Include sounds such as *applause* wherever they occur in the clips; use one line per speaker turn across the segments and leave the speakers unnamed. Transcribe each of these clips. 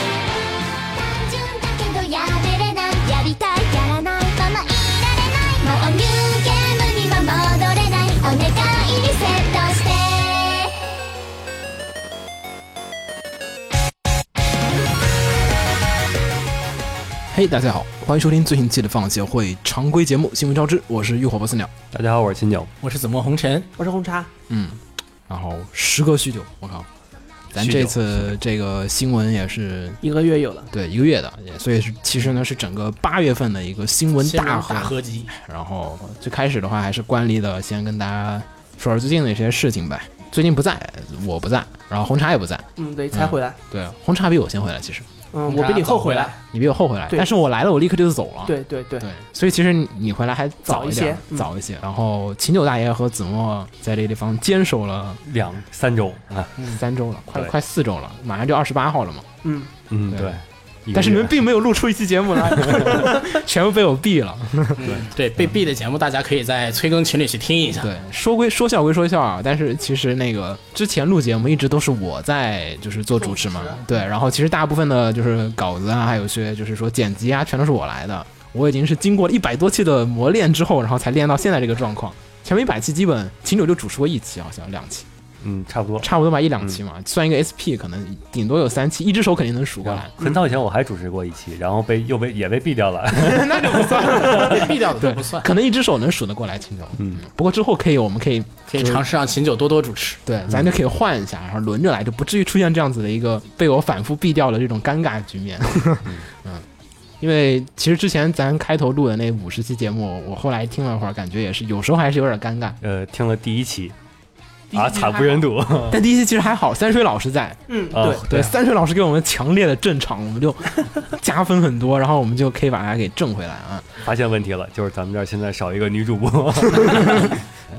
単純だけどやめれないやりたいやらないままいられないもうニューゲームには戻れないお願いリセットして
嘿、大家好，欢迎收听最新期的放协会常规节目《新闻招之》，我是浴火不死鸟。
大家好，我是秦九。
我是紫陌红尘，
我是红茶，
然后时隔许久，我靠，咱
许久
这次这个新闻也是
一个月有了，
对一个月的，也所以是其实呢是整个八月份的一个新闻
先
大
大
合。
大合集，
然后最开始的话还是惯例的，先跟大家说说最近的一些事情呗。最近不在，我不在，然后红茶也不在。
嗯，对，才回来，
对，红茶比我先回来，其实
嗯，我比你后回
红茶
来，
你比我后回来，
对
但是我来了，我立刻就走了。
对对对，
对，所以其实你你回来还早一点
早一些嗯
早一些。然后秦九大爷和子墨在这个地方坚守了
两三周啊，
三周了，快
对
快四周了，马上就二十八号了嘛。
嗯，
嗯
对
对。一个
但是你们
月
并没有露出一期节目
*laughs*
来，全部被我毙了。
对被
嗯
毙的节目，大家可以在催更群里去听一下。
对，说归说笑归说笑啊，但是其实那个之前录节目一直都是我在就是做主持嘛
做主持，
对，然后其实大部分的就是稿子啊，还有一些就是说剪辑啊，全都是我来的。我已经是经过了一百多期的磨练之后，然后才练到现在这个状况。前面一百期基本秦九就主持过一期，好像两期，
嗯差不多。
差不多吧，一两期嘛，算一个 SP 可能顶多有三期，一只手肯定能数过来，
嗯很早以前我还主持过一期，然后被又被也被毙掉了。
那就不算了，
被毙掉的都不算，
可能一只手能数得过来秦九。
嗯，
不过之后可以，我们可以
可以尝试让秦九多多主持。
对，咱就可以换一下，然后轮着来，就不至于出现这样子的一个被我反复毙掉的这种尴尬局面。嗯，因为其实之前咱开头录的那五十期节目，我后来听了会儿，感觉也是有时候还是有点尴尬。
*laughs* 呃，听了第一期啊，惨不忍睹。啊，
但第一期其实还好，三水老师在，
嗯，对，
对，
哦对，啊
三水老师给我们强烈的镇场，我们就 *laughs* 加分很多，然后我们就可以把它给挣回来啊。
发现问题了，就是咱们这儿现在少一个女主播。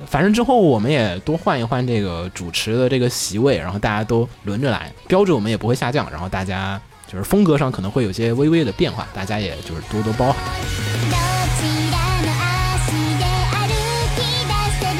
反正之后我们也多换一换这个主持的这个席位，然后大家都轮着来，标准我们也不会下降，然后大家就是风格上可能会有些微微的变化，大家也就是多多包涵。
どちらの足で歩き出せ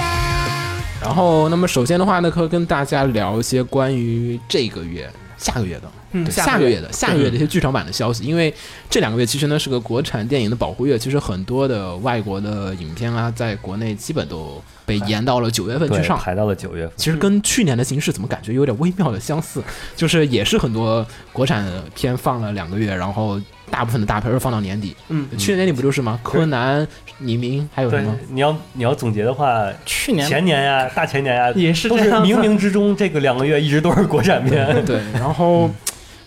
ば
然后，那么首先的话呢，可以跟大家聊一些关于这个月、下个月的。
嗯
对，
下
下个
个月
月嗯的下个月的一些剧场版的消息，因为这两个月其实呢是个国产电影的保护月，其实很多的外国的影片啊，在国内基本都被延到了九月份去
对，
上。
排到了九月份。
其实跟去年的形式怎么感觉有点微妙的相似，就是也是很多国产片放了两个月，然后大部分的大片儿放到年底。
嗯，
去年年底不就是吗？柯南、黎明还有什
对
么？，
你要你要总结的话，
去年
前年呀、大前年呀、
也是
都
这
是
样子
冥冥之中这个两个月一直都是国产片。
*laughs* 对，然后。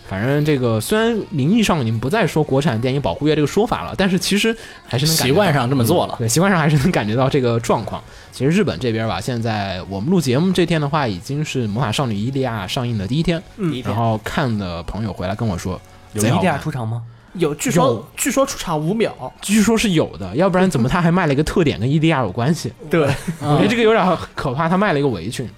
反正这个虽然名义上已经不再说国产电影保护月这个说法了，但是其实还是能感
习
觉
惯
到
上这么做了，
对习惯上还是能感觉到这个状况。其实日本这边吧，现在我们录节目这天的话，已经是《魔法少女伊利亚》上映的第一天，
嗯，
然后看的朋友回来跟我说，
有
贼
伊
好
利亚
看
出场吗？
有，据
有
说据说出场五秒，
据说是有
*laughs*
的，要不然怎么他还卖了一个特点跟伊利亚有关系？
对，
嗯
嗯
我觉得这个有点可怕，他卖了一个围裙，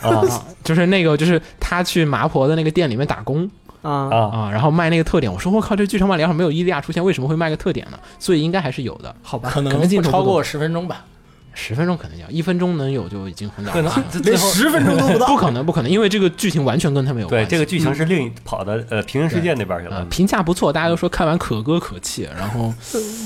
啊
就是那个就是他去麻婆的那个店里面打工，
啊，
啊！
啊，然后卖那个特点，我说我靠，这剧场版里要是没有伊利亚出现，为什么会卖个特点呢？所以应该还是有的，
好吧，
可能
能进
不
程
超
不
过
多
十分钟吧。
十分钟肯定要，一分钟能有就已经很了
可
不
能
起了。
最最后
分 *laughs* 钟都不
*laughs* 不可能，不可能，因为这个剧情完全跟他没有关
对
系。
这个剧情是另一跑到呃平行世界那边去
呃
了。
评价不错，大家都说看完可歌可泣。然后，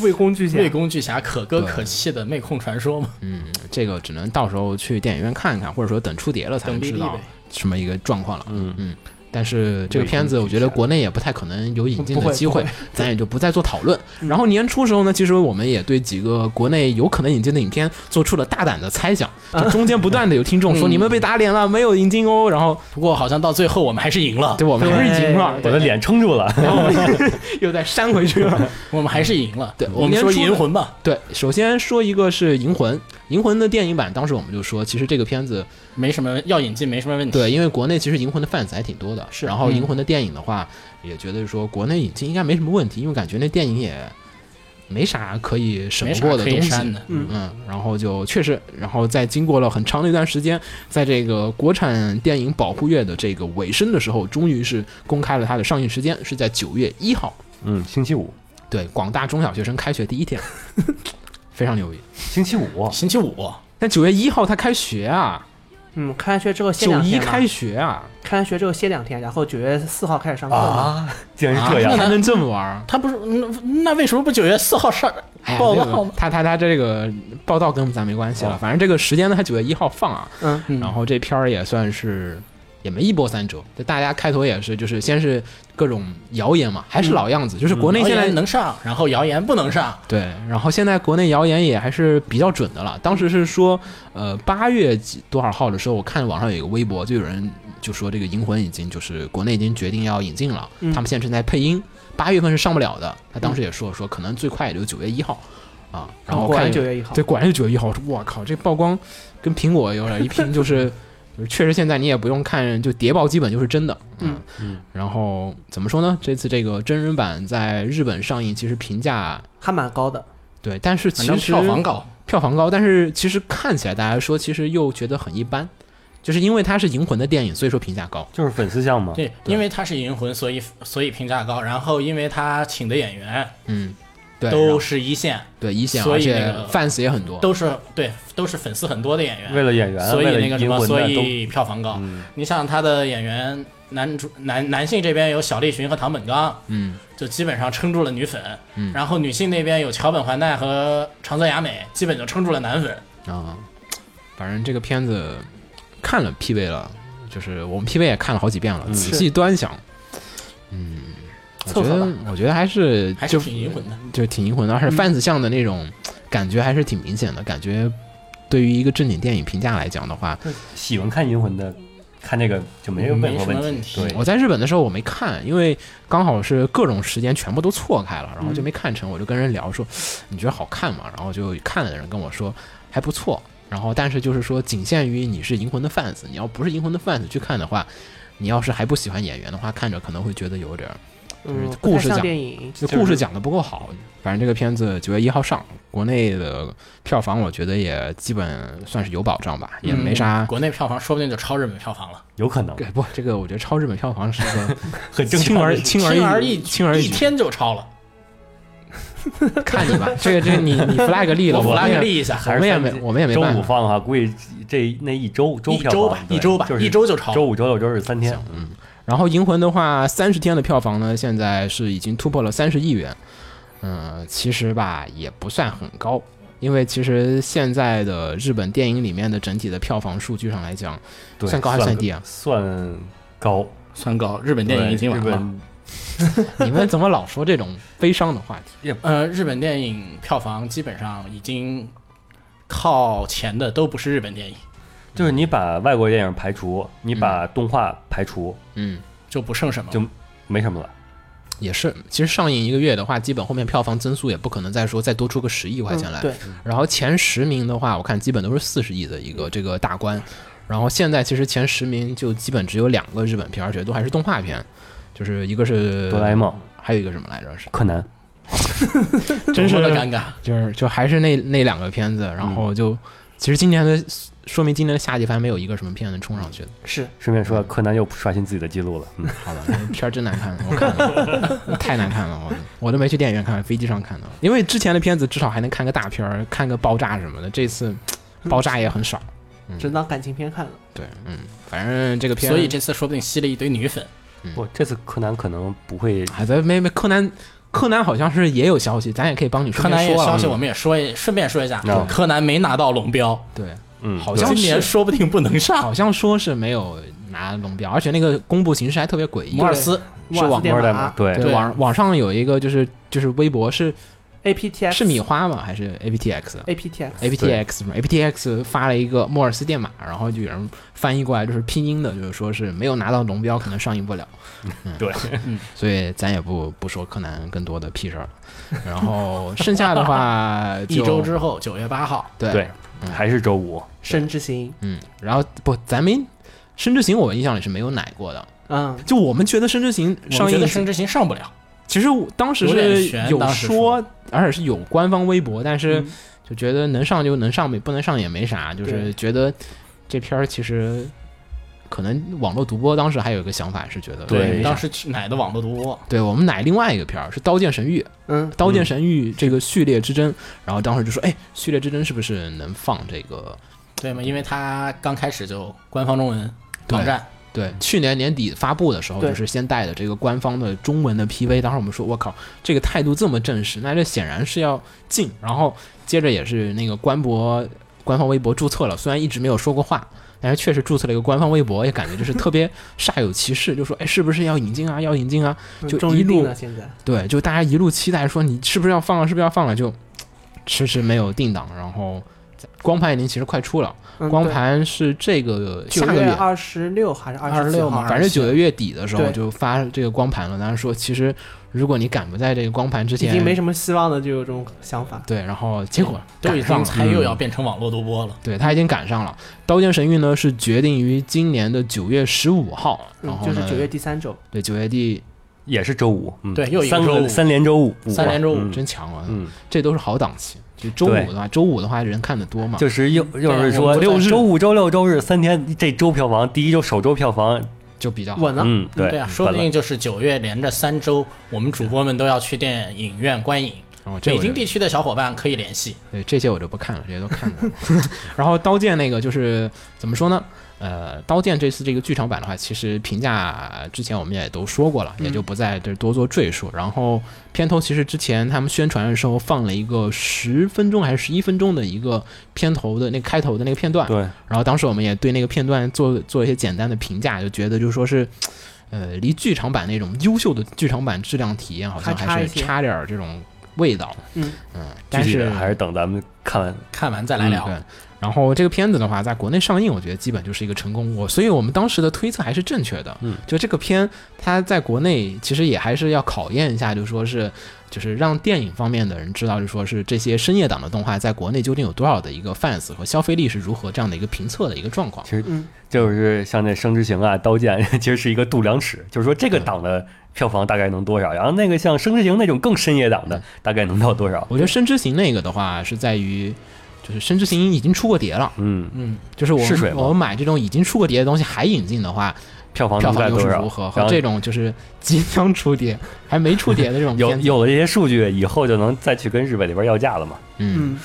魏公巨
魏
蟹，
公巨侠可歌可泣的妹控传说嘛，
嗯，这个只能到时候去电影院看一看，或者说等出碟了才能
等哔
知
哩
道
呗。
什么一个状况了。
嗯，
但是这个片子，我觉得国内也不太可能有引进
不
的
会
机会
不，
*laughs* 咱也就不再做讨论。然后年初时候呢，其实我们也对几个国内有可能引进的影片做出了大胆的猜想，就中间不断的有听众说
嗯
你们被打脸了，没有引进哦。然后
不过好像到最后我们还是赢了，
对我们还是赢了，
我
对
的脸撑住了。
然后我们又再删回去了。
我们还是赢了。
对
我们
我
说
们年初
银魂吧，
对，首先说一个是《银魂》，《银魂》的电影版，当时我们就说，其实这个片子
没什么要引进，没什么问题。
*laughs* 对，因为国内其实《银魂》的 fans 还挺多的，
是
然后《
嗯
银魂》的电影的话，也觉得说国内引进应该没什么问题，因为感觉那电影也没啥可以审
没
不
啥
过的
可以
东西。
删的。
嗯
嗯，然后就确实，然后在经过了很长的一段时间，在这个国产电影保护月的这个尾声的时候，终于是公开了它的上映时间，是在九月一号，
嗯，星期五，
对，广大中小学生开学第一
*laughs*
天，非常牛逼。
星期五，
星期五
但九月一号他开学啊，
嗯，开完学之后歇
九
两
一
天嘛，
开学啊，
开完学之后歇两天，然后九月四号开始上课嘛。
啊，竟然是这
啊
样，
还能这么玩儿？
他不是嗯那为什么不九月四号上
哎呀
报
这个
告吗？
他他他这个报道跟咱没关系了，
哦
反正这个时间呢，他九月一号放啊，
嗯，
嗯
然后这片儿也算是也没一波三折，就大家开头也是，就是先是各种谣言嘛，还是老样子，就是国内
嗯谣
现在
言能上，然后谣言不能上，
对，然后现在国内谣言也还是比较准的了。当时是说，呃，八月几多少号的时候，我看网上有一个微博，就有人就说这个《银魂》已经就是国内已经决定要引进了，
嗯
他们现在正在配音，八月份是上不了的。他
嗯
当时也说说可能最快也就九月一号啊，然后
果然
看
九月一号
对，。果然是九月一号。我说我靠，这曝光跟苹果有点
*laughs*
一拼，就是。就是确实，现在你也不用看，就谍报基本就是真的。啊
嗯
嗯，
然后怎么说呢？这次这个真人版在日本上映，其实评价
还蛮高的，
对，但是其
反
实
正票房高。
票房高，但是其实看起来大家说其实又觉得很一般，就是因为它是银魂的电影，所以说评价高。
就是粉丝向嘛，
对，因为他是银魂，所以所以评价高。然后因为他请的演员
嗯，对，然
都
后
是一线，
对一线，
所
而
以
且
那个
fans 也很多。
都是对，都是粉丝很多的演
为
员，
了演员，
所以
为了
那个什
银
么，
魂
所
的都，
以啊票房高。
嗯，
你像他的演员男主男男性这边有小栗旬和唐本刚，
嗯，
就基本上撑住了女粉。
嗯
然后女性那边有桥本环奈和长泽雅美，基本就撑住了男粉。
啊，反正这个片子看了 PV 了，就是我们 PV 也看了好几遍了，
嗯
仔细端详。嗯，我
凑
觉
合
得
吧
我觉得还是
还是
就
挺银魂的。
就挺银魂的，而且
嗯
fans 向的那种感觉还是挺明显的，感觉对于一个正经电影评价来讲的话，
喜欢看银魂的，看这个就没有任何
没什么
问
问
题，
题
对
我，在日本的时候我没看，因为刚好是各种时间全部都错开了，然后就
嗯
没看成。我就跟人聊说，你觉得好看吗？然后就看的人跟我说还不错，然后但是就是说仅限于你是银魂的 fans，你要不是银魂的 fans 去看的话，你要是还不喜欢演员的话，看着可能会觉得有点儿
嗯，
故
不太
事
像
讲
电影，
这
就是
故事讲的不够好。反正这个片子九月一号上，国内的票房我觉得也基本算是有保障吧，也
嗯
没啥。
国内票房说不定就超日本票房了，
有可能
对不，这个我觉得超日本票房是一
*laughs*
个
很正
轻
常
而
的事情，
轻
轻
而
而
易
易
举轻而易
一
举。
天就超了。
看你吧，这个这个你你 flag 立了，
我
我
flag
们也
立一下，
我
还是
们也
三
没
级
我们也没
周
办
五
法。
放的话，估计这那一周周
一
票
周
房
吧，
对
一周吧
就，是
一周就超。
周五、周六、周日三天，
然后《银魂》的话，三十天的票房呢，现在是已经突破了三十亿元。嗯，其实吧也不算很高，因为其实现在的日本电影里面的整体的票房数据上来讲，
对
算高还是算低啊
算高，
算高，日本电影已经
对
完
日
了。
本
你
*laughs*
们怎么老说这种悲伤的话题？
呃，日本电影票房基本上已经靠前的都不是日本电影，
就是你把外国电影排除，你把动画排除，
嗯，
就不剩什么了。
就没什么了。
也是。其实上映一个月的话，基本后面票房增速也不可能再说再多出个十亿块钱来。
嗯对，
然后前十名的话，我看基本都是四十亿的一
嗯
个这个大关。然后现在其实前十名就基本只有两个日本片，而且都还是动画片，就是一个是
哆啦 A 梦、
还有一个什么来着？是
柯南，
真是
多么的尴尬。
就是就还是那那两个片子。然
嗯
后就、其实今年的说明今年的夏季番没有一个什么片能冲上去的。
是
顺便说，柯南又刷新自己的记录了。嗯，
好了，那片儿真难看，我看了，太难看了，我我都没去电影院看，飞机上看的。因为之前的片子至少还能看个大片儿，看个爆炸什么的，这次爆炸也很少。
只当感情片看了。
对，嗯，反正这个片儿，
所以这次说不定吸了一堆女粉。
不，这次柯南可能不会，
哎，咱没没柯南，柯南好像是也有消息，咱也可以帮你顺
柯
便
南也
说了啊嗯
消息我们也说一，顺便说一下
嗯，
柯南没拿到龙标，
对，
嗯，
好
对
像
今年
是
说不定不能上。
好像说是没有拿龙标，而且那个公布形式还特别诡异
摩。尔斯
是
瓦
网
斯电
摩尔代码
码
对
对，
对
网网上有一个就是就是微博是
APTX
是米花吗？还是 APTX？
APTX
APTX 什么 APTX 发了一个莫尔斯电码，然后就有人翻译过来，就是拼音的，就是说是没有拿到龙标，可能上映不了。嗯
对，
嗯
所以咱也不不说柯南更多的屁事儿了。然后剩下的话就，
*laughs* 一周之后，九月八号，
对
对，还是周五。
深之行，
嗯，然后不，咱们深之行我印象里是没有奶过的，
嗯，
就我们觉得深之行
我
上
觉
映
得《生之行》上不了，
其实我当时
有点
是
悬
有
当时
说
说，
而且是有官方微博，但是
嗯
就觉得能上就能上，没不能上也没啥，就是
对
觉得这片儿其实可能网络独播当时还有一个想法是觉得
对
没啥
当时去奶的网络独播，
对我们奶另外一个片儿是《刀剑神域》，
嗯
《刀剑神域》这个序列之争，然后当时就说，哎，序列之争是不是能放这个？
对吗？因为它刚开始就官方中文
对
网站，
对，去年年底发布的时候，
对
就是先带的这个官方的中文的 PV。当时我们说，我靠，这个态度这么正式，那这显然是要禁。然后接着也是那个官博官方微博注册了，虽然一直没有说过话，但是确实注册了一个官方微博，也感觉就是特别煞有其事，就说，哎，是不是要引进啊？要引进啊？就
嗯终
一
于
路
定了，现在
对，就大家一路期待说你是不是要放了，是不是要放了，就迟迟没有定档。然后光盘已经其实快出了，
嗯
光
对
盘是这个
九
下个
月
月，
二十六还是二
26嘛
反正九月底的时候
对
就发这个光盘了。当时说，其实如果你赶不在这个光盘之
已
前，
经没什么希望了，就有这种想法。
对，然后结果
都
赶
已
上嗯
经
了，
才又要变成网络独播了。
对他已经赶上了。《刀剑神域》呢是决定于今年的九月十五号，然
嗯，
后
就
呢，
是九月第三周，
对九月底
也是周五，嗯，
对又一个
三
周五
三连周五，五啊
三连周五
嗯
真强了，
嗯，
这都是好档期。就周
对
五的话，周五的话人看的多嘛，
就是又又是
我
说
们六日
周五、周六、周日三天，这周票房第一周首周票房，
就比较好。
稳了。
嗯，对
对啊，说不
本来
定就是九月连着三周，我们主播们都要去电影院观影。
然后这
北
我就
京地区的小伙伴可以联系。
对，这些我就不看了，这些都看过了。
*laughs*
然后《刀剑》那个就是怎么说呢？呃，《刀剑》这次这个剧场版的话，其实评价之前我们也都说过了，也
嗯
就不再这多做赘述。然后片头其实之前他们宣传的时候放了一个十分钟还是十一分钟的一个片头的那个开头的那个片段，
对，
然后当时我们也对那个片段做做一些简单的评价，就觉得就是说是，呃，离剧场版那种优秀的剧场版质量体验好像
还差
还
一
是
些
差点儿这种味道。
嗯
但
具体
是
的还是等咱们看完，
看完再来聊。
嗯
嗯对，然后这个片子的话，在国内上映，我觉得基本就是一个成功。我，所以我们当时的推测还是正确的。
嗯，
就这个片，它在国内其实也还是要考验一下，就说是，就是让电影方面的人知道，就说是这些深夜档的动画在国内究竟有多少的一个 fans 和消费力是如何这样的一个评测的一个状况。
其实
嗯，
就是像那《生之行》啊，《刀剑》 *laughs* 其实是一个度量尺，就是说这个档的票房大概能多少，然后那个像《生之行》那种更深夜档的，大概能到多少？
我觉得《深之行》那个的话，是在于，就是《深之行》已经出过碟了，
嗯，
嗯，
就是我
试水
们
吗
我们买这种已经出过碟的东西还引进的话，
票房
票
能
房
在
又
多
是
少？
如何？和
然后
这种就是 *laughs* 即将出碟还没出碟的这种
有
片子，
有了这些数据以后，就能再去跟日本那边要价了嘛？
嗯。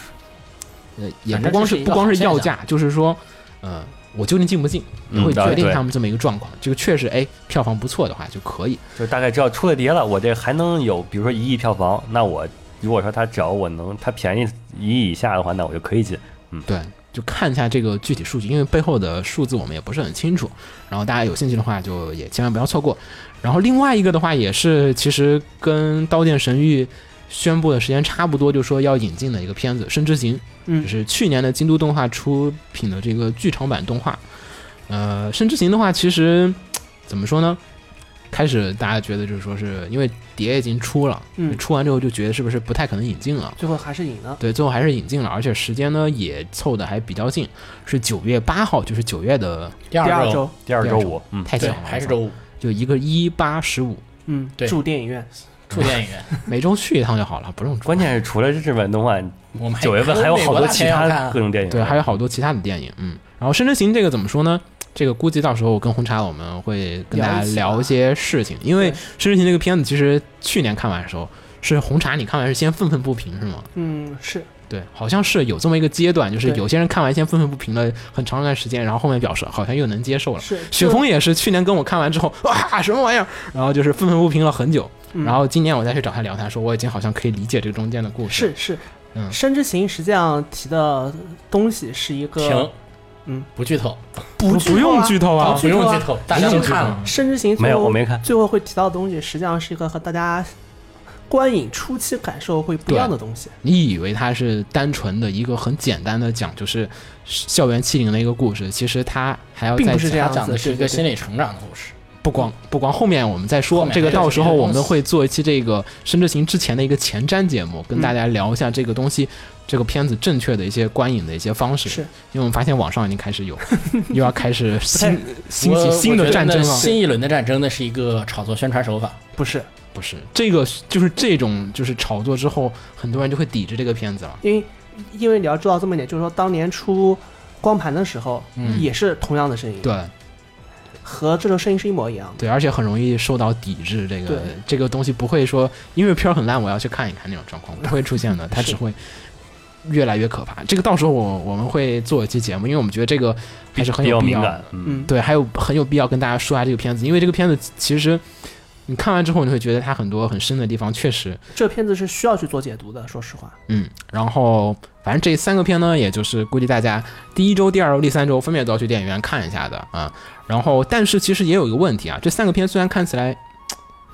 嗯，
呃，也
嗯
不
反正
光
这
是
是一
不
个
光
好
是
现
要
象
价，就是说，呃，我究竟进不进，
嗯
会
当
决
然
定
对
他们这么一个状况。这个确实，哎，票房不错的话就可以。
就大概知道出了碟了，我这还能有，比如说一亿票房，那我如果说它只要我能它便宜一亿以下的话，那我就可以进。
对，就看一下这个具体数据，因为背后的数字我们也不是很清楚。然后大家有兴趣的话，就也千万不要错过。然后另外一个的话，也是其实跟《刀剑神域》宣布的时间差不多，就说要引进的一个片子《深之行》，
嗯
就是去年的京都动画出品的这个剧场版动画。呃，《深之行》的话，其实怎么说呢？开始大家觉得就是说是因为碟已经出了，
嗯
出完之后就觉得是不是不太可能引进了。
最后还是赢了。
对，最后还是引进了，而且时间呢也凑的还比较近，是九月八号，就是九月的
第
第
二
二，周，
第二
第
周
二
五，嗯，
太巧
对，
了，
还是
我操
*laughs*
周五
就一个一八十五，
嗯，
对
住电影院，
住电影院。
每周去一趟就好了，不用
关键是除了日本动画，
我们还
九月份还有好多其
啊
他各种电影。
嗯
对，还有好多其他的电影，嗯，然后《深之行》这个怎么说呢？这个估计到时候我跟红茶我们会跟大家
聊一起吧
聊一些事情，因为《
对
深之行》这个片子其实去年看完的时候是红茶，你看完是先愤愤不平是吗？
嗯，是
对，好像是有这么一个阶段，就是
对
有些人看完先愤愤不平了很长一段时间，然后后面表示好像又能接受了。
是，
雪峰也是去年跟我看完之后，哇，什么玩意儿？ *laughs* 然后就是愤愤不平了很久。
嗯
然后今年我再去找他聊，他说我已经好像可以理解这个中间的故事。
是是，
嗯
《生之行》实际上提的东西是一
停
个，，嗯，
不剧透，
不
不用剧透啊
不
不
剧透
用
啊
剧透，大家都看了。
《生之行》最
没有
后
我没看
最后会提到的东西实际上是一个和大家观影初期感受会不一样的东西。
你以为他是单纯的一个很简单的讲就是校园欺凌的一个故事，其实他还要
并
再
不是这
讲
样
他讲的是一个心理成长的故事，
不光不光后面我们再
后
说
面
这个，
还有
到时候
别的
我们
东西
会做一期这个《深之行》之前的一个前瞻节目，跟
嗯
大家聊一下这个东西，这个片子正确的一些观影的一些方式。
是，
因为我们发现网上已经开
*laughs*
始有，又要开始新兴
我
起新
我觉
的
得
战争啊
那
了。
新一轮的战争那是一个炒作宣传手法，
不是，
不不是这个，就是这种就是炒作之后，很多人就会抵制这个片子了。
因为因为你要知道这么一点，就是说当年出光盘的时候，
嗯
也是同样的声音，
对
和这种声音是一模一样的。
对，而且很容易受到抵制。这
对
个这个东西不会说因为片儿很烂，我要去看一看那种状况不会出现的，它
是
只会越来越可怕。这个到时候我我们会做一期节目，因为我们觉得这个还是很
比
有
较
必
敏
要的。
感，嗯，
嗯，
对，还有很有必要跟大家说一下这个片子，因为这个片子其实你看完之后，你会觉得它很多很深的地方确实，
这片子是需要去做解读的，说实话。
嗯，然后反正这三个片呢，也就是估计大家第一周、第二周、第三周分别都要去电影院看一下的啊。然后，但是其实也有一个问题啊，这三个片虽然看起来嘖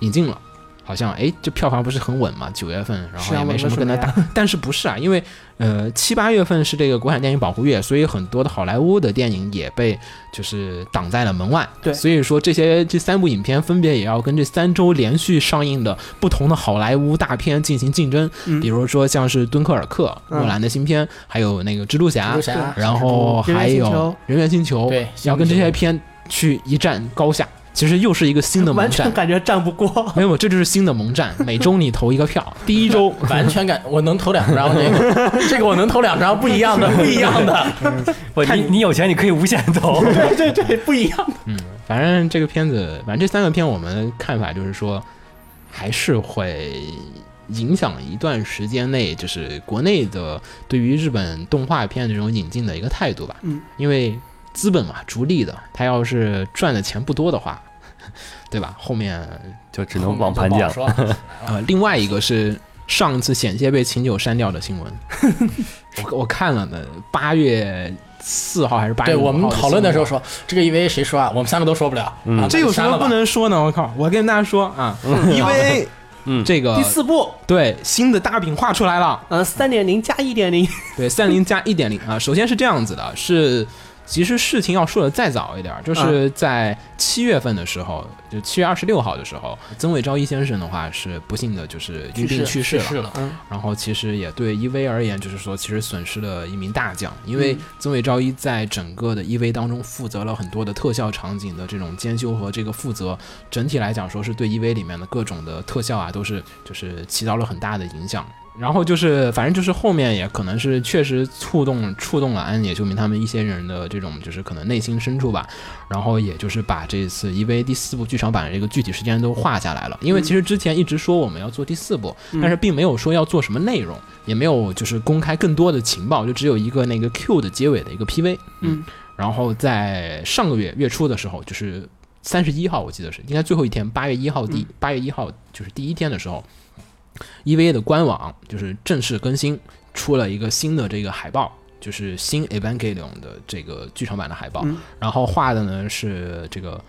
引进了，好像哎这票房不是很稳嘛，九月份，然
是
后
啊
也没什么跟他
稳
打，但是不是啊？因为呃七八月份是这个国产电影保护月，所以很多的好莱坞的电影也被就是挡在了门外。
对
所以说这些这三部影片分别也要跟这三周连续上映的不同的好莱坞大片进行竞争。
嗯
比如说像是《敦刻尔克》
嗯
诺兰的新片，还有那个蜘蛛侠
蜘蛛，
啊
侠，
然后还有《人猿星球》，
对，
要跟这些片去一战高下，其实又是一个新的
完
盟
全
战。
感觉战不过。
*laughs* 没有，这就是新的盟战。每周你投一个票，第一周
完全感我能投两张，这个这个我能投两张，不一样的，不一样的，
不，你你有嗯钱你可以无限 *laughs* 投，
*laughs*
对对对，不一样的。
反正这个片子，反正这三个片，我们看法就是说，还是会影响一段时间内，就是国内的对于日本动画片这种引进的一个态度吧。
嗯，
因为资本嘛，逐利的，他要是赚的钱不多的话， *laughs* 对吧？后面
就只能网盘见了。
说啊了
呃，另外一个是上次险些被秦九删掉的新
*laughs*
闻，我我看了呢，八月四号还是八月5
对
号
我们讨论
的
的啊
新闻
时候说，这个 EVA 谁说啊？我们三个都说不了。
嗯
啊
这有什么不？能说呢？我靠！我跟大家说啊， *laughs* 因为
嗯
这个
第四部，
对新的大饼画出来了，
呃，三点零加一点零，
对三零加一点零啊。首先是这样子的，是其实事情要说的再早一点儿，就是在七月份的时候，就七月二十六号的时候，曾伟昭一先生的话是不幸的就是因病去
去
世啊
世
了。
了，
然后其实也对 EV 而言，就是说其实损失了一名大将，因为曾伟昭一在整个的 EV 当中负责了很多的特效场景的这种监修和这个负责，整体来讲说是对 EV 里面的各种的特效啊，都是就是起到了很大的影响。然后就是，反正就是后面也可能是确实触动触动了安野秀明他们一些人的这种就是可能内心深处吧，然后也就是把这次 EV 第四部剧场版的这个具体时间都画下来了。因为其实之前一直说我们要做第四部，但是并没有说要做什么内容，也没有就是公开更多的情报，就只有一个那个 Q 的结尾的一个 PV。
嗯，
然后在上个月月初的时候，就是三十一号，我记得是应该最后一天，八月一号
嗯
第八、月一号就是第一天的时候，EVA 的官网就是正式更新出了一个新的这个海报。就是新 Evangelion 的这个剧场版的海报，
嗯
然后画的呢是这个，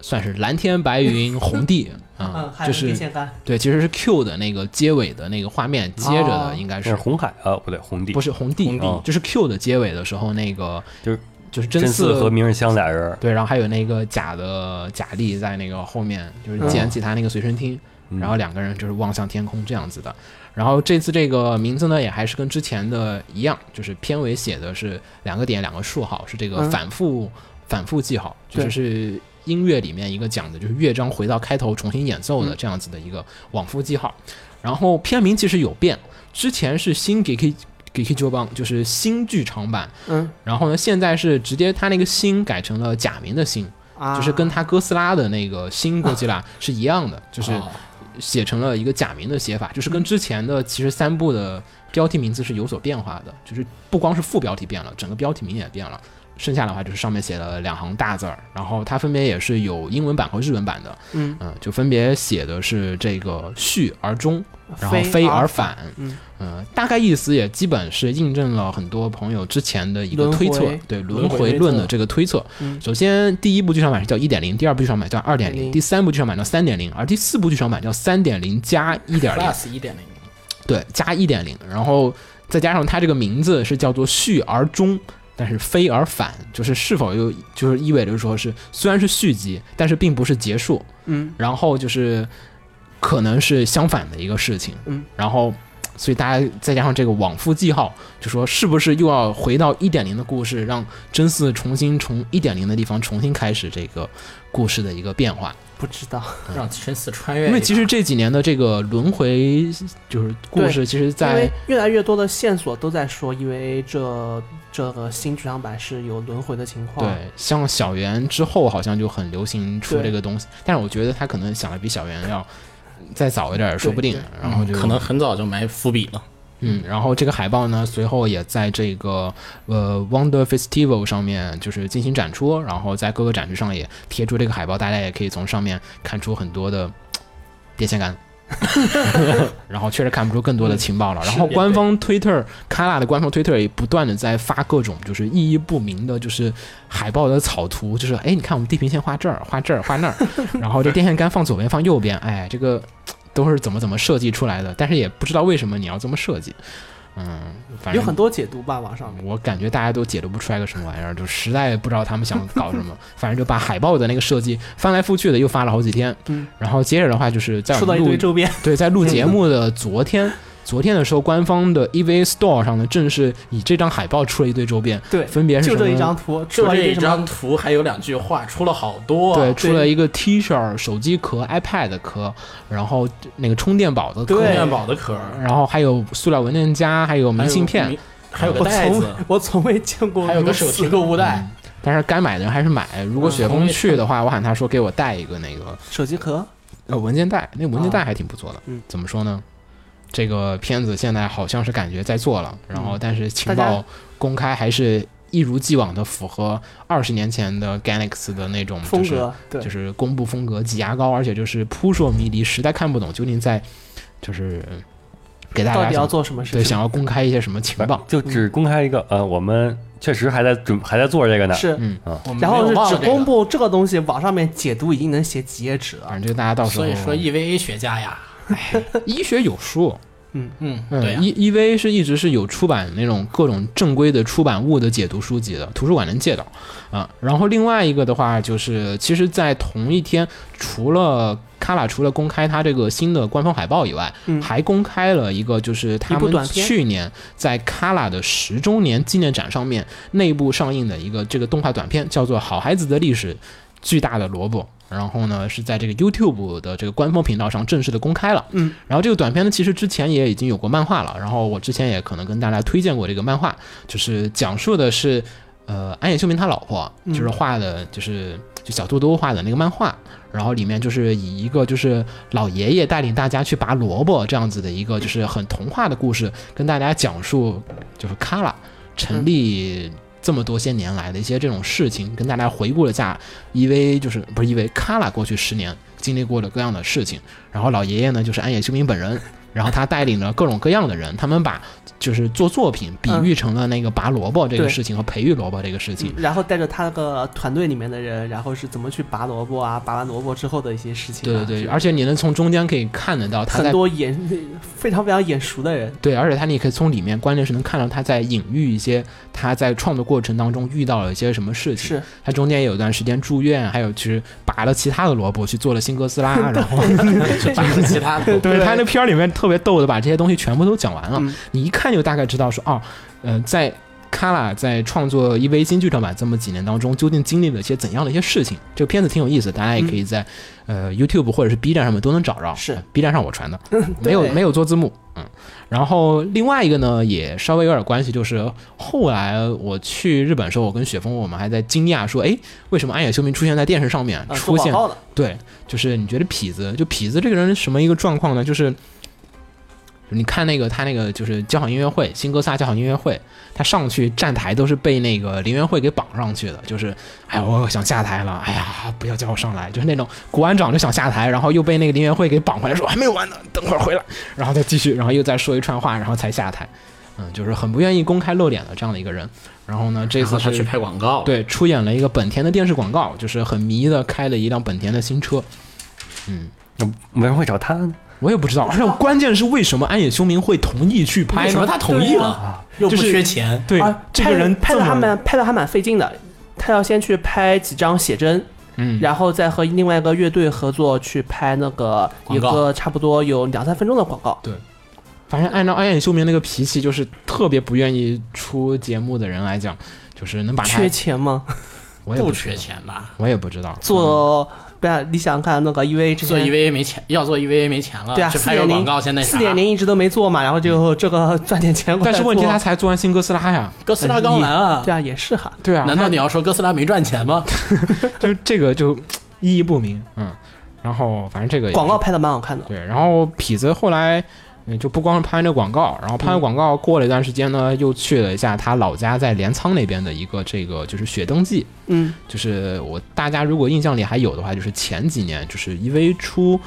算是蓝天白云红地啊、
还
就
有
是
地线杆，
对，其实是 Q 的那个结尾的那个画面接着
哦
的，应该
那
是、
是红海啊，不对，红帝
不是红地？
红地
就是 Q 的结尾的时候，那个
就是
就是真
真嗯
嗣
嗣和明日香俩人，
对，然后还有那个假的假力在那个后面，就是
嗯
捡起他那个随身听，
嗯
然后两个人就是望向天空这样子的。然后这次这个名字呢，也还是跟之前的一样，就是片尾写的是两个点两个竖号，是这个
嗯
反复、反复记号，就
对
是是音乐里面一个讲的就是乐章回到开头重新演奏
嗯
的这样子的一个往复记号。然后片名其实有变，之前是新 g e k i g e k i 九邦，就是新剧场版，
嗯
然后呢，现在是直接他那个星改成了假名的星，
啊，
就是跟他哥斯拉的那个新哥吉拉是一样的，就是
哦
写成了一个假名的写法，就是跟之前的其实三部的标题名字是有所变化的，就是不光是副标题变了，整个标题名也变了。剩下的话就是上面写了两行大字儿，然后它分别也是有英文版和日文版的，
嗯
嗯，就分别写的是这个序而终，然后
飞
飞而
而
返，
嗯
呃，大概意思也基本是印证了很多朋友之前的一个
轮
推测
回，
对轮
轮回
回
推
论
测
的这个推测。
嗯
首先，第一部剧场版是叫一点零，第二部剧场版叫二点零，
1.0
第三部剧场版叫三点零，而第四部剧场版叫三点零加一点
*laughs*
零，
Plus 一点零，
对，加一点零，然后再加上它这个名字是叫做续而终。但是飞而返，就是是否又就是意味着说是虽然是续集，但是并不是结束，
嗯
然后就是可能是相反的一个事情，
嗯，
然后所以大家再加上这个往复记号，就说是不是又要回到一点零的故事，让真嗣重新从一点零的地方重新开始这个故事的一个变化？
不知道，
让真嗣穿越一下。
因为其实这几年的这个轮回就是故事，其实
因
在
为越来越多的线索都在说，因为这这个新剧场版是有轮回的情况。
对，像小圆之后好像就很流行出
对
这个东西，但是我觉得他可能想的比小圆要再早一点儿，说不定
对。
然后就
嗯可能很早就埋伏笔了。
嗯，然后这个海报呢，随后也在这个呃 Wonder Festival 上面就是进行展出，然后在各个展区上也贴出这个海报，大家也可以从上面看出很多的嘖变现感。然后确实看不出更多的情报了。然后官方推特 k a l a 的官方推特也不断的在发各种就是意义不明的，就是海报的草图，就是哎，你看我们地平线画这儿，画这儿，画那儿，然后这电线杆放左边，放右边，哎，这个都是怎么怎么设计出来的，但是也不知道为什么你要这么设计。嗯，反
有很
正嗯
多解读吧，网上面。
我感觉大家都解读不出来个什么玩意儿，就实在不知道他们想搞什么。反正就把海报的那个设计翻来覆去的又发了好几天。
嗯，
然后接着的话就是在我
出到
们
一
录
堆周边，
对，在录
*laughs*
节目的昨天，昨天的时候，官方的 EVA Store 上呢，正是以这张海报出了一堆周边，
*laughs* 对，
分别是
就
什
这
么
一张图，出
就
了
这
堆
一
什么
张图，还有两句话，出了好多、啊。
对，出了一个 T 恤、手机壳、iPad 壳，然后那个充电宝的壳，
对
面宝的壳儿，
然后还有塑料文件夹，还有
还
明
有
信片。
明，还有个
我
袋子，
从我从未见过如此，
还有个手嗯提购物袋。
但是该买的人还是买。如果
嗯
雪
红
峰
绿
去的话，我喊他说给我带一个那个
手机壳，
呃文件袋，那个文件
啊
袋还挺不错的。
嗯
怎么说呢？这个片子现在好像是感觉在做了，然后但是情
嗯大家
报公开还是一如既往的符合二十年前的 Galaxy 的那种就
风
是
格，对
就，是公布风格挤牙膏，而且就是扑朔迷离，实在看不懂究竟在就是给大
到
家
底要
想
做什么事
对
情？
想要公开一些什么情报。
就只公开一个，呃，我们确实还在准还在做这个呢。
是，
我们
然
没
后
有忘
是
了
只
这个
公布这个东西，网上面解读已经能写几页纸
反
了。
正就大家到时候
所以说 EVA 学家呀，
医学有术，
嗯，对
啊
呀、
嗯，E E V 是一直是有出版那种各种正规的出版物的解读书籍的，图书馆能借到啊。然后另外一个的话，就是其实，在同一天，除了卡拉除了公开他这个新的官方海报以外，
嗯
还公开了一个就是他
一部
们
短片
去年在卡拉的十周年纪念展上面内部上映的一个这个动画短片，叫做《好孩子的历史》，巨大的萝卜。然后呢，是在这个 YouTube 的这个官方频道上正式的公开了。然后这个短片呢，其实之前也已经有过漫画了，然后我之前也可能跟大家推荐过这个漫画，就是讲述的是，呃，安野秀明他老婆
嗯
就是画的，就是就小多多画的那个漫画，然后里面就是以一个就是老爷爷带领大家去拔萝卜这样子的一个就是很童话的故事，跟大家讲述就是卡拉成立。这么多些年来的一些这种事情，跟大家回顾了一下，EV 就是不是 EV 卡拉过去十年经历过的各样的事情，然后老爷爷呢就是安野秀明本人，然后他带领了各种各样的人，他们把就是做作品比喻成了那个拔萝卜这个
对
事情和培育萝卜这个事情。
然后带着他那个团队里面的人，然后是怎么去拔萝卜啊，拔完萝卜之后的一些事情、
对
啊。
对对，
是
而且你能从中间可以看得到他
很
在
多眼 *laughs* 非常非常眼熟的人，
对，而且他你可以从里面关键是能看到他在隐喻一些他在创作过程当中遇到了一些什么事情。
是
他中间有一段时间住院，还有去拔了其他的萝卜去做了新哥斯拉，然后
把其他的
对他那片儿里面特别逗的，把这些东西全部都讲完了，
嗯
你一看就大概知道说哦，呃，在卡拉在创作 EV 新剧场版这么几年当中，究竟经历了一些怎样的一些事情？这个片子挺有意思，大家也可以在、呃 YouTube 或者是 B 站上面都能找着，
是
呃 B 站上我传的，没
*laughs* 对
有没有做字幕，嗯。然后另外一个呢，也稍微有点关系，就是后来我去日本的时候，我跟雪峰我们还在惊讶说，哎，为什么安野秀明出现在电视上面，
啊，
出
做广
现
告的，
对，就是你觉得痞子，就痞子这个人什么一个状况呢？就是你看那个他那个就是交响音乐会，新哥萨交响音乐会，他上去站台都是被那个林元会给绑上去的，就是哎呀，我想下台了，哎呀，不要叫我上来，就是那种国安长就想下台，然后又被那个林元会给绑回来，说还没有完呢，等会儿回来，然后再继续，然后又再说一串话，然后才下台，嗯，就是很不愿意公开露脸的这样的一个人。然后呢，这
然后
次
他
是
去拍广告，，
对，出演了一个本田的电视广告，就是很迷的开了一辆本田的新车。
那为嗯什么会找他呢？
我也不知道，而且关键是为什么安野秀明会同意去拍
为什么
呢？
他同意了？又不
啊就是
缺钱，
对
啊，
这个人
拍的
这么
还蛮拍的还蛮费劲的。他要先去拍几张写真，
嗯，
然后再和另外一个乐队合作去拍那个一
广告
个差不多有两三分钟的广告。
对，反正按照暗夜里修明那个脾气，就是特别不愿意出节目的人来讲，就是能把他
缺钱吗？ *laughs*
我也
不
知道
缺，钱吧？
我也不知道
做
嗯
不是你想想看那个 E EVA 之
做
E
前
EVA 没钱，要做 EVA 没钱了，
对啊，
只
四
拍个
点
广告先那
零
啥。
四点零一直都没做嘛，然后就
*laughs*
这个赚点钱过来
嗯但是问题
做
他才做完新哥斯拉呀，
哥斯拉刚来啊，
对啊也是哈，
对啊，
难道
他
你要说哥斯拉没赚钱吗？
就这个就意义不明，嗯，然后反正这个也是
广告拍的蛮好看的，
对，然后痞子后来嗯就不光是拍完这广告，然后拍完广告过了一段时间呢，又去了一下他老家在镰仓那边的一个这个就是雪灯记，
嗯，
就是我大家如果印象里还有的话，就是前几年就是 EV 出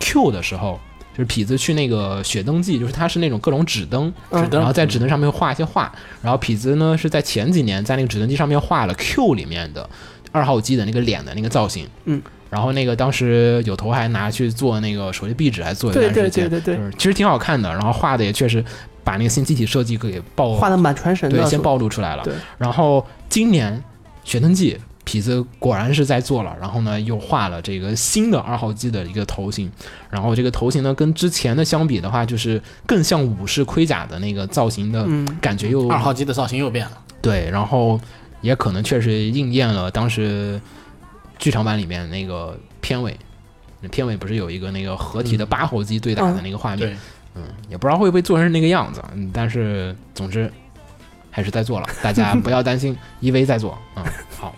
Q 的时候。就是痞子去那个雪灯记，就是它是那种各种纸灯，
嗯
只
然后
能
在纸灯上面画一些画。然后痞子呢是在前几年在那个纸灯机上面画了 Q 里面的二号机的那个脸的那个造型。
嗯。
然后那个当时有头还拿去做那个手机壁纸，还做一段
对
时间，
对对对
就
对，
是其实挺好看的。然后画的也确实把那个新机体设计给爆
画的蛮传神的，
对，先暴露出来了。
对
然后今年《雪灯记》痞子果然是在做了，然后呢又画了这个新的二号机的一个头型，然后这个头型呢跟之前的相比的话，就是更像武士盔甲的那个造型的
嗯
感觉又、
二号机的造型又变了。
对，然后也可能确实应验了当时剧场版里面那个片尾。那片尾不是有一个那个合体的八号机对打
嗯
的那个画面，嗯
对，
也不知道会不会做成那个样子，嗯，但是总之还是在做了，大家不要担心，EV 在
*laughs*
做，嗯，好，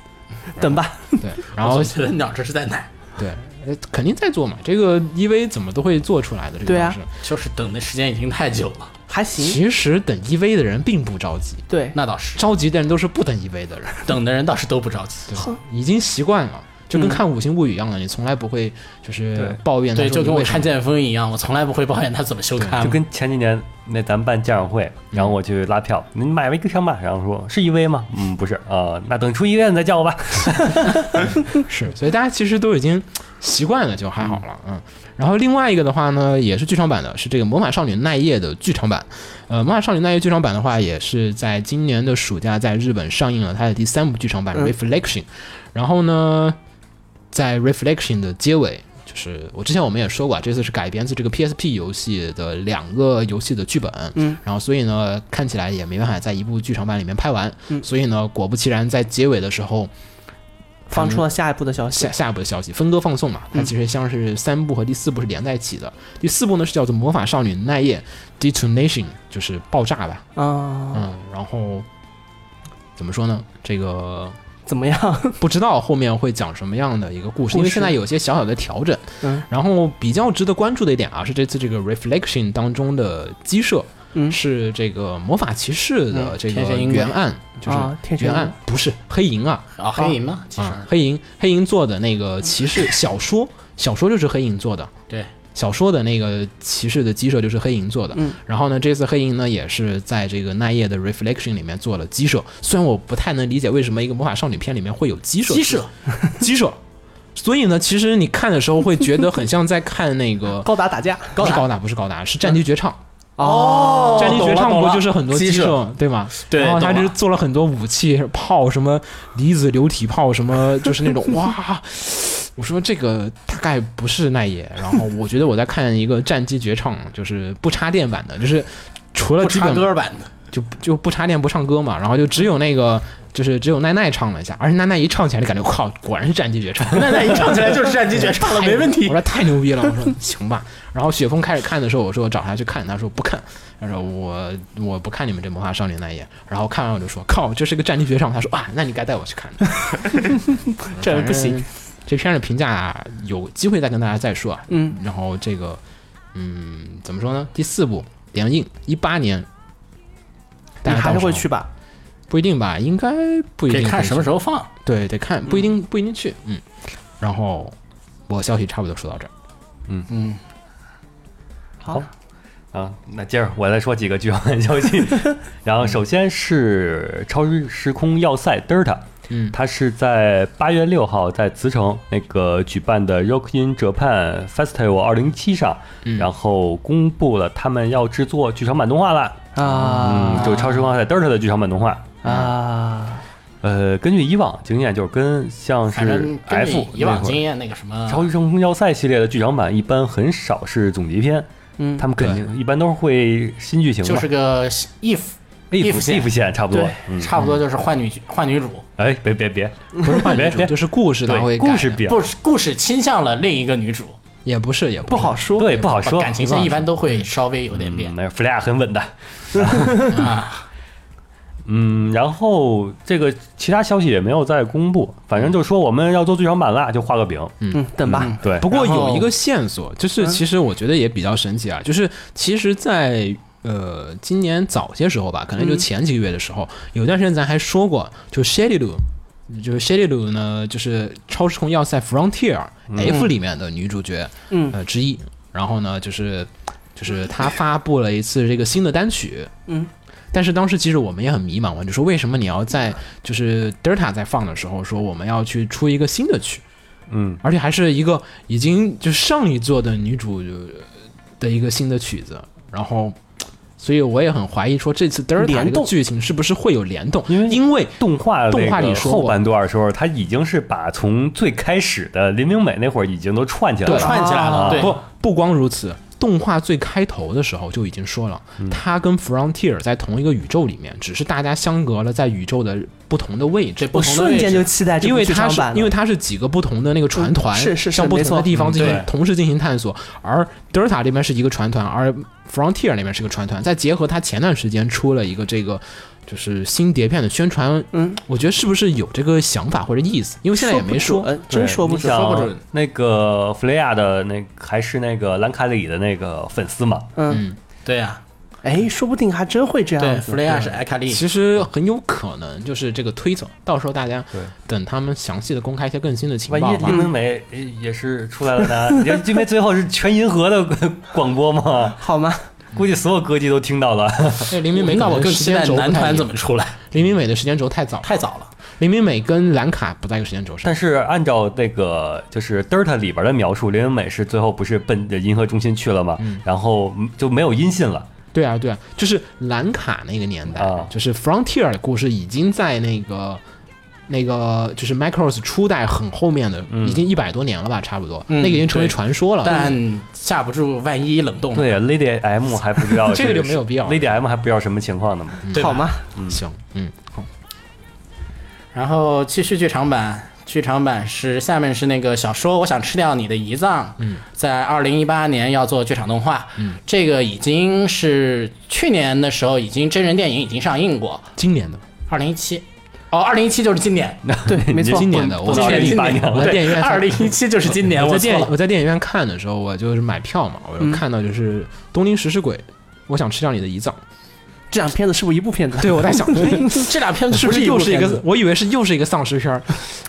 等吧，
对，然后
我觉得鸟这是在哪？
对，呃肯定在做嘛，这个 EV 怎么都会做出来的，这个
对
方
啊
式。
就是等的时间已经太久了。
还行，
其实等 EV 的人并不着急，
对，
那倒是，
着急的人都是不等 EV 的人，
等的人倒是都不着急。
对吧，已经习惯了。就跟
嗯
看《五星物语》一样的，你从来不会就是
对
抱怨他
对，
说
就
你
跟我
为什
看
么
剑锋一样，我从来不会抱怨他怎么修
嗯
刊
就。跟前几年那咱们办家长会，然后我去拉票，你买了一个枪吧，然后说是 EV 吗？嗯，不是啊、那等出 EV 你再叫我吧。 *laughs*
*laughs*
是，所以大家其实都已经习惯了，就还好了，嗯。然后另外一个的话呢，也是剧场版的，是这个《魔法少女奈叶》的剧场版。呃，《魔法少女奈叶》剧场版的话，也是在今年的暑假在日本上映了它的第三部剧场版《
嗯
Reflection》。然后呢，在《Reflection》的结尾，就是我之前我们也说过啊，这次是改编自这个 PSP 游戏的两个游戏的剧本，
嗯，
然后所以呢，看起来也没办法在一部剧场版里面拍完，
嗯
所以呢，果不其然，在结尾的时候，
放出了下一步的消息
啊下，下一部的消息，分割放送嘛，它
嗯
其实像是三部和第四部是连在一起的。第四部呢是叫做《魔法少女奈叶 Detonation》，就是爆炸吧，
嗯，
嗯，然后怎么说呢？这个
怎么样？
不知道后面会讲什么样的一个故事，
故
因为
事
现在有些小小的调整。
嗯，
然后比较值得关注的一点啊，是这次这个 Reflection 当中的鸡舍，
嗯
是这个魔法骑士的这个
天神鹰
原案，就是
啊天神
原
鹰
案不是黑银啊，
啊，黑银嘛，其实
啊，黑银黑银做的那个骑士小说，小说就是黑银做的，
对，
小说的那个骑士的鸡舍就是黑银做的。
嗯
然后呢，这次黑银呢也是在这个奈叶的 Reflection 里面做了鸡舍，虽然我不太能理解为什么一个魔法少女片里面会有鸡舍，
鸡舍
鸡舍。所以呢，其实你看的时候会觉得很像在看那个
*laughs* 高达打架
不是高达，不是高达，是战地绝唱。
哦
战地绝唱不就是很多
鸡
鸡
舍
舍对吗？
对
然后哦他
懂
就
了
是做了很多武器炮，什么离子流体炮，什么就是
*laughs*
那种哇。我说这个大概不是奈野，然后我觉得我在看一个战机绝唱，就是不插电版的，就是除了
不
基
插
本
歌版的，
就就不插电不唱歌嘛，然后就只有那个就是只有奈奈唱了一下，而且奈奈一唱起来就感觉靠，果然是战机绝唱，
那那一唱起来就是战机绝唱了，没问题
我。说太牛逼了，我说行吧。然后雪峰开始看的时候，我说我找他去看，他说不看，他说我我不看你们这魔法少女那页。然后看完我就说靠，这是个战地绝唱。他说啊，那你该带我去看的。
这人不
反
行
正，这片儿的评价、啊、有机会再跟大家再说啊。
嗯，
然后这个嗯，怎么说呢？第四部联映一八年，
你
大家
还是
到时候
会去吧？
不一定吧？应该不一
得
定。
看什么时候放。
对，得看，不一定不一定去。嗯，然后我消息差不多说到这儿。
嗯，
好，
啊，那接着我再说几个剧场版消息。 *laughs* 然后首先是《超时空要塞 DOTA》，
嗯，
它是在八月六号在茨城那个举办的 Rock in Japan Festival 二零一七上，
嗯
然后公布了他们要制作剧场版动画了。嗯，
啊
就《超时空要塞 DOTA》的剧场版动画。
啊，
呃，根据以往经验，就是跟像
反
是
正根
F
据以往
那会儿
经验，那个什么
《超时空要塞》系列的剧场版一般很少是总集篇，
嗯，
他们肯定一般都是会新剧情嘛，
就是个 if
if
if 线
if 线差不多
对，
嗯，
差不多就是换女换女主，
哎，别别别，
不是换女主，
别
就是故事它会
对，
改
故事比较
不是故事倾向了另一个女主，
也不是也
不好说。
对不好说，
感情线一般都会稍微有点变
嗯，。那 f l a 很稳的。
啊，
嗯，然后这个其他消息也没有再公布，反正就说我们要做最强版啦，就画个饼。
嗯，等吧。
对，
不过
然后
有一个线索，就是其实我觉得也比较神奇啊，就是其实在，呃今年早些时候吧，可能就前几个月的时候，有段时间咱还说过，就 Shady Lu。就是 Shady Lu 呢，就是超时空要塞 Frontier F 里面的女主角，
嗯
呃之一。然后呢，就是就是她发布了一次这个新的单曲，
嗯，
但是当时其实我们也很迷茫，我就说为什么你要在就是 Delta 在放的时候说我们要去出一个新的曲，
嗯，
而且还是一个已经就上一座的女主的一个新的曲子，然后，所以我也很怀疑说这次德尔塔这
联
个
动
剧情是不是会有联动，
因为
因为
动画
动画
那个
里说过
后半段的时候，他已经是把从最开始的林明美那会儿已经都串起来了。
串起来
啊
了，对，
不不光如此，动画最开头的时候就已经说了，它跟 Frontier 在同一个宇宙里面，只是大家相隔了在宇宙的不同的位
这
置。
不
我
同的位
瞬
置
间就期待这
因
部
为
剧
它
场
是
版了，
因为它是几个不同的那个船团，
是是是
向不同的
没错
地方进行、
嗯对
同时进行探索，而德尔塔这边是一个船团，而 Frontier 那边是个船团，再结合它前段时间出了一个这个就是新碟片的宣传，
嗯，
我觉得是不是有这个想法或者意思？因为现在也没说
说不，准，真说不
你
准。
想
说不准
那个弗雷亚的那还是那个兰卡里的那个粉丝嘛？
嗯，
嗯，
对啊，
哎，说不定还真会这
对，
样
弗
子。
雷亚是艾卡丽，
其实很有可能就是这个推测，到时候大家
对
等他们详细的公开一些更新的情
万
报
一
吧
林。明美呃也是出来了呢？
*laughs*
因为因为最后是全银河的广播嘛，
好吗？
估计所有歌姬都听到了。
哎，林明美
那我
可能
更
时
期
间
待
轴不
男
太
团
一
怎
样
么出来，
林明美的时间轴太早，
太早了，
林明美跟兰卡不在一个时间轴上
但。是按照那个就是《Dirt》里边的描述，林文美是最后不是奔着银河中心去了嘛，
嗯
然后就没有音信了。
对啊，对啊，就是兰卡那个年代，
啊
就是 Frontier 的故事已经在那个那个就是 Macross 初代很后面的，已经一百多年了吧，差不多，
嗯
那个已经成为
对
传说了。
但架不住万一冷冻，
对，Lady M 还不知道
*laughs* 这个就没有必要了
Lady M 还不知道什么情况呢嘛。
对吧
好吗？
行，嗯，
然后继续剧场版，剧场版是下面是那个小说《我想吃掉你的胰脏》，嗯，在二零一八年要做剧场动画，嗯，这个已经是去年的时候已经真人电影已经上映过，
今年的
二零一七，哦，二零一七就是今年，
对，没错。
今年的我
不
在
到
今
二
年
零一
今
八年
年
我
了。对
在电影院
二
看
零一七就是今年，
我在
我错
电
了，
我在电影院看的时候，我就是买票嘛，我就看到就是《东京食尸鬼》，我想吃掉你的胰脏。
这两片子是不是一部片子？
对，我
*laughs*
在想，
这俩片子
是不是又
又
是
是
一
一
个
个？？
我以为是又是一个丧尸片儿，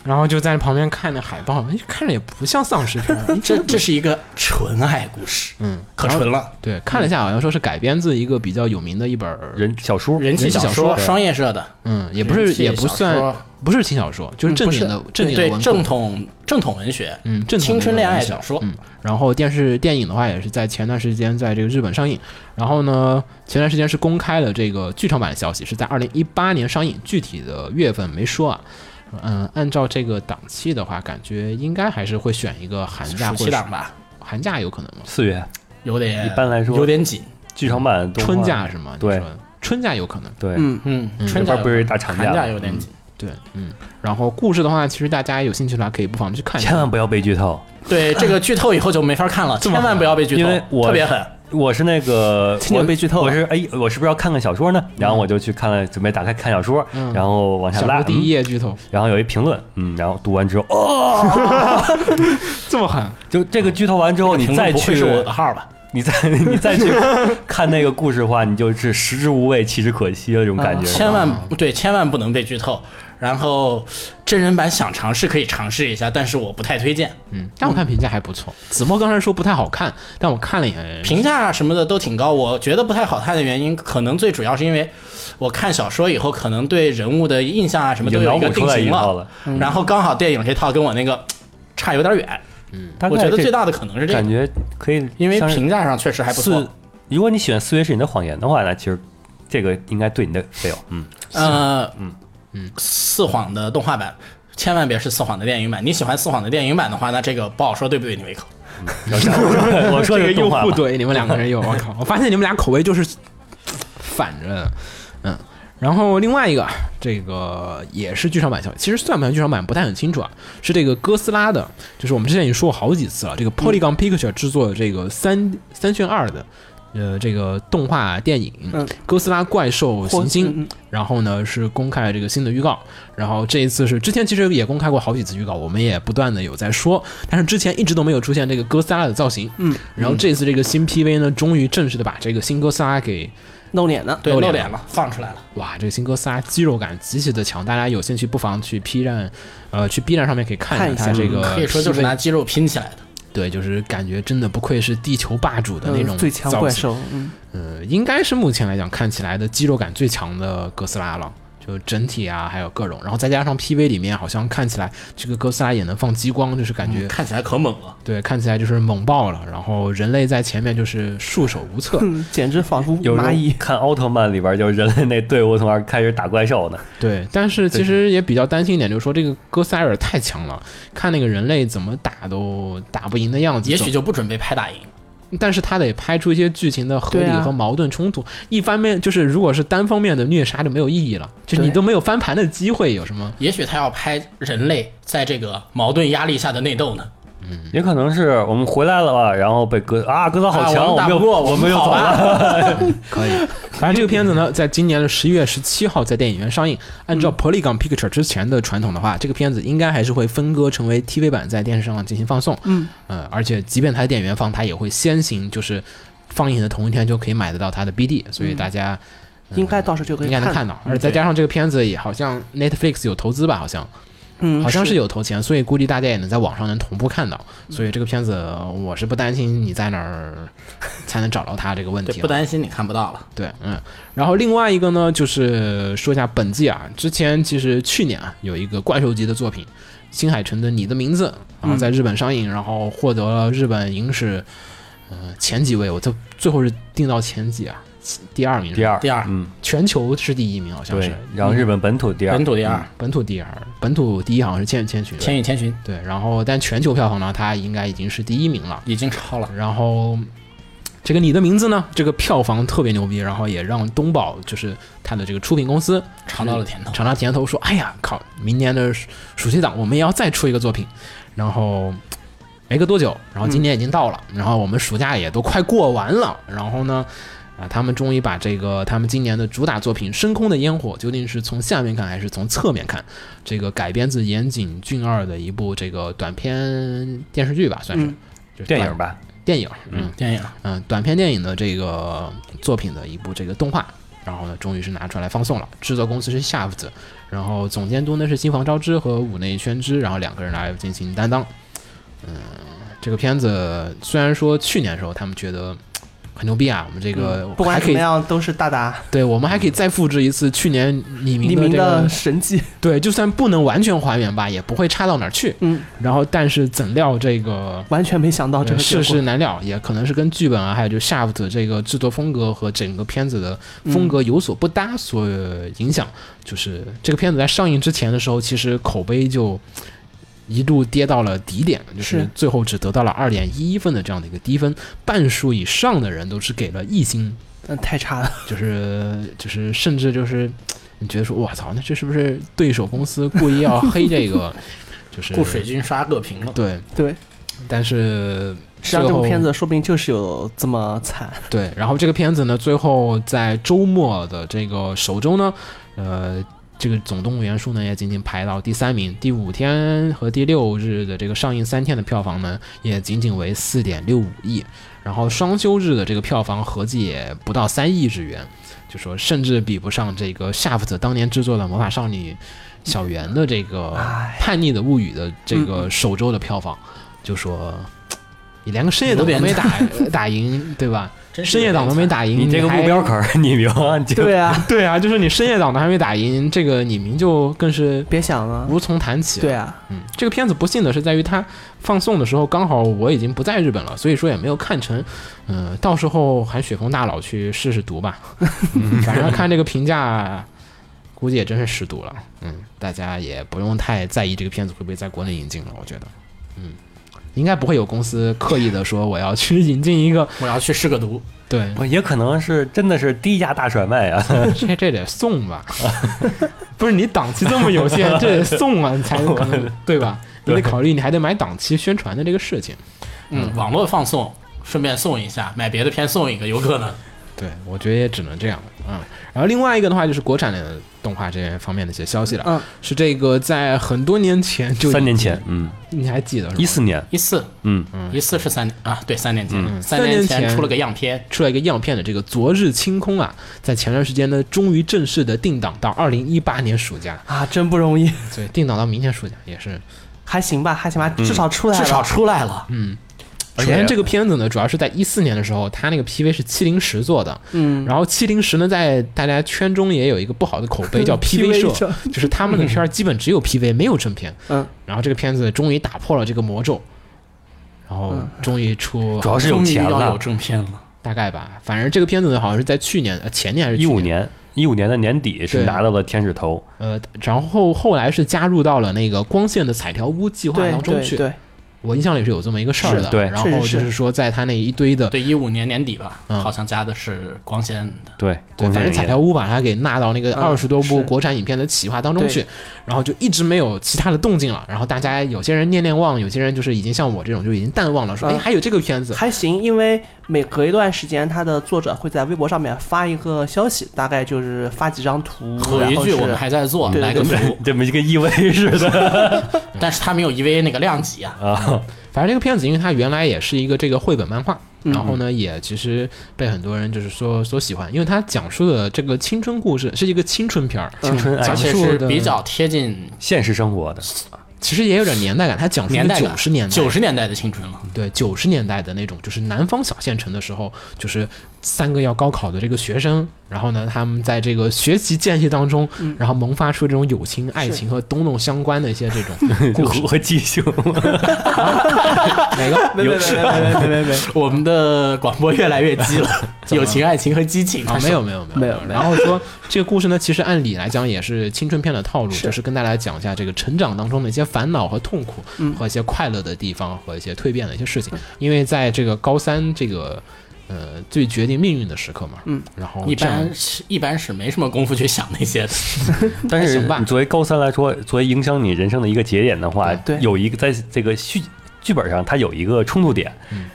然后就在旁边看那海报，哎，看着也不像丧尸
*laughs*
片儿，
这这是一个纯爱故事，
嗯，
可纯了，
对，看了一下，好像说是改编自一个比较有名的一本儿，
人小叔，
人气
人气小
说
说
双叶社的，
嗯，也不是
人气
也不
小
算
说嗯
不是轻小说，就是嗯正经的
不是
正经的
对
文
正
库，
统正统文学，
嗯，正统
青春
的
恋爱
文
小说
嗯。然后电视电影的话，也是在前段时间在这个日本上映。然后呢，前段时间是公开了这个剧场版的消息，是在二零一八年上映，具体的月份没说啊。嗯，按照这个档期的话，感觉应该还是会选一个寒假
暑
或
期
者
档吧，
寒假有可能吗？
四月
有点
一般来说
有点紧，
剧场版动画
春假是吗？你
对
说，春假有可能。
对，
嗯，
嗯，
这
春假
边不
有
是大长
寒
假
假
吗
有点紧，
对，嗯，然后故事的话，其实大家有兴趣的话，可以不妨去看一下。
千万不要被剧透。
对这个剧透以后就没法看了，千万不要被剧透，
因为我
特别狠。
我是那
*laughs*
个
今年被剧透了
我是哎，我是不是要看看小说呢？然后
嗯
我就去看了，准备打开看小说，
嗯
然后往下
小
拉
说第一
嗯
页剧透
然后有一评论，嗯，然后读完之后，哦，
这么狠，
就这个剧透完之后，你
评论
再
不
去
会是我的号吧？
你再 *laughs* 你再去看那个故事的话，你就是食之无味，弃之可惜的这种感觉。
啊千万对，千万不能被剧透。然后真人版想尝试可以尝试一下，但是我不太推荐，
嗯，但我看评价还不错。子墨刚才说不太好看，但我看了一眼，
评价什么的都挺高。我觉得不太好看的原因，可能最主要是因为我看小说以后，可能对人物的印象啊什么
已
都
经
有
脑
一个
补出
定
来
型
一套
了。嗯
了，
然后刚好电影这套跟我那个差有点远，
大概
我觉得
这
最大的可能是这
感
个，
觉可以，
因为评价上确实还不错
四。。如果你喜欢《四月是你的谎言》的话呢，其实这个应该对你的没有，
*laughs*
嗯，
呃，
嗯
嗯，四晃的动画版，千万别是四晃的电影版。你喜欢四晃的电影版的话，那这个不好说对不对你胃口。
我
*laughs*
说我说
这
的是
个又
动画
互
吧，
怼，你们两个
*laughs*
人又，我靠！我发现你们俩口味就是反着的，嗯。然后另外一个，这个也是剧场版消息，其实算不算剧场版不太很清楚啊。是这个哥斯拉的，就是我们之前已经说过好几次了，
嗯
这个 Polygon Picture 制作的这个三三选二的，呃，这个动画电影
嗯
《哥斯拉怪兽
或
行星》
嗯嗯
然后呢是公开了这个新的预告，然后这一次是之前其实也公开过好几次预告，我们也不断的有在说，但是之前一直都没有出现这个哥斯拉的造型，
嗯，
然后这次这个新 PV 呢，终于正式的把这个新哥斯拉给
露脸的，
对，
露
露
脸
脸了，放出来了。
哇，这个新哥斯拉肌肉感极其的强，大家有兴趣不妨去 B 站，呃，去 B 站上面可以看
看
一
一下
下它这
嗯
个 PV，
可以说就是拿肌肉拼起来的。
对，就是感觉真的不愧是地球霸主的那种
嗯最强
造
怪
型
兽，嗯，
呃，应该是目前来讲看起来的肌肉感最强的哥斯拉了，就整体啊，还有各种，然后再加上 PV 里面好像看起来这个哥斯拉也能放激光，就是感
嗯
觉、
嗯看起来可猛啊了。
对，看起来就是猛爆了，然后人类在前面就是束手无策，
哼 *laughs* 简直仿佛
有
蚂蚁
种看奥特曼里边就是人类那队伍从那儿开始打怪兽呢，
对，但是其
对
实也比较担心一点，就是说这个哥斯拉有点太强了，看那个人类怎么打都打不赢的样子，
也
总
许就不准备拍打赢。
但是他得拍出一些剧情的合理
对啊
和矛盾冲突。一方面就是，如果是单方面的虐杀就没有意义了，就你
对
都没有翻盘的机会，有什么？
也许他要拍人类在这个矛盾压力下的内斗呢。嗯
也可能是我们回来了吧，然后被哥啊哥斯拉好
啊
强，
我们打
们又
不过，
我
们
又
跑
走
吧。 *laughs*
了。
可以。反正这个片子呢，在今年的十一月十七号在电影院上映。按照 Polygon Picture 之前的传统的话，这个片子应该还是会分割成为 TV 版在电视上进行放送。
嗯，
呃，而且即便它在电影院放，它也会先行就是放映的同一天就可以买得到它的 BD，所以大家
应该到时候就可
嗯应
以
该能
看
看
到，
到。而再加上这个片子也好像 Netflix 有投资吧，好像。
嗯，
好像是有投钱，所以估计大家也能在网上能同步看到。所以这个片子，我是不担心你在哪儿才能找到它这个问
对，
题啊
不
了。
担心你看不到了。
对，嗯。然后另外一个呢，就是说一下本季啊，之前其实去年啊有一个怪兽级的作品《新海诚的你的名字》，
嗯
然后在日本上映，然后获得了日本影史呃前几位，我这最后是定到前几啊，第二名是吧，
第二，
第二
嗯，
全球是第一名，好像是啊
对，然后日本本土第二嗯
本，土第二，
本土第二，本土第一好像是千与千寻，
《千与千寻》
对，然后但全球票房呢，它应该已经是第一名了。
已经超了。
然后这个你的名字呢，这个票房特别牛逼，然后也让东宝就是它的这个出品公司
尝到了甜头
尝到甜头，说哎呀靠，明年的暑暑期档我们也要再出一个作品。然后没隔多久，然后今年已经到了，然后我们暑假也都快过完了，然后呢。啊，他们终于把这个他们今年的主打作品《深空的烟火》，究竟是从下面看还是从侧面看？这个改编自岩井俊二的一部这个短片电视剧吧，算是、
嗯
就是
电
短
影吧，
电影，嗯
电影，
嗯，短片电影的这个作品的一部这个动画，然后呢，终于是拿出来放送了。制作公司是夏夫子，然后总监督呢是新房昭之和武内宣之，然后两个人来进行担当。嗯，这个片子虽然说去年的时候他们觉得。很牛逼啊！我们这个
嗯不管
还
怎
可以
么，样都是大大
对我们还可以再复制一次去年李
黎
明的
明
这
的
个，
神迹，
对，就算不能完全还原吧，也不会差到哪儿去。
嗯，
然后，但是怎料这个
完全没想到哦这
呃
个结
世
果
事难料，也可能是跟剧本啊，还有就 Shaft 这个制作风格和整个片子的风
嗯
格有所不搭所影响。就是这个片子在上映之前的时候，其实口碑就一度跌到了底点，就是
是
最后只得到了二点一分的这样的一个低分，半数以上的人都是给了一星，
嗯，太差了，
就是就是甚至就是你觉得说，我操，那这是不是对手公司故意要黑这个？ *laughs* 就是
顾水军刷恶评了。
对
对，
但是
实际上这部
最后
片子说不定就是有这么惨，
*laughs* 对，然后这个片子呢，最后在周末的这个首周呢，呃，这个总动员数呢也仅仅排到第三名，第五天和第六日的这个上映三天的票房呢，也仅仅为四点六五亿，然后双休日的这个票房合计也不到三亿日元，就说甚至比不上这个夏夫特当年制作的《魔法少女小圆》的这个
哎
《叛逆的物语》的这个首周的票房，就说。你连个深夜档都
有点
没打打赢，对吧？
真是
深夜档都没打
嗯
赢，
你这个
还
目标可是 *laughs* 你明，你就
对啊，
对啊，就是你深夜档都还没打赢，这个你明就更是
别想了，
无从谈起。
对，啊，
嗯，这个片子不幸的是在于它放送的时候刚好我已经不在日本了，所以说也没有看成。嗯、到时候喊雪峰大佬去试试毒
*laughs*
吧，嗯反正看这个评价。估计也真是试毒了，嗯，大家也不用太在意这个片子会不会在国内引进了，我觉得，嗯，应该不会有公司刻意的说我要去引进一个
我要去试个毒。嗯
对，
我也可能是真的是低价大甩卖
*laughs*
啊！
这这得送吧？ *laughs* 不是你档期这么有限，这得送啊，你才可能对吧？你得考虑，你还得买档期宣传的这个事情。
嗯，网络放送，顺便送一下，买别的片送一个，有可能。
对，我觉得也只能这样了。嗯，然后另外一个的话就是国产的动画这方面的一些消息了。
嗯，
是这个在很多年前就
三年前，，嗯，
你还记得是吧？
一四年，
一四
嗯，
一四是三啊，对，三年前，三
三年
前
前
出了个样片，
出来一个样片的这个《昨日清空》啊，在前段时间呢，终于正式的定档到二零一八年暑假，
啊，真不容易，
对，定档到明年暑假也是。
还行吧，还行吧，至少出来了，
至少出来了。
而
首
且
先，这个片子呢，主要是在一四年的时候，它那个 PV 是七零十做的，
嗯，
然后七零十呢，在大家圈中也有一个不好的口
*laughs*
碑，叫 PV 社，
社
就是他们的片儿基本只有 PV，没有正片。
嗯，
然后这个片子终于打破了这个魔咒，然后终于出
主要是有
终于
钱
要有
了，
正片了，
大概吧，反正这个片子呢，好像是在去年、呃前年还是去
一五，年，一五年的年底是
对
拿到了天使投，
呃，然后后来是加入到了那个光线的彩条屋计划
对
当中
对
去。
对，
我印象里是有这么一个事儿
是
的，
对
然后
是是
就是是说，在他那一堆的，
对，一五年年底吧，
嗯
好像加的是光纤的。
对，
对，
光
反
线
正
影
彩
业
条屋把它给纳到那个
嗯
二十多部
是
国产影片的企划当中去
对，
然后就一直没有其他的动静了。然后大家有些人念念忘，有些人就是已经像我这种就已经淡忘了，说
嗯
哎还有这个片子，
还行，因为每隔一段时间，他的作者会在微博上面发一个消息，大概就是发几张图，
有
然
一
后
句
是
我们还在做，
对
来个
对
图，
这么一个意味似的
但是它没有 EVA 那个量级啊。
*laughs* 啊，
反正这个片子因为它原来也是一个这个绘本漫画，然后呢也其实被很多人就是说所喜欢，因为它讲述的这个青春故事是一个青春片儿，
青春爱
而
讲
且
述
是
的
比较贴近
现实生活的，
其实也有点年代感，它讲述
年代
九
感，
十年代
九十年代的青春了。
对九十年代的那种，就是南方小县城的时候，就是三个要高考的这个学生，然后呢，他们在这个学习间隙当中，然后萌发出这种友情、爱情和东东相关的一些这
*laughs*
种
*laughs*
故事。
和鸡胸，
哪个？
没没没没没没没
*laughs* 我们的广播越来越
*laughs*
激了，友情、爱情和激情。
啊，没有没有没有
没有没有
然后说这个故事呢，其实按理来讲也是青春片的套路，
是
就是跟大家讲一下这个成长当中的一些烦恼和痛苦，和一些快乐的地方和一些蜕变的一些事情。因为在这个高三这个呃最决定命运的时刻嘛，嗯，然后
一
这样
般是一般是没什么功夫去想那些的。
但是
行吧
你作为高三来说，作为影响你人生的一个节点的话，
对对
有一个在这个剧剧本上，它有一个冲突点，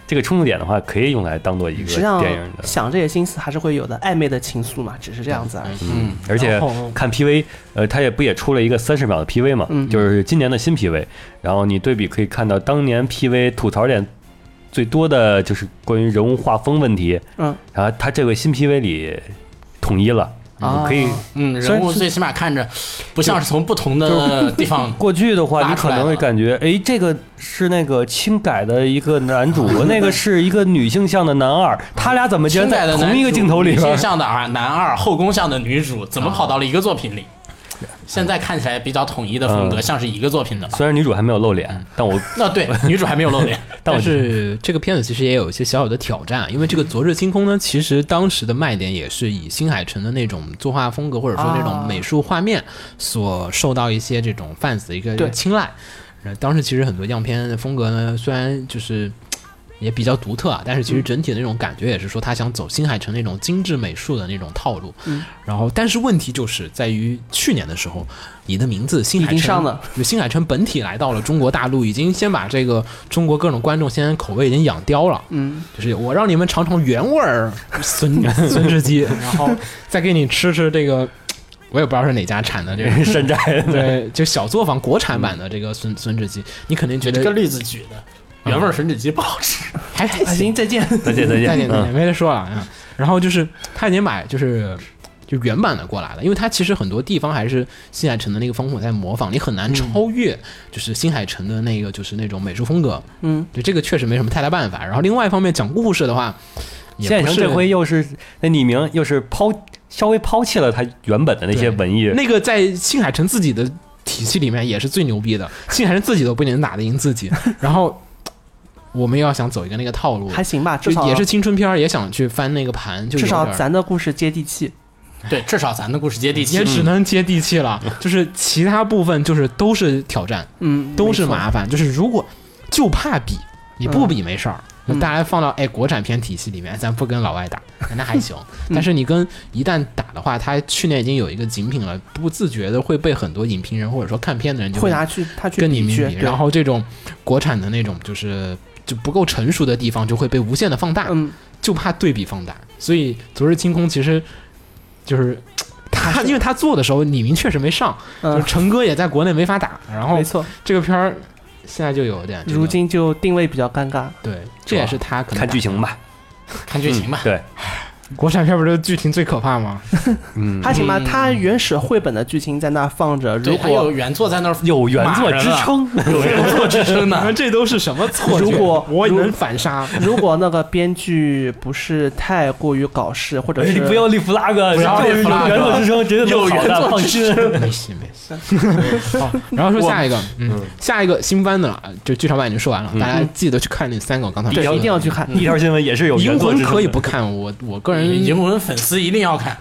这个冲突点的话，可以用来当做一
实际上
个电影的，
想这些心思还是会有的，暧昧的情愫嘛，只是这样子而已。
嗯，
而且
然后
看 PV，呃，它也不也出了一个三十秒的 PV 嘛，
嗯
就是今年的新 PV，然后你对比可以看到当年 PV 吐槽点最多的就是关于人物画风问题，
嗯，
然后它这个新 PV 里统一了，
啊
可以。
嗯，
所以
人物
是
最起码看着不像是从不同
*laughs*
的地方
过去的话，
拉
你
出
可
来
能会
了
感觉，哎，这个是那个轻改的一个男
*laughs*
主，那个是一个女性向的男二，他俩怎么竟然
清代
在
的男
同一个
主
镜头里
女
边
性
儿？啊
向的啊男二，后宫向的女主，怎么跑到了一个作品里？现在看起来比较统一的风格，
嗯
像是一个作品的吧？
虽然女主还没有露
嗯
脸，但我
那对，女主还没有露脸，
但我。
但是这个片子其实也有一些小小的挑战，因为这个《昨日清空》呢，其实当时的卖点也是以新海诚的那种作画风格，或者说那种美术画面，所受到一些这种 fans 的一个
对
青睐。呃当时其实很多样片的风格呢，虽然就是也比较独特啊，但是
嗯
其实整体的那种感觉也是说他想走新海诚那种精致美术的那种套路。
嗯、
然后，但是问题就是在于去年的时候，你的名字新海
已
诚
经上了，
就新海诚本体来到了中国大陆，已经先把这个中国各种观众先口味已经养刁了。
嗯，
就是我让你们尝尝原味儿
*laughs*
孙孙志基，然后再给你吃吃这个，我也不知道是哪家产的这个
*laughs*
山寨
对，就小作坊国产版的这个孙孙志基，你肯定觉
这个
得
栗子举的原味吮指鸡不好吃。
还还
还
行，
行，再见。
再见再
再见
见，
再
嗯
见，没得说了。嗯，然后就是他已经买就是就原版的过来了，因为他其实很多地方还是新海诚的那个风格在模仿，你很
嗯
难超越就是新海诚的那个就是那种美术风格。
嗯，
对，这个确实没什么太大办法。然后另外一方面讲故事的话，也
现
不
成
是
这回又是那李明又是抛稍微抛弃了他原本的那些
对
文艺，
那个在新海诚自己的体系里面也是最牛
*laughs*
逼的，新海诚自己都不一定能打得赢自己。然后我们又要想走一个那个套路，
还行吧，至
就
少
也是青春片儿，也想去翻那个盘，就
至
有
少
点儿
咱的故事接地气。
对，至少咱的故事接地气
也。只
嗯
能接地气了，就是其他部分就是都是挑战，
嗯，
都是
没错？嗯
麻烦。就是如果就怕比，你不比没事儿。那大家放到哎国产片体系里面，咱不跟老外打，那还
*laughs*
行。
嗯
但是你跟一旦打的话，他去年已经有一个景品了，不自觉的会被很多影评人或者说看片的人就
会拿去他去
跟你
比
们
去，
比，
对
然后这种国产的那种就是就不够成熟的地方就会被无限的放大，
嗯，
就怕对比放大。所以《昨日清空》其实就是他，因为他做的时候李明确实没上，就
嗯
是陈哥也在国内没法打，然后
没错，
这个片儿现在就有点这个
如今就定位比较尴尬，
对，这也是他可能
看剧情
吧。
吧，嗯
看剧情吧。
对，
国产片不是剧情最可怕吗？
嗯，
还行吧。
嗯
他原始绘本的剧情在那儿放着，
对，
如
还有
果
原作在 *laughs* 那儿
有原作支撑， *laughs*
有原作支撑
你
呢。
们这都是什么错觉？
如果
我
如
能反杀，
*laughs* 如果那个编剧不是太过于搞事，或者
哎
是
你不要立 flag，不
要立 flag
原作支撑绝对能好的，放心。
没戏没戏。 *laughs* 好，然后说下一个，嗯，下一个新番的了，就剧场版已经说完了，大家记得去看那三个。我刚才
对
说的
一定要去看
嗯
一条新闻也是有
银
原作
魂
支撑的，
可以不看，我我个人
银魂粉丝一定要看，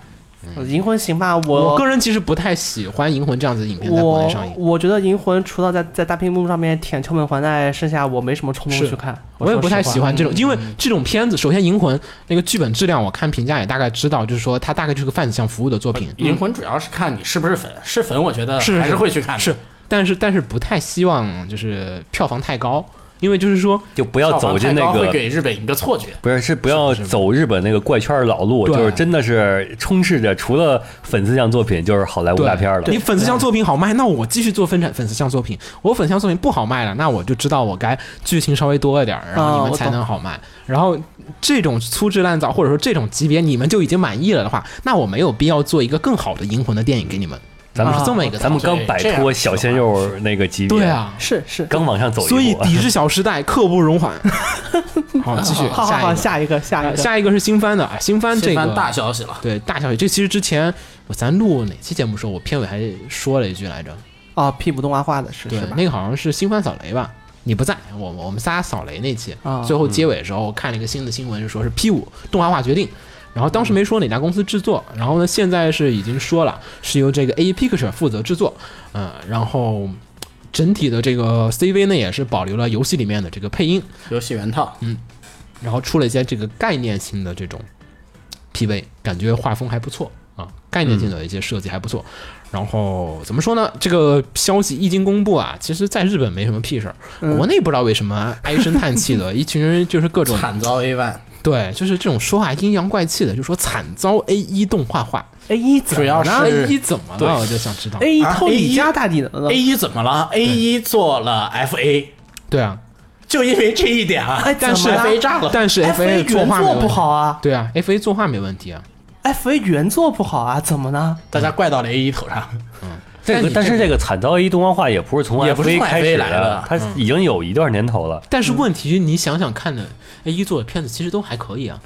《银魂》行吧，
我
我
个人其实不太喜欢《银魂》这样子的影片在国内上
我
映，
我觉得《银魂》除了在在大屏幕上面舔敲门环带，剩下我没什么冲动
是
去看。
我也
说
不
实
太
话
喜欢这
嗯
种，因为这种片子，首先《银魂》那个剧本质量，我看评价也大概知道，就是说它大概就是个泛向服务的作品。
呃
嗯
银魂主要是看你是不是粉，是粉我觉得
是是
嗯还是会去看的。
是，但是但是不太希望就是票房太高，因为就是说
就不要走进
票
那
房太高会
个。
给日本一个错觉。
不是，是不要走日本那个怪圈老路，
对
就是真的是充斥着除了粉丝向作品就是好莱坞
对
大片了。
你粉丝向作品好卖，
嗯
那我继续做分产粉丝向作品；我粉丝向作品不好卖了，那我就知道我该剧情稍微多一点儿，然
啊
后你
我
们
懂
才能好卖。然后这种粗制滥造，或者说这种级别，你们就已经满意了的话，那我没有必要做一个更好的银魂的电影给你们。
咱们
是这么一个道理，
咱们刚摆
这样
脱小鲜肉那个级别，
对，啊。
是是，
刚往上走一步。啊
所以抵制小时代，刻不
*laughs*
容缓。好，继续，
哦好好好，
下
下一个下
一
一
个，
个，
下一个是新番的啊，新番这
新番
个
大消息了，
对大消息，这其实之前我咱录哪期节目时候，我片尾还说了一句来着，
哦，屁股动画化的是
对
是，吧？
那个好像是新番扫雷吧？你不在，我我们仨扫雷那期，
啊
最后结尾的时候我看了一个新的新闻，说是 P 五动画化决定。然后当时没说哪家公司制作，然后呢，现在是已经说了，是由这个 A E Picture 负责制作，嗯、然后整体的这个 CV 呢也是保留了游戏里面的这个配音，
游戏原套，
然后出了一些这个概念性的这种 PV，感觉画风还不错啊，概念性的一些设计还不错。然后怎么说呢？这个消息一经公布啊，其实在日本没什么屁事儿，国内不知道为什么唉声叹气的，一群人就是各种
惨遭 A one，
对，就是这种说话阴阳怪气的，就说惨遭 A 一动画化，
A 一怎
主
么
要
然后 A
是
一怎么了？我就想知道。
A 一
啊
偷
A1
李家大地能了
A？一怎么了？A 一做了 FA，
对啊，
就因为这一点啊
哎，
但是
怎么了
FA 炸了。
但是 F A
FA
作
原
画没
作
问
不
题，
好啊
对啊，F A 作画没问题啊。
，FA 原作不好啊，怎么呢？，
大家怪到了 A 一头上，
这
但
个
你，
但是这个惨遭一动画化也不是从
也不是
FA
从
开始
FA 来的
它已经有一段年头了。
但是问题，你想想看的 A 一做的片子其实都还可以啊，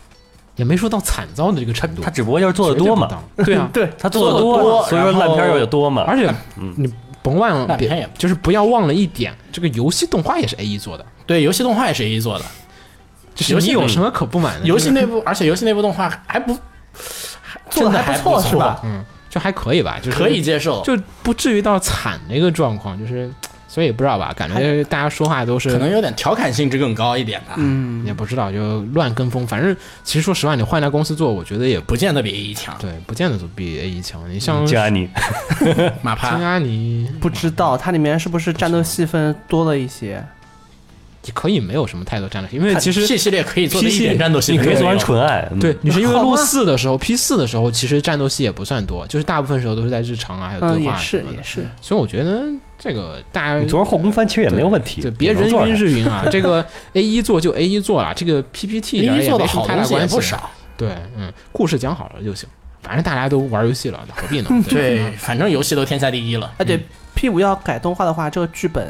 也没说到惨遭的这个程度
它。只不过就是做的
绝对
多
不
嘛，
到，对啊
*laughs* 对，
它做的
做得
多，
多
所以说烂片儿
然
就
后
多嘛。
而且你甭忘了，
烂片
别
也不
就是不要忘了一点，这个游戏动画也是 A 一做的，
对，游戏动画也是 A 一做的，
就是
游
你
戏嗯
有什么可不满的？
*laughs* 游戏内部，而且游戏内部动画还不还
做
真
得
的
还
还
不错是吧？
嗯，就还可以吧，就是
可以，接受，
就不至于到惨那个状况，就是所以也不知道吧，感觉大家说话都
可能
是。
有点调侃性质更高一点吧，
嗯，
也不知道，就乱跟风。反正其实说实话，你换家公司做，我觉得也不
不见得比 A 一强。
对，不见得比 A 一强。你像
嗯
静安妮，
马
金
趴
阿尼，
不知道它里面是不是战斗戏份多了一些？
也可以没有什么太多战略，因为其实
这系列可以做的
P
一
系
点战斗
你
性
可
都
以
没
做成
有。
纯爱，嗯
对，你是因为
好
录
吧
四的时候，P 四的时候，其实战斗戏也不算多，就是大部分时候都是在日常啊，还有
嗯，
对
也
话什
是
么的
也。是，
所以我觉得这个大家
你做成后宫番其实也没有问题，
对，别
能
人
做
云
上
是云啊，这个 A 一做就 A 一做了，这个 PPT 里
A
面
一
也
做的
没什么
好
太
东
大
西也
关系
不。少，
对，嗯，故事讲好了就行，反正大家都玩游戏了，何必呢？
对，反正游戏都天下第一了，
哎，对，P 五要改动画的话，这个剧本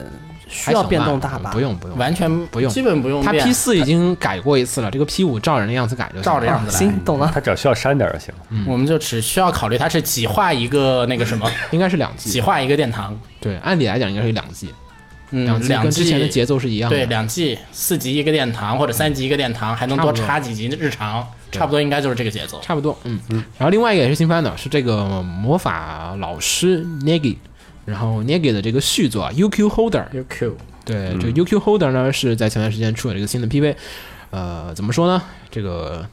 需
还
要
行
变
吧
动大
嗯
吧？
不，用不用，
完全
不用
基本不用
他
变
P 四已经改过一次了，这个 P 五照人的样子改就行
照
了
着样子来。
行，懂了。
他只要需要删点儿就行。
嗯我们就只需要考虑它是几画一个那个什么，
应该是两
几
季。
画一个殿堂，
对，按理来讲应该是两季，
嗯，
两季跟之前的节奏是一样的。
对，两季四集一个殿堂或者三集一个殿堂，还能多
差不多
插几集日常，差不多应该就是这个节奏。
差不多，嗯。然后另外一个也是新番的，是这个魔法老师 Nagi，然后 Nagi 的这个续作啊 UQ Holder，
UQ
对，这个 UQ Holder 呢是在前段时间出了一个新的 PV，呃，怎么说呢？这个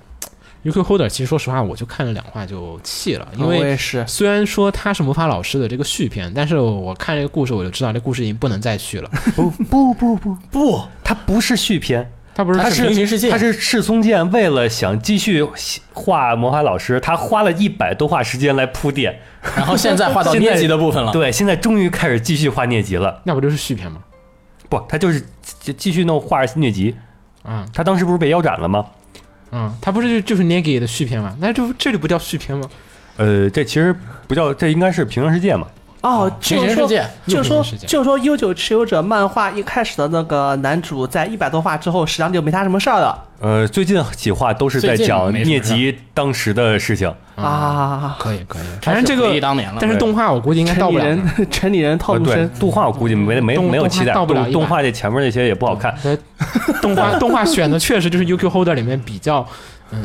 UQ Holder 其实说实话，我就看了两话就弃了，因
我
为
也是，
虽然说它是魔法老师的这个续篇，但是我看这个故事我就知道这故事已经不能再续 *laughs* 了。
不不不不不，它不是续篇，
它不是
它
是平行世界
它是赤松健为了想继续画魔法老师，他花了一百多话时间来铺垫。
然后现在画到
现在
疟疾的部分了，
对，现在终于开始继续画疟疾了。
那不就是续篇吗？
不，他就是继继续弄画疟疾。
啊、
他当时不是被腰斩了吗？
啊，它不是就就是 Negi 的续篇吗？那这不这就不叫续篇吗？
呃，这其实不叫，这应该是平行世界嘛。
哦，
平
就
行
是
世
说，
界
就
又
是
平行
说，
世界
就是说，《悠久持有者》漫画一开始的那个男主，在一百多话之后，实际上就没他什么事儿了
呃，最近几话都是在
最近
讲
没什么
疟疾当时的事情。呃
啊。
可以可以，
开
反
始
正这
回
个，
忆当年了。
但是动画我估计应该到
城里
不了那儿。
人，城里人套
呃
路
对
深，，
动画我估计没没
动
没有
动画
期待，
到不了
动
一
动
百
画这前面那些也不好看。
对，动画 *laughs* 动画选的确实就是 UQ Holder 里面比较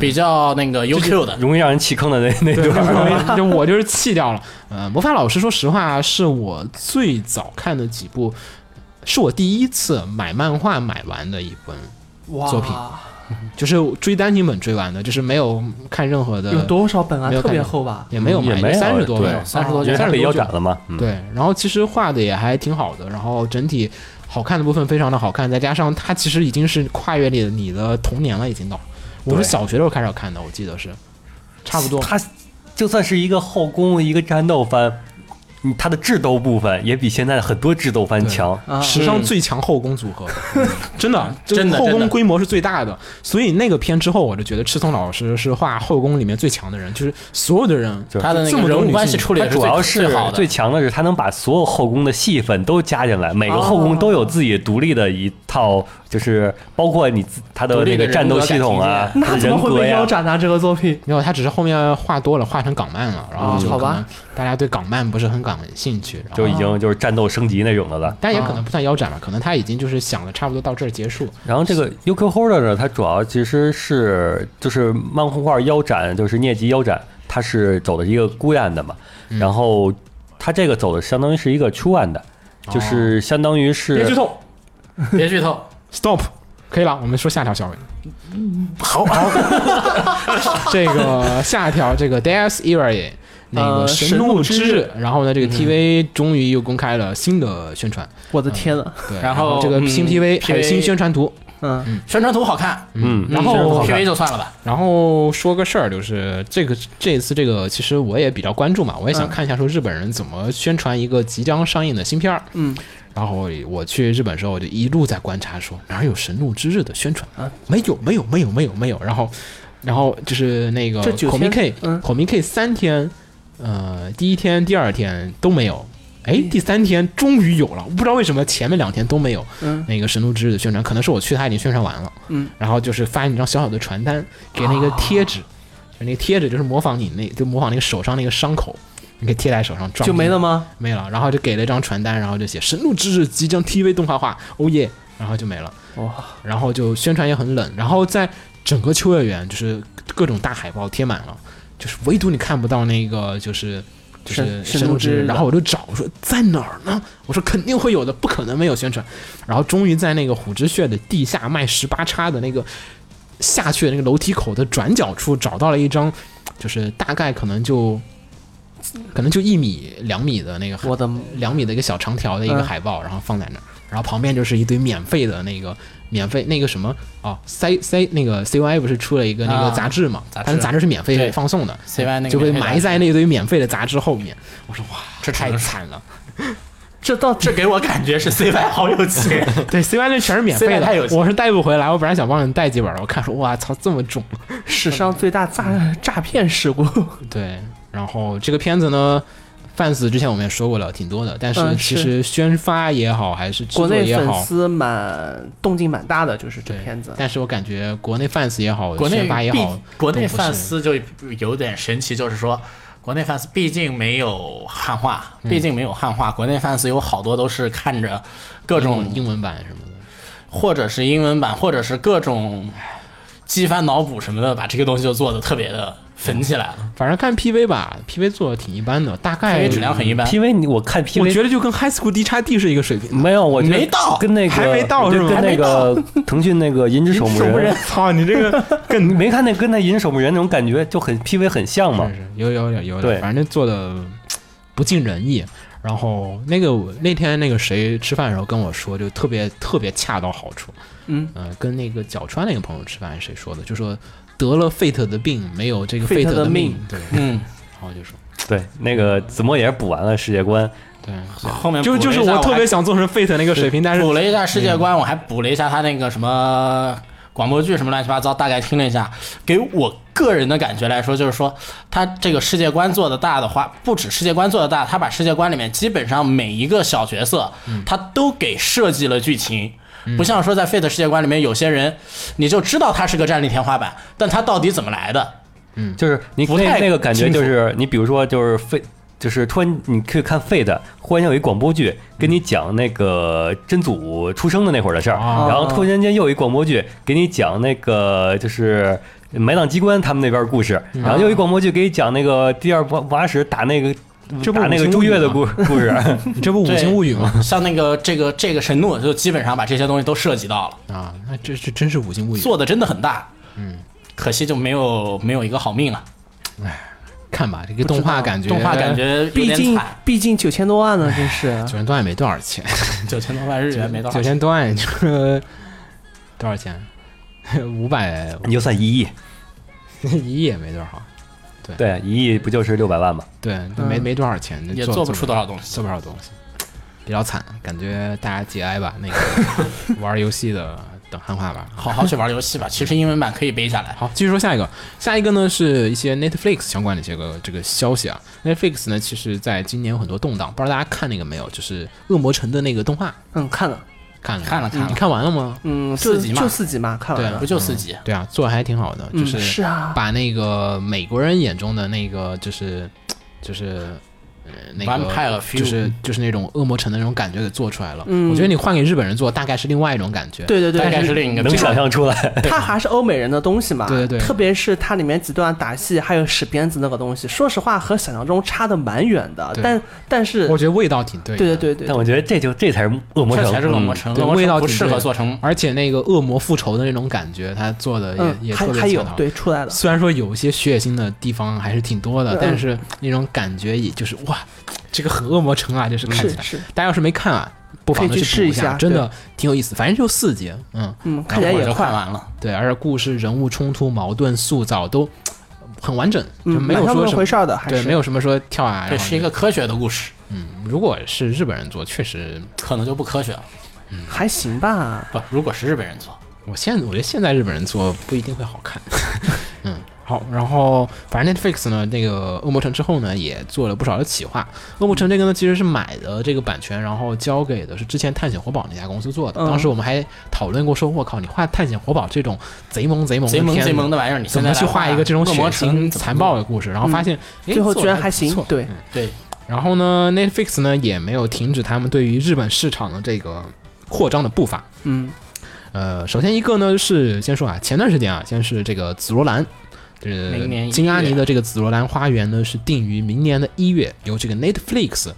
比较那个 UQ 的，
容易让人弃坑的那那
对，
段儿，
*laughs* 我就我就是弃掉了。呃，魔法老师，说实话，是我最早看的几部，是我第一次买漫画买完的一本，
哇，
作品就是追单行本追完的，就是没有看任何的，
有多少本啊？
没有
特
看
别
见
厚吧？
也没有
也
买，
没有
三十多
对哦
本，
三十多
因
集
为，他被腰
39
斩了嘛。嗯，
对，然后其实画的也还挺好的，然后整体好看的部分非常的好看，再加上它其实已经是跨越你的你的童年了，已经到，我是
对
小学的时候开始看的，我记得是差不多。
他就算是一个后宫一个战斗番，嗯他的智斗部分也比现在的很多智斗番
对
强。
啊，
史上最强后宫组合，
*laughs*
真的，就是
真的
后
真
宫
的
规模是最大的。所以那个片之后，我就觉得赤松老师是画后宫里面最强的人，就是所有的人，
就
他的那
这
个
么多
人
女
物关
性
系处理
它
的
主要
是最最好的，
最强的是，它能把所有后宫的戏份都加进来，每个后宫都有自己独立的一套，就是包括你自它的
独
那
立的
个战斗系统啊，它
那
的
怎么
人
会
格
被腰
呀。
斩呢？这个作品
没有他只是后面画多了，画成港漫了，然后
哦
嗯
就
好
可
吧
能大家对港漫不是很感兴趣，然
就
后。
已经就是战斗升级那种的了。
但也可能不算腰斩吧，可能他已经就是想的差不多到这儿结束。
然后这个 UQ Holder 呢，它主要其实是就是漫画腰斩，就是疟疾腰斩，它是走的一个孤案的嘛。然后它这个走的相当于是一个出案的，就是相当于是嗯
透
别剧透，
，stop，可以了，我们说下条消息。好， *laughs* 这个下条这个 Deus Irae 那个
呃
神
神
怒
怒
之
之
日，然后呢，这个 TV 终于又公开了新的宣传，
我的天呐，
对，
然
后
后
这个新
嗯
PV 还有
PV
新宣传图，
嗯，
宣传图好看，
嗯，
然
确实不
后
好看
PV 就算了吧，
然后说个事儿，就是这个这次这个，其实我也比较关注嘛，我也想
嗯
看一下说日本人怎么宣传一个即将上映的新片儿。
嗯，
然后我我去日本的时候，我就一路在观察说，哪有《神怒之日》的宣传啊？没有，没有，没有，没有，没有。然后，然后就是那个
这九
k o m i
天
K，
嗯
k o m i K 三天，呃，第一天、第二天都没有。哎，
嗯
第三天终于有了，我不知道为什么前面两天都没有。
嗯，
那个神都之日的宣传，可能是我去他已经宣传完了，
嗯，
然后就是发一张小小的传单，给那
啊
个贴纸，就那个贴纸就是模仿你那，就模仿那个手上那个伤口，你可以贴在手上撞，
就没了，吗？
没了，然后就给了一张传单，然后就写神都之日即将 TV 动画化，哦耶，然后就没了，
哇，
然后就宣传也很冷，然后在整个秋叶原就是各种大海报贴满了，就是唯独你看不到那个就是。就是
神
神
神
都
都
之
之
日，
日
然后我就找，我说在哪儿呢？我说肯定会有的，不可能没有宣传。然后终于在那个虎之穴的地下卖十八叉的那个下去的那个楼梯口的转角处找到了一张，就是大概可能就可能就一米两米的那个海
我的
两米的一个小长条的一个
嗯
海报，然后放在那儿，然后旁边就是一堆免费的那个免费那个什么哦，C C 那个 C Y 不是出了一个那个
啊
杂志嘛，
杂志
但是杂志是免费
对
放送的
CY 那个
就被
免费杂
埋
志
在那堆免费的杂志后面。我说哇，
这
太
只能是
惨了。
这到
这给我感觉是 CY 好有钱，
对，C Y 那全是免费
CY 太有
的，
钱
我是带不回来。我本来想帮你带几本的，我看说哇操，这么重。
史上最大
嗯
诈诈骗事故，
对，然后这个片子呢。fans 之前我们也说过了，挺多的，但是
嗯
其
是
实宣发也好，还是制
国
作
内
也
粉
好，
丝蛮动静蛮大的，就是这
对
片子。
但是我感觉国内 fans 也好，
*laughs* 国内
宣发也
毕
好，
国内
都不是
fans 就有点神奇，就是说。国内 fans 毕竟没有汉化，
嗯
毕竟没有汉化。国内 fans 有好多都是看着各
各种
种
英文版什么的。
或者是英文版，或者是各种激发脑补什么的，把这个东西就做的特别的粉起来了，
反正看 PV 吧，PV 做的挺一般的，大概
PV 质量很一般。
PV 你我看
我
PV
觉得就跟 High School D x D 是一个水平。
没有，我觉得
没到
跟那个
还没到
我觉得
是吗
跟那个腾讯那个《银之守墓
不
人
人，》操你这个
跟你没看那跟那《银之守墓人》那种感觉就很 PV 很像嘛
是。是有有点有
对
点，反正做的不尽人意。然后那个我那天那个谁吃饭的时候跟我说，就特别特别恰到好处。
嗯，
呃，跟那个角川那个朋友吃饭，谁说的？就说得了 Fate 的病，没有这个
Fate
Fate
的
命
命。
*laughs*
对，
嗯，
然后就说
对，那个子墨也是补完了世界观，
对，
后面
就
补了
就
一
是
下
我
我
特
还
别想做成 Fate 那个水平，但是
补了一下世界观，我还补了一下他那个什么广播剧什么乱七八糟，大概听了一下。给我个人的感觉来说，就是说他这个世界观做的大的话，不止世界观做的大，他把世界观里面基本上每一个小角色，
嗯
他都给设计了剧情。不像说在 Fate 世界观里面，有些人你就知道他是个战力天花板，但他到底怎么来的？
就是你
不
那
太
那个感觉
清楚
就是你比如说就是费。就是突然你可以看 Fate，忽然间有一广播剧跟你讲那个真祖出生的那会儿的事儿，
啊
哦
然后突然间又有一广播剧给你讲那个就是埋葬机关他们那边的故事，
嗯
然后又有一广播剧给你讲那个第二瓦瓦史打那个
这不
打
是
那
五
个
星
朱
物语
越的
吗
故
*laughs*
故事， *laughs*
你这不《五星物语》吗？
像那个这个这个神怒，就基本上把这些东西都涉及到了，
啊，那这这真是《五星物语》。
做的真的很大。嗯，可惜就没有没有一个好命啊。
看吧，这个动画感觉，
动画感觉
*laughs*
有
毕
点
竟
惨， *laughs*
毕竟九千多万呢，真是
九千多万没多少钱，
九千多万日元没到
九千多万就是 *laughs* 多少钱？五百
你就算一亿，
*laughs* 一亿也没多少，
对，一亿不就是六百万吗？
对，没
嗯
没多少钱，
也
做
做不出多少东西。
做不了东西，比较惨，感觉大家节哀吧。那个玩游戏的等汉化吧。
好好去玩游戏吧，其实英文版可以背下来。
好，继续说下一个，下一个呢是一些 Netflix 相关的这个这个消息啊。Netflix 呢，其实在今年有很多动荡，不知道大家看那个没有？就是《恶魔城》的那个动画，
嗯，看了，
看了吗
看了看了
你看完了吗？
嗯，
四
就
集嘛
就四集嘛，看
*laughs*
完
对
了
不，就四集？
对啊，做的还挺好的，就
嗯，
是
是啊，
把那个美国人眼中的那个就是就是。呃那个
Vampire
就是就是那种恶魔城的那种感觉给做出来了，
嗯
我觉得你换给日本人做，大概是另外一种感觉。
对对对，
大概
但
是另一个
能想象出来？
它还是欧美人的东西嘛，
对对对
特别是它里面几段打戏，还有使鞭子那个东西，说实话和想象中差的蛮远的，
对
但但是，
我觉得味道挺对的。
对对对对
但，我觉得这就这才是恶魔嗯
这
城，
才是恶魔城，
嗯对
恶魔
味道
城不
挺
适
对嗯
合
的
做成。
而且那个恶魔复仇的那种感觉，他做的也、
嗯，
也
还
特别
还有
恰到
对出来了，
虽然说有一些血腥的地方还是挺多的，
嗯
但是那种感觉也就是哇，这个很恶魔城啊，就是看起
是
来。
是，
大家要是没看啊，不妨
可
呢
以
补
去试一
下，
下
真的挺有意思。反正就四集，嗯，
嗯，看
然
起来
后我
也
就看
快，
完了，
对，而且故事、人物冲突、矛盾塑造都很完整，就
嗯，
没有
蛮像那
说
么
什
回
么。
事儿的，还
对，
是
没有什么说跳啊，
这
然后
是一个
就，
科学的故事，
如果是日本人做，确实，
可能就不科学了。
还行吧，
哎
不，如果是日本人做，
我现在我觉得现在日本人做不一定会好看， *laughs* 嗯，好，然后反正 Netflix 呢，那个《恶魔城》之后呢，也做了不少的企划，《恶魔城》这个呢其实是买的这个版权，然后交给的是之前《探险活宝》那家公司做的，
嗯
当时我们还讨论过说，我靠，你画《探险活宝》这种贼萌贼萌的
贼
片
萌
子
贼萌的玩意儿，你
怎
现在
么去
来画
画一个这种
恶
血
魔城
腥
怎么嗯
残暴的故事？然后发现，诶
最后
做
居
得
然还
不
行
错，嗯
对，
对，
然后呢，Netflix 呢也没有停止他们对于日本市场的这个扩张的步伐。
嗯，
呃，首先一个呢是先说啊，前段时间啊，先是这个紫罗兰，这个
明年一
金阿尼
月
的这个紫罗兰花园呢是定于明年的一月，由这个 Netflix，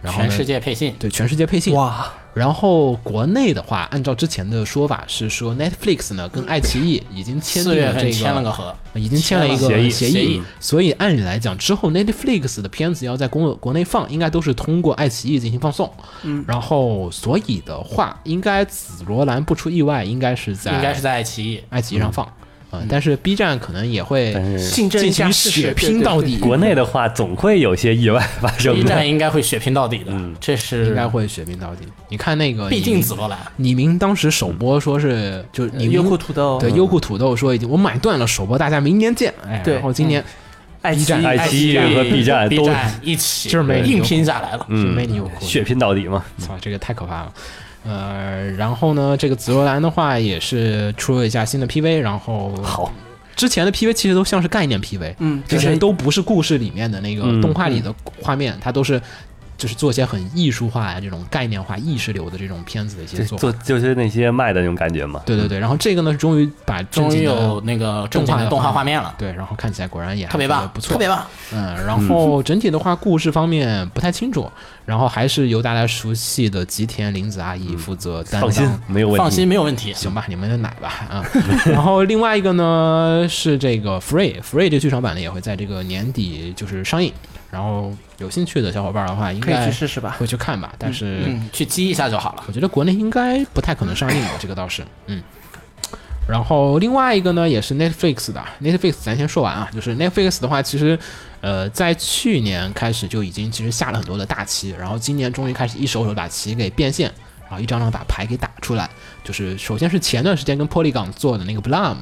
然后呢
全世界配信，
对全世界配信。
哇，
然后国内的话，按照之前的说法是说 Netflix 呢跟爱奇艺已经签
四
订
月
了这
份
个
签了个合，
已经签了一个
协议
协
协议
所以按理来讲，之后 Netflix 的片子要在国国内放，应该都是通过爱奇艺进行放送。
嗯，
然后所以的话，应该紫罗兰不出意外，应该是在
应该是在爱奇艺。
爱奇艺上放。呃，但是 B 站可能也会
但是
竞争一
进
下
行
试试
血
对
拼
对
到
对
底，
国内的话总会有些意外发生
B 站
的。
应该会血拼到底的，这是
应该会血拼到底。你看那个，
毕竟紫罗兰，
李明当时首播说是就是李
优
明
酷土豆，嗯
对优酷土豆说已经我买断了首播，大家明年见。哎，
对
然后今年
爱奇
B 站
艺，
爱奇艺和 B 站
B
都
站一起
就是没
硬拼下来了。
就
嗯
没你优酷了
血拼到底嘛，
操，啊这个太可怕了。呃，然后呢，这个紫罗兰的话也是出了一下新的 PV，然后
好，
之前的 PV 其实都像是概念 PV，
嗯，
之前都不是故事里面的那个
嗯
动画里的画面，它都是就是做一些很艺术化呀、这种概念化、意识流的这种片子的一些
就
做法。
就就是那些卖的那种感觉嘛。
对对对，然后这个呢，终于把正
终
经
于
的
有那个正经的动画画面了，
对，然后看起来果然也还
特别
觉
棒，
得不错，
特别棒。
嗯，然后整体的话，故事方面不太清楚，然后还是由大家熟悉的吉田林子阿姨负责担当。
放心，没有问题。
放心，没有问题。
行吧，你们的奶吧啊。 *laughs* 然后另外一个呢是这个 Free，Free 这剧场版呢也会在这个年底就是上映，然后有兴趣的小伙伴的话，应
可以
该
去试试吧。
会去看吧。但是
嗯，去激一下就好了。
我觉得国内应该不太可能上映吧，这个倒是，嗯。然后另外一个呢，也是 Netflix 的，Netflix 咱先说完啊，就是 Netflix 的话，其实，呃，在去年开始就已经其实下了很多的大棋，然后今年终于开始一手手把棋给变现，然后一张张把牌给打出来。就是首先是前段时间跟 Polygon 做的那个 Blame，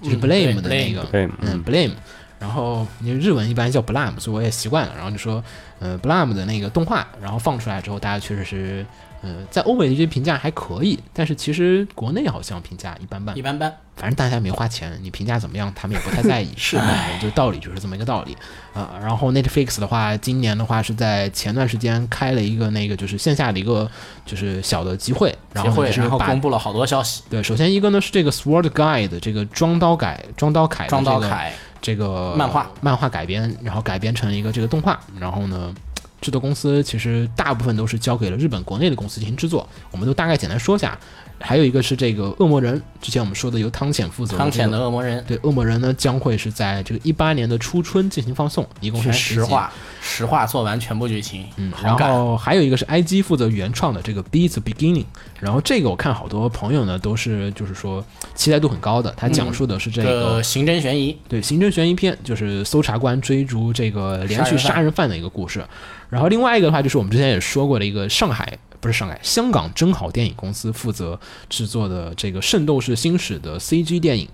就是
嗯
Blame 的
对
那个，
对，
嗯
嗯，
，blame，然后因为日文一般叫 blame，所以我也习惯了。然后就说，呃，blame 的那个动画，然后放出来之后，大家确实是，呃，在欧美地区评价还可以，但是其实国内好像评价一般般
一，般般。
反正大家没花钱，你评价怎么样，他们也不太在意。是，就道理就是这么一个道理啊、然后 Netflix 的话，今年的话是在前段时间开了一个那个就是线下的一个就是小的集会，然
协
后
会
呢，是
然后
把
公布了好多消息。
对，首先一个呢是这个 Sword Guide 这个装刀改装刀铠的
庄道
这个
凯，
这个
漫画
漫画改编，然后改编成一个这个动画，然后呢，制作公司其实大部分都是交给了日本国内的公司进行制作，我们都大概简单说一下。还有一个是这个恶魔人，之前我们说的由汤浅负责这个
汤浅的恶魔人，
对恶魔人呢，将会是在这个一八年的初春进行放送，一共是
全
10
实
集。
话，实话做完全部剧情，
嗯，
好
然
感。
后还有一个是 IG 负责原创的这个 Beats Beginning，然后这个我看好多朋友呢都是就是说期待度很高的，它讲述的是这
这
个、
个呃刑侦悬疑，
对，刑侦悬疑片就是搜查官追逐这个连续杀人犯的一个故事。然后另外一个的话，就是我们之前也说过的一个上海，不是上海，香港真好电影公司负责制作的这个《圣斗士星矢》的 CG 电影，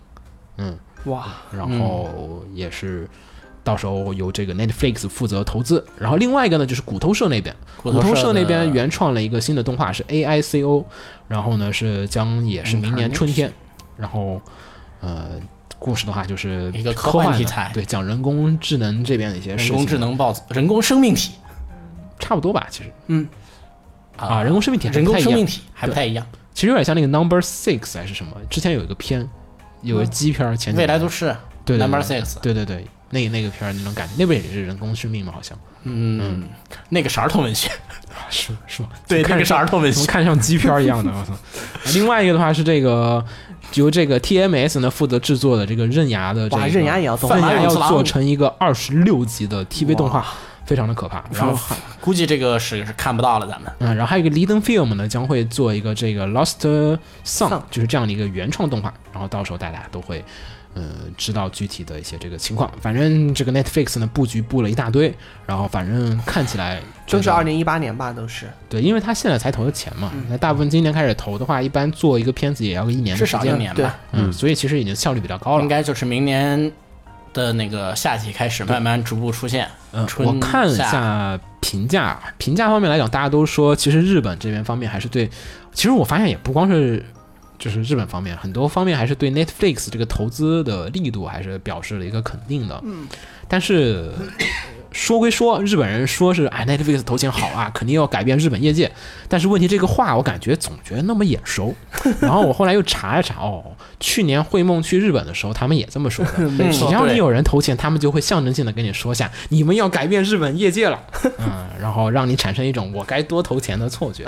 哇，
然后也是。到时候由这个 Netflix 负责投资，然后另外一个呢就是骨头社那边，
骨
骨头
社
社那
的
边原创了一个新的动画是 A I C O，然后呢是将也是明年春
嗯
天，然后呃故事的话就是
一个科
科
幻
的
题材
对，讲人工智能这边的一些事
人
情，
工智能暴人工生命体
差不多吧，其实啊，
啊
人工生命体还
嗯人
不
工
太一
生命
样，
体还不太一样。
其实有点像那个 Number Six 还是什么，之前有一个片，有个基片儿前几
嗯未来
年
都市
对对
Number
对
Six，
对对对，那那个片儿那种感觉，那边也是人工生命嘛，好像
嗯，那个是儿童
*laughs*
文学，
是是吗？
对，那
看
个
着
啊是儿童
*laughs*
文
怎么
学。
看像鸡片儿一样的？我操！另外一个的话是这个由这个 TMS 呢负责制作的这个刃牙的这
哇，
个
刃牙也要动啊
范
刃
马
牙
勇
要
次郎
做成一个二十六集的 TV 动画
哇，
非常的可怕。然后还
估计这个是是看不到了，咱们
嗯，然后还有一个 Leaden Film 呢将会做一个这个 Lost Song，
Song
就是这样的一个原创动画，然后到时候大家都会。呃，知道具体的一些这个情况，反正这个 Netflix 呢布局布了一大堆，然后反正看起来
都是
觉得
二零一八年吧，都是。
对，因为他现在才投的钱嘛，
嗯
那大部分今年开始投的话，一般做一个片子也要个一年
至
的时
少一
间，
年
对
吧，
嗯，所以其实已经效率比较高了
应。该就是明年的那个夏季开始慢慢逐步出现。
嗯，
春
我看了一
夏
下评价，评价方面来讲，大家都说其实日本这边方面还是对，其实我发现也不光是就是日本方面，很多方面还是对 Netflix 这个投资的力度还是表示了一个肯定的。嗯，但是
嗯
说归说，日本人说是哎 Netflix 投钱好啊，肯定要改变日本业界，但是问题这个话我感觉总觉得那么眼熟，然后我后来又查了查，哦，去年会梦去日本的时候他们也这么说的，
*laughs* 没
只要你有人投钱，他们就会象征性的跟你说下，你们要改变日本业
*laughs*
界了，嗯，然后让你产生一种我该多投钱的错觉，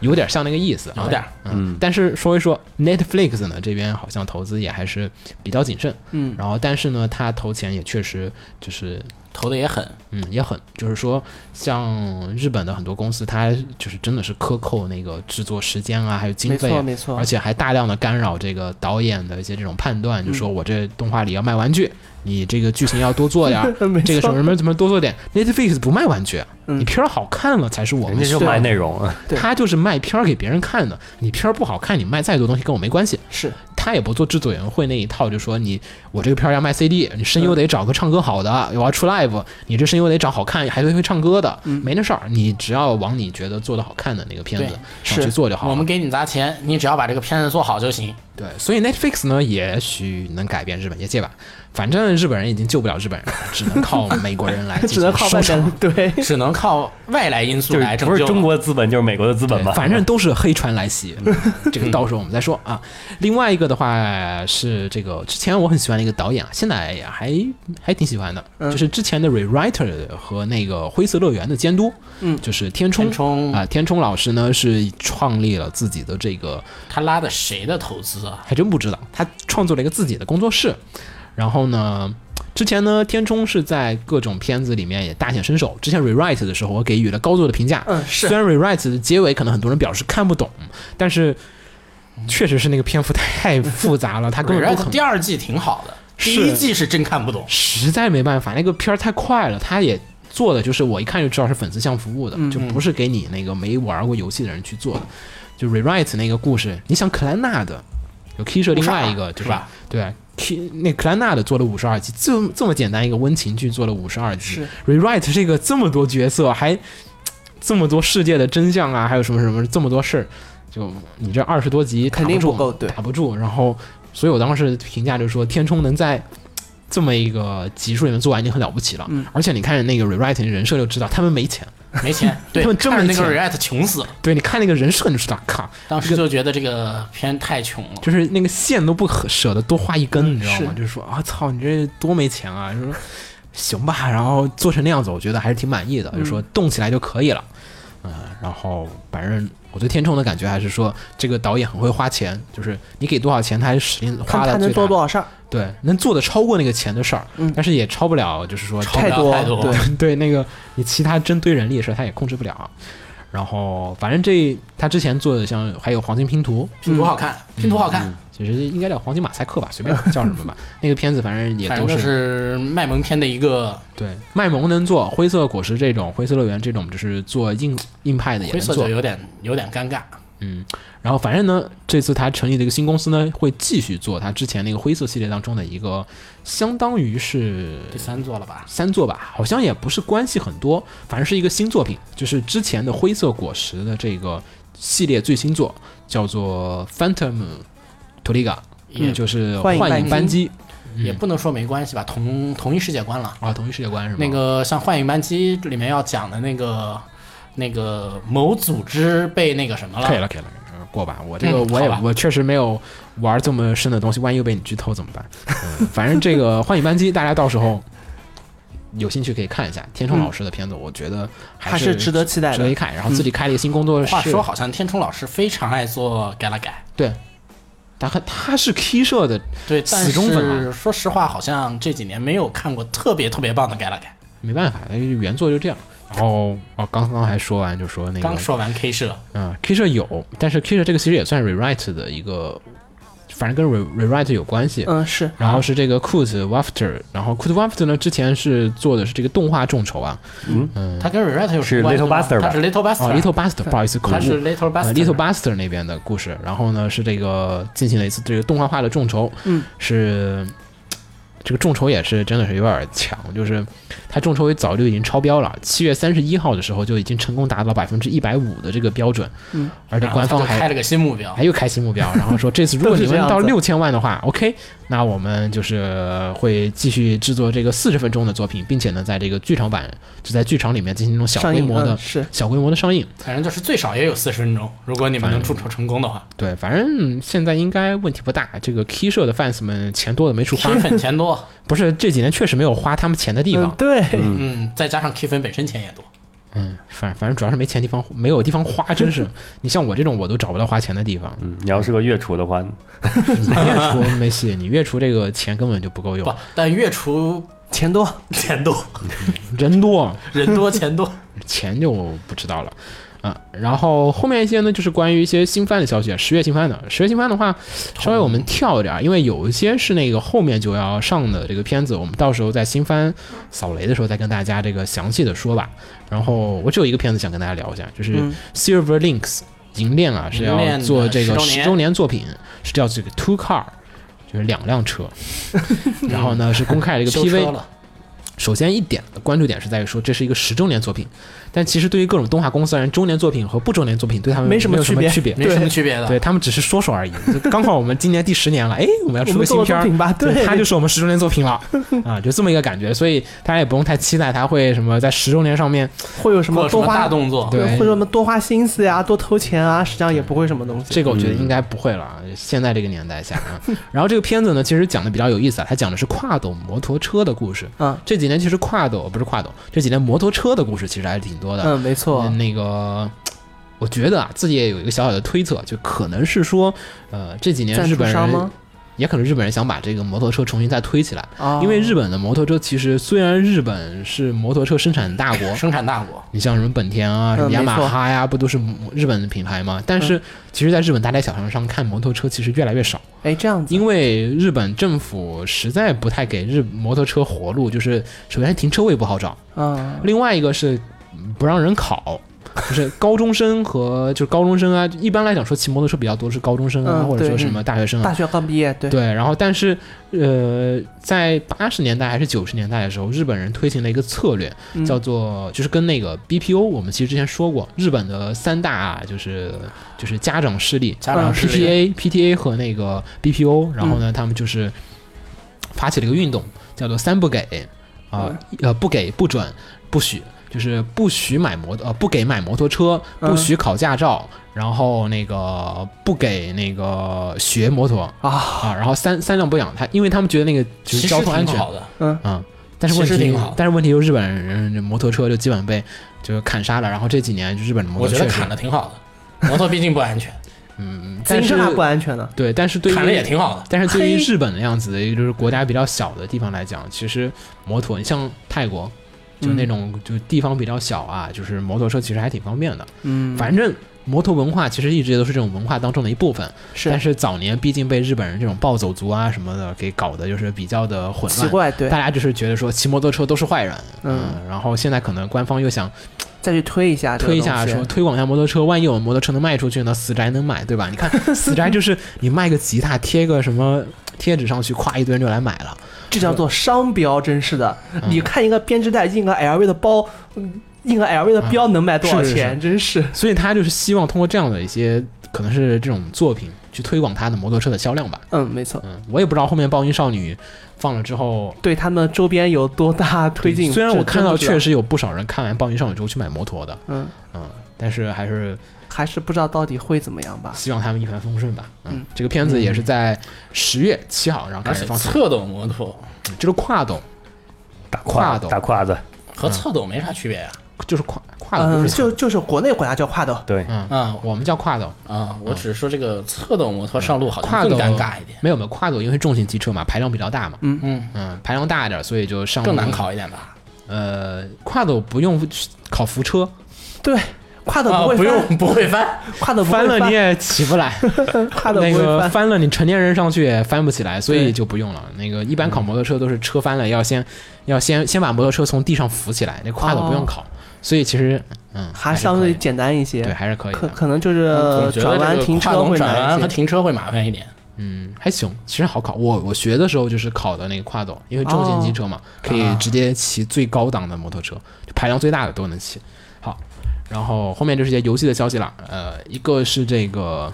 有点像那个意思，
有点儿，
嗯。但是说一说 Netflix 呢，这边好像投资也还是比较谨慎，
嗯，
然后但是呢，他投钱也确实就是
投的也狠，
嗯，也很，就是说，像日本的很多公司，它就是真的是克扣那个制作时间啊，还有经费、啊，
没错没错
而且还大量的干扰这个导演的一些这种判断，
嗯
就说我这动画里要卖玩具，你这个剧情要多做点儿，
*laughs* 没
这个什么什么什么多做点。Netflix 不卖玩具，你
嗯
片儿好看了才是啊我
人
们
家就
需要
卖内容， *laughs*
对
他就是卖片儿给别人看的，你片儿不好看，你卖再多东西跟我没关系。 *laughs*
是
他也不做制作委员会那一套，就说你我这个片儿要卖 CD，你声优得找个唱歌好的，我要出 live，你这声优得找好看还会会唱歌的，
嗯
没那事儿，你只要往你觉得做的好看的那个片子
对
上去
是
做就好
我
了 *laughs*
们。给你砸钱，你只要把这个片子做好就行。
对，所以 Netflix 呢，也许能改变日本业界吧。反正日本人已经救不了日本人了，只能靠美国人
*laughs*
来进
只
行收场，
能靠外面。
*laughs*
对，
只能靠外来因素
就是
来拯
不是
救。
中国资本就是美国的资本
对
吧？
反正都是黑船来袭，嗯这个到时候我们再说啊。另外一个的话是这个之前我很喜欢的一个导演啊，现在也还还挺喜欢的，就是之前的 Rewriter 和那个灰色乐园的监督，
嗯
就是天冲
天冲
啊、天冲老师呢是创立了自己的这个
他拉的谁的投资啊？
还真不知道，他创作了一个自己的工作室。然后呢，之前呢，天冲是在各种片子里面也大显身手。之前 rewrite 的时候，我给予了高度的评价。
嗯是
虽然 rewrite 的结尾可能很多人表示看不懂，但是确实是那个篇幅太复杂了，他根本不
Rewrite
可能
第。二季挺好的，
是
第一季是真看不懂。
实在没办法，那个片儿太快了，他也做的就是我一看就知道是粉丝向服务的，就不是给你那个没玩过游戏的人去做的。就 rewrite 那个故事，你想克兰纳的有 K 社另外一个
52
就是
是啊吧？
对。K 那克兰纳的做了五十二集，这么这么简单一个温情剧做了五十二集
是
，rewrite 这个这么多角色，还嘖这么多世界的真相啊，还有什么什么这么多事儿，就你这二十多集
肯定
打住
不够对
打不住。然后，所以我当时评价就是说，天冲能在这么一个集数里面做完已经很了不起了。
嗯
而且你看那个 rewrite 人设就知道，他们没钱。
没钱，
*laughs*
对，
他们真
看
没
着那个
钱
React 穷死了，
对，你看那个人设你就知道，靠，
当时就觉得这个片太穷了。
就是那个线都不可舍得多画一
嗯
根，你知道吗？
是
就是说啊，操，你这多没钱啊！就说行吧，然后做成那样子，我觉得还是挺满意的，就
嗯
说动起来就可以了。嗯，然后反正我对天冲的感觉还是说，这个导演很会花钱，就是你给多少钱，他还是使劲
看
花
他
的
能
最
做
大
多。少事儿，
对，能做的超过那个钱的事儿，
嗯
但是也超不了，就是说
超不了
多
太多
对，
对那个你其他针对人力的事儿，他也控制不了。然后反正这他之前做的像还有黄金拼图，
拼图好
嗯
看，拼图好看，
其实应该叫黄金马赛克吧，随便叫什么吧。 *laughs* 那个片子反正也
反
都
正就是是卖萌片的一个
对卖萌能做，灰色果实这种，灰色乐园这种就是做硬硬派的也
灰
能
色就
做。
有点有点尴尬。
然后反正呢，这次他成立的一个新公司呢，会继续做他之前那个灰色系列当中的一个，相当于是
第三座了吧？
三作吧，好像也不是关系很多，反正是一个新作品，就是之前的灰色果实的这个系列最新作，叫做 Phantom t o l i g a 也就是
幻
幻
影
影
扳
扳机
也不能说没关系吧，同同一世界观了。
啊，同一世界观是吗？
那个像《幻影扳机》里面要讲的那个那个某组织被那个什么
可以
了，
了，可以了，呃过吧。我这个
嗯
我也
好吧
我确实没有玩这么深的东西，万一又被你剧透怎 *laughs* 么办？嗯反正这个《幻影扳机》，大家到时候有兴趣可以看一下天
嗯
冲老师的片子，我觉得还
还是值得期待的
值得一看。然后自己开了一个新工作室，
嗯话说好像天冲老师非常爱做改了改，
对。他和他是 K 社的，
对，但
死忠粉
是说实话，好像这几年没有看过特别特别棒的改了改。
没办法，那原作就这样。然后哦，刚刚还说完就说那个，
刚说完 K 社，
嗯，K 社有，但是 K 社这个其实也算 rewrite 的一个，反正跟 re rewrite 有关系。
嗯是
然后是这个 Kut Wafter，然后 Kut Wafter 呢，之前是做的是这个动画众筹啊，
嗯
他跟 Rewrite 有什
是
么关系
Little
吗
Buster 吧
他是 Little
哦
Buster，
，Little Buster，不好意思，口
他
误
是。Little
呃，Little
Buster，
Buster 那边的故事，然后呢是这个进行了一次这个动画化的众筹，
嗯，
是这个众筹也是真的是有点强，就是它众筹也早就已经超标了，七月三十一号的时候就已经成功达到百分之一百五的这个标准，
嗯，
而且
然后
官
他
方
就
还哎
开了个新目标
还，又开新目标，然后说这次如果你们到
都是这
六千万的话，OK，那我们就是会继续制作这个四十分钟的作品，并且呢，在这个剧场版就在剧场里面进行那种小
上
规
映
模的、
嗯是
小规模的上映。
反正就是最少也有四十分钟。如果你们能众筹成功的话，
对，反正现在应该问题不大。这个 K 社的 fans 们钱多的没处花
铁，粉钱多，
不是这几年确实没有花他们钱的地
嗯
方。
对，
嗯，再加上 K 粉本身钱也多，
嗯，反反正主要是没钱地方，没有地方花，真
*laughs*
是。你像我这种，我都找不到花钱的地方。
嗯你要是个月厨的话，
你月初没戏，你月初这个钱根本就不够用
不。，但月除
钱多，
*laughs*
钱多，
人多，
人多钱多。
钱就不知道了。啊，然后后面一些呢，就是关于一些新番的消息。啊十月新番的，十月新番的话，稍微我们跳一点儿，啊因为有一些是那个后面就要上的这个片子，我们到时候在新番扫雷的时候再跟大家这个详细的说吧。然后我只有一个片子想跟大家聊一下，就是
嗯
Silver Links 银链啊，是
银
要
嗯链的
做这个
10周年
十周年作品，是叫这个
*laughs*
Two Car，就是两辆车。然后呢是公开了一个
修车
PV，
了，
首先一点的关注点是在于说这是一个十周年作品，但其实对于各种动画公司而言，周年作品和不周年作品对他们
没什
什
么
么
区别
区别，
没什么区别的。
对他们只是说说而已。就刚好我们今年第十年了，哎，我们要
我
出
们
个
做
新片儿，
了作品吧，
对，
对，
它就是我们十周年作品
*laughs*
了啊，就这么一个感觉，所以大家也不用太期待它会什么在十周年上面
会有什
或
么
者什
多
么
花
大动作？
对
或者我们多花心思呀，多投钱啊，实际上也不会什么东西。
这个我觉得应该不会了，啊，现在这个年代下啊。然后这个片子呢，其实讲的比较有意思啊，它讲的是跨斗摩托车的故事。
嗯
这几年其实跨斗不是跨斗，这几年摩托车的故事其实还是挺多的。
嗯，没错
嗯，那个。我觉得啊，自己也有一个小小的推测，就可能是说，呃，这几年
赞
日
助
本
商
人哦
吗？
也可能日本人想把这个摩托车重新再推起来，
啊，
因为日本的摩托车其实虽然日本是摩托车生产大国，
生产大国，
你像什么本田啊、什么
嗯
雅马
没错嗯
哈呀，不都是日本的品牌吗？但是其实，在日本大街小巷上看摩托车其实越来越少，
哎这样子，
因为日本政府实在不太给日摩托车活路，就是首先停车位不好找，
嗯
另外一个是嗯不让人考。就是高中生和 *laughs* 就是高中生啊，一般来讲说骑摩托车比较多是高中生啊，
嗯
或者
对
说什么大学生啊
大，学刚毕业，对，
对，然后但是呃，在八十年代还是九十年代的时候，日本人推行了一个策略，
嗯
叫做就是跟那个 BPO，我们其实之前说过，日本的三大啊就是就是家长势力
家长嗯
嗯
是这
PTA、
样
PTA 和那个 BPO，然后呢，他们就是发起了一个运动，叫做三不给啊、
嗯
呃不给不准不许。就是不许买摩呃不给买摩托车，不
嗯
许考驾照，然后那个不给那个学摩托，
啊，
啊，然后三三辆不养它，因为他们觉得那个就
其
是
实
交通安
挺
全
好的。
嗯。但是问
其实
题
挺好，
但是问题就是日本人这摩托车就基本被就是砍杀了，然后这几年就日本的摩
我
托
觉
车
得
确实
砍的挺好的，摩托毕竟不安全，
嗯，
自
但
行
是
车还不安全呢，
对，但是 *laughs* 对于
砍了也挺好的。
但是对于
嘿
日本的样子的，也就是国家比较小的地方来讲，其实摩托，你像泰国，就那
嗯
种就地方比较小啊，就是摩托车其实还挺方便的。
嗯，
反正摩托文化其实一直都是这种文化当中的一部分，但
是
是早年毕竟被日本人这种暴走族啊什么的给搞的，就是比较的混
奇
乱。
怪，对
大，家就是觉得说骑摩托车都是坏人，
嗯
然后现在可能官方又想
再去推一下这个
推
东
一
西，
下说推广一下摩托车，万一我们摩托车能卖出去呢，死宅能买，对吧？你
*laughs*
看死宅就是你卖个吉他，贴个什么贴纸上去，咵一堆人就来买
*laughs*
了，
这叫做商标，真是的。
嗯
你看一个编织袋印个 LV 的包，嗯印个 LV 的标能卖多少
是是
钱？真是，
所以他就是希望通过这样的一些可能是这种作品去推广他的摩托车的销量吧。
嗯，没错。
嗯，我也不知道后面暴音少女放了之后。
对他们周边有多大推进？
虽然我
这
看到
真不知道
确，实有不少人看完《暴音少女》之后去买摩托的，
嗯，
嗯，但是还是
还是不知道到底会怎么样吧。
希望他们一帆风顺吧。嗯
嗯，哎
这个片子也是在十月七号，然后开
而
始
且
放送，
侧斗摩托
就是跨斗，
大胯
胯斗
大胯子，
嗯
和侧斗没啥区别呀。啊
就是跨跨斗
嗯，
就是
就就是国内管它叫跨斗，
对，
嗯，
嗯
我们叫跨斗，
啊，我只是说这个侧斗摩托上路好
跨
像
斗
更尴尬一点，
没有没有跨斗，因为重型机车嘛，排量比较大嘛，
嗯，
嗯，排量大一点，所以就上
更难。考一点吧。
呃，跨斗不用考扶车，
对，跨斗
啊，
不会
不
翻，
用 *laughs* 不会翻，
跨呃斗不
翻
会
了
翻
你，
*laughs*
也起不来，
跨斗
那
不会
个
翻。
翻了你成年人上去也翻不起来，所以
对
就不用了。那个一般考摩托车都是车翻了，要先要先先把摩托车从地上扶起来，那跨斗不用考，所以其实嗯，
哦还
是
相
可以
对简单一
对，
些，
还是可以啊
可
的。
可能就是
嗯总觉
呃转
得
弯
这
停
个跨
车
懂
会
转
难
弯
一
和
些。
停车会麻烦一点。
嗯，还行，其实好考。我我学的时候就是考的那个跨斗，因为重型机车嘛，可以直接骑最高档的摩托车，就排量最大的都能骑。好，然后后面就是一些游戏的消息了。呃，一个是这个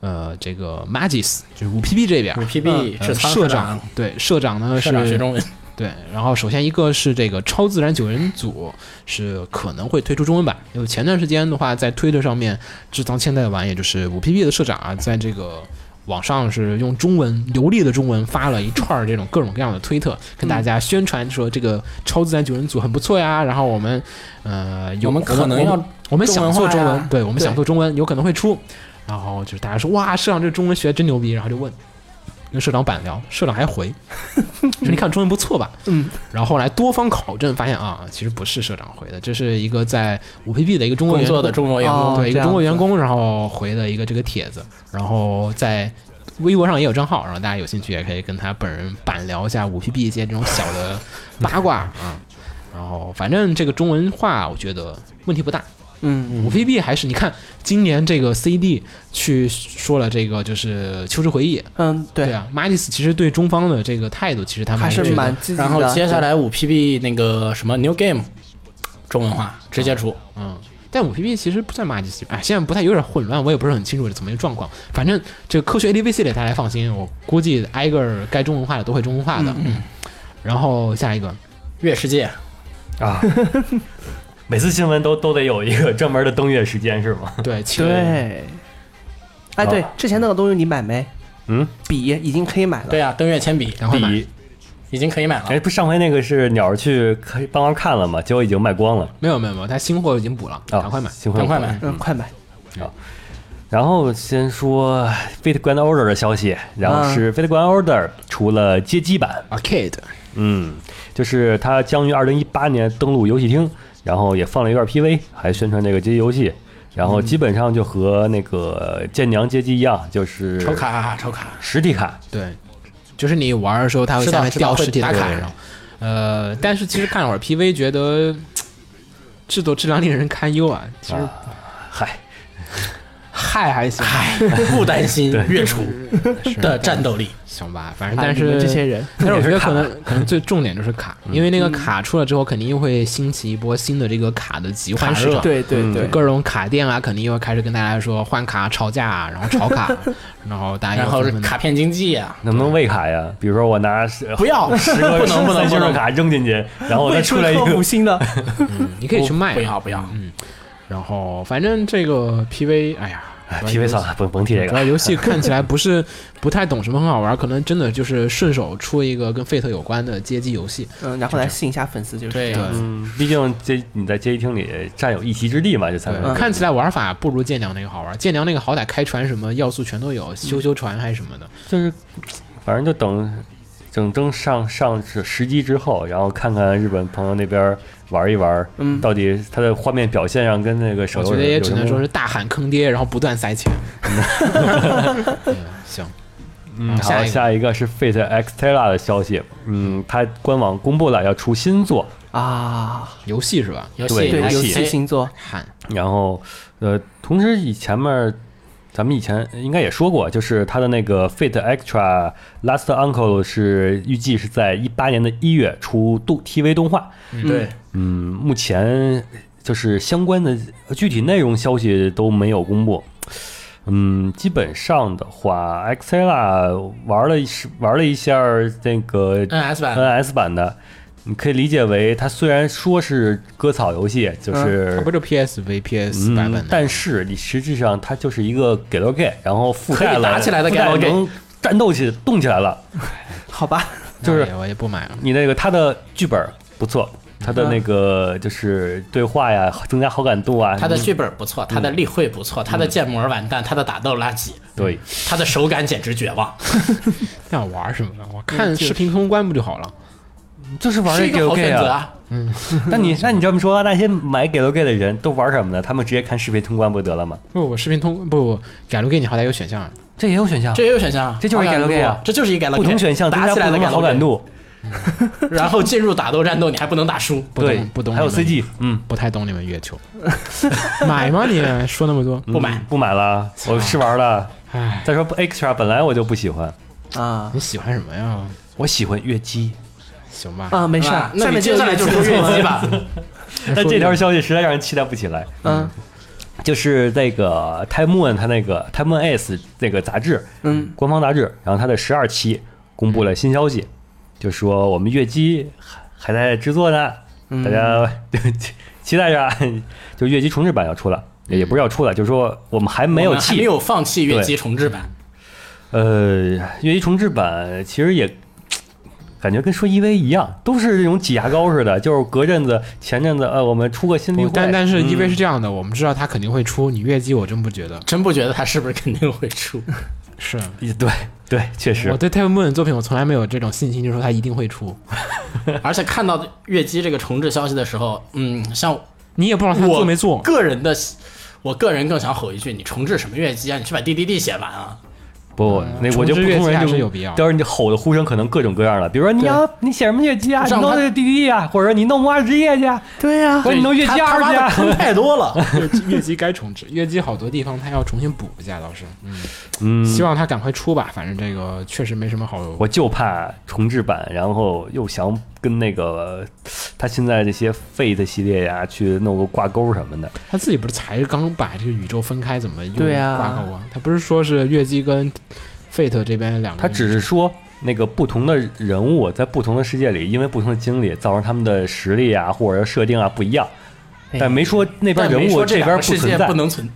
呃这个 Magis，就是五 PP 这边
五
儿。
PB
呃
是仓
社
长
长，，对社长呢
社长学
是
中文，
对，然后首先一个是这个超自然九人组是可能会推出中文版，因为前段时间的话，在推特上面，制藏现代版也就是五 PP 的社长啊，在这个网上是用中文流利的中文发了一串儿这种各种各样的推特，跟
嗯
大家宣传说这个超自然九人组很不错呀，然后我们呃有
我们可
我
能
们
要
我们想做中
中文化
文
呀，
对，我们
对
想做中文，有可能会出。然后就是大家说哇，社长这中文学得真牛逼，然后就问跟社长板聊，社长还回说你看中文不错吧？
嗯。
然后后来多方考证发现啊，其实不是社长回的，这是一个在五 PP 的一个中国
工
员
作
工
的中国员工
哦
对一
这
个
样
中国
子
员工，然后回的一个这个帖子，然后在。微博上也有账号，然后大家有兴趣也可以跟他本人板聊一下五 PP 一些这种小
*laughs*
的八卦啊、然后反正这个中文化我觉得问题不大，
嗯，
五 PB 还是你看今年这个 CD 去说了这个就是《秋之回忆》，
嗯，
对
对，
啊，马里斯其实对中方的这个态度，其实他们
还是
觉得
蛮积极的。
然后接下来五 PB 那个什么 New Game 中文化直接出，
嗯，但五 PB 其实不算马里斯，哎，现在不太有点混乱，我也不是很清楚怎么一个状况。反正这个科学 ADV 系列大家放心，我估计挨个儿该中文化的都会中文化的。嗯然后下一个，
月世界
啊。 *laughs* 每次新闻都都得有一个专门的登月时间是吗？
对，其实
对，哎，对，之前那个东西你买没？
嗯，
笔已经可以买了。
对啊，登月铅笔
赶快买。
笔，
已经可以买了
哎，。不上回那个是鸟儿去可以帮忙看了吗？结果已经卖光了
没有没有没有，他新货已经补了，
啊，
赶快买。
幸亏
赶快
我
买！
嗯，快买。
然后先说 Fate Grand Order 的消息，然后是 Fate Grand Order 出了街机版，
啊 Arcade，
嗯，就是它将于二零一八年登陆游戏厅，然后也放了一段 PV，还宣传这个街机游戏，然后基本上就和那个剑娘街机一样，就是
抽卡抽卡，
实体卡，
对，就是你玩的时候，它会
知道
下面
知道
掉实体的
会打卡
卡上。呃，但是其实看了会儿 PV，觉得嘖制作质量令人堪忧啊。其实
啊嗨，
嗨还行，
不担心月初
是
的战斗力。
行吧，反正
哎
但
你们
是
这些人，
但是我觉得
重点是卡
可能可能最重点就是卡，因为那个卡出来之后，肯定又会兴起一波新的这个卡的集换市
卡热
场。
对对
嗯
对，
各种卡店啊，肯定又会开始跟大家说换卡、吵架啊， *laughs* 然后炒卡，然后大家
然
又
后是
纷纷地
卡片经济啊，
能不能喂卡呀？比如说我拿 *laughs* 十
不要，
十个
不能不
三
能不
星的
能，
卡扔进去，然后再
喂
哦出来一
颗
个 *laughs*
五星的，
你可以去卖啊
不。要不要，
然后反正这个 PV，哎呀
哎 PV 算了，甭甭提这
主要
个。
游戏看起来不是不太懂什么很好玩，可能真的就是顺手出一个跟 Fate 有关的街机游戏。
嗯，然后来吸引一下粉丝，就是
对
这样。
嗯，毕竟街你在街机厅里占有一席之地嘛，就才
对，
能
看起来玩法不如剑娘那个好玩。剑娘那个好歹开船什么要素全都有，
嗯
修修船还是什么的。
就是反正就等整整上上是时机之后，然后看看日本朋友那边玩一玩，
嗯
到底它的画面表现上跟那个手
我
游
觉得也只能说
是
是大喊坑爹，然后不断塞钱。嗯，行，
嗯，
下
好，
一个
下一个是 Fate X Terra 的消息，嗯，它官网公布了要出新作，
啊，
游戏是吧？
游
对
戏嗯
对，
游
游
戏
戏星座，
喊
然后呃，同时以前面。咱们以前应该也说过，就是它的那个 Fate Extra Last Uncle 是预计是在一八年的一月出动 TV 动画，
对，
嗯，目前就是相关的呃具体内容消息都没有公布。嗯，基本上的话，Xela 玩了一时玩了一下那个
NS 嗯版
NS 版的，你可以理解为它虽然说是割草游戏，就
它
嗯
是
不。是 PSV、PS 版本
嗯
的，，
但是你实质上它就是一个给了 gay，然后覆盖
可
了
以打起来的
覆盖了
gay
能战斗起动起来了。
好吧，
就是
那我也我也不买了。
你那个他的剧本不错，他
嗯
的那个就是对话呀，增加好感度啊，
它的剧本不错，它的例会不错，它的建模完蛋，它的打斗垃圾，
对，
它的手感简直绝望，
那我玩什么呢？我看视频通关不就好了？
就是玩
是一
这
个
Galo
好
Gay
选择
啊。
啊。
*laughs* 那你那你这么说，那些买 Galo Gay 的人都玩什么呢？他们直接看视频通关不得了吗？
不，我视频通不不，改路给你好歹有选项啊。
这也有选项，
这也有选项，
这就是一
好
改
感
了
度
gay 啊
这就是一改了 gay，
不同选项增
打
加不
起来
同
的
的
改了
好感
gay，
度， *laughs*
然后进入打斗战斗，你还不能打输，
不懂
对，
不懂
还有
你们
CG，嗯，
不太懂你们
*laughs*
月球，买吗你？说那么多，
不买
嗯不买了，我试玩了。
唉，
再说 Extra 本来我就不喜欢，
啊
你喜欢什么呀？
我喜欢月姬。
行吧，
啊，没事
是
儿
吧，那
下
你
面
接
个
下来就是
星座
月
了
姬，吧，
但这条消息实在让人期待不起来。
嗯
就是那个 Time Moon 它那个 Time Moon S 那个杂志，
嗯，
官方杂志，然后它的十二期公布了新消息，就说我们月姬还还在制作呢，
嗯
大家期待着啊， *laughs* 就月姬重制版要出了，也也不是要出了，就是说我们 *laughs* 还没有
我们还
弃
没。有放弃月姬重置版，
呃，月姬重制版其实也感觉跟说 EV 一样，都是这种挤牙膏似的，就是隔阵子前阵子呃，我们出个新例
不
会，
哦但但是因为
嗯
是这样的，我们知道他肯定会出，你月姬我真不觉得
真不觉得它是不是肯定会出。
是。
对对，确实
我对 Time Moon 的作品，我从来没有这种信心，就说他一定会出。
而且看到月姬这个重置消息的时候，嗯，像
你也不知道他
我
做没做，
个人的，我个人更想吼一句：你重置什么月姬啊？你去把 DDD 写完啊！
不，那我觉得普
重置乐
通
器
人
还
就是
有必要的
但是你吼的呼声可能各种各样了，比如说你要你写什么乐器啊，你
让
弄
他
那个 DD 啊，或者说你弄二职业去啊，
对呀、
或者你弄乐器
他
二
挖
去
的
啊。
坑太多
*laughs*
了。
乐基乐基该重置，乐基好多地方它要重新补一下，倒是。嗯，
嗯，
希望它赶快出吧，反正这个确实没什么好。
我就怕重置版，然后又想跟那个他现在这些 Fate 系列呀、去弄个挂钩什么的。
他自己不是才刚把这个宇宙分开，怎么又
对啊
挂钩啊？他不是说是乐基跟 Fate 这边两个
他
人？
只是说那个不同的人物在不同的世界里，因为不同的经历，造成他们的实力啊或者设定啊不一样，但没说那边
哎但
人
没
物
说这
边
两个世
存
界
在
不。能存，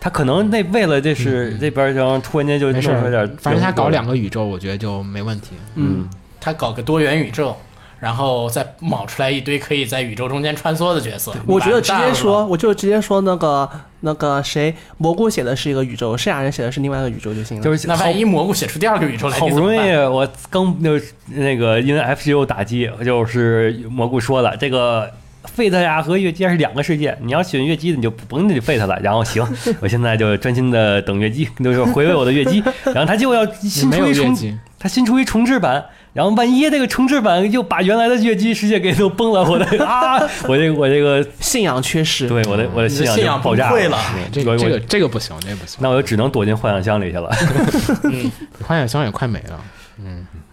他可能那为了这是这边，然后突然间就
嗯没
弄
事
出来点
儿
儿，，
反正他搞两个宇宙，我觉得就没问题。
嗯，
他搞个多元宇宙，然后再冒出来一堆可以在宇宙中间穿梭的角色。
我觉得直
完蛋
接
了
说，，我就直接说那个那个谁，蘑菇写的是一个宇宙，圣雅人写的是另外一个宇宙就行了。
就是
那
好
万一蘑菇写出第二个宇宙来，
好
你
不
怎么
容易
办
我刚就是那个因为 F G O 打击，就是蘑菇说了，这个 Fate 呀和月姬是两个世界，你要选月姬你就甭理 Fate 了。然后
*laughs*
行，我现在就专心的等月姬，就是回味我的月姬。然后他就要
你
新
没有
出一
月
重，
基，
他新出一重置版。然后万一这个重置版又把原来的月姬世界给都崩了，我的啊，我这个我这个，
信仰缺失，
对我的我的
你
信
的
仰
信
就
仰
爆炸
崩溃了
这
我
个
我
这个这个不行，这个不行。
那我就只能躲进幻想箱里去了。
幻想箱也快没了。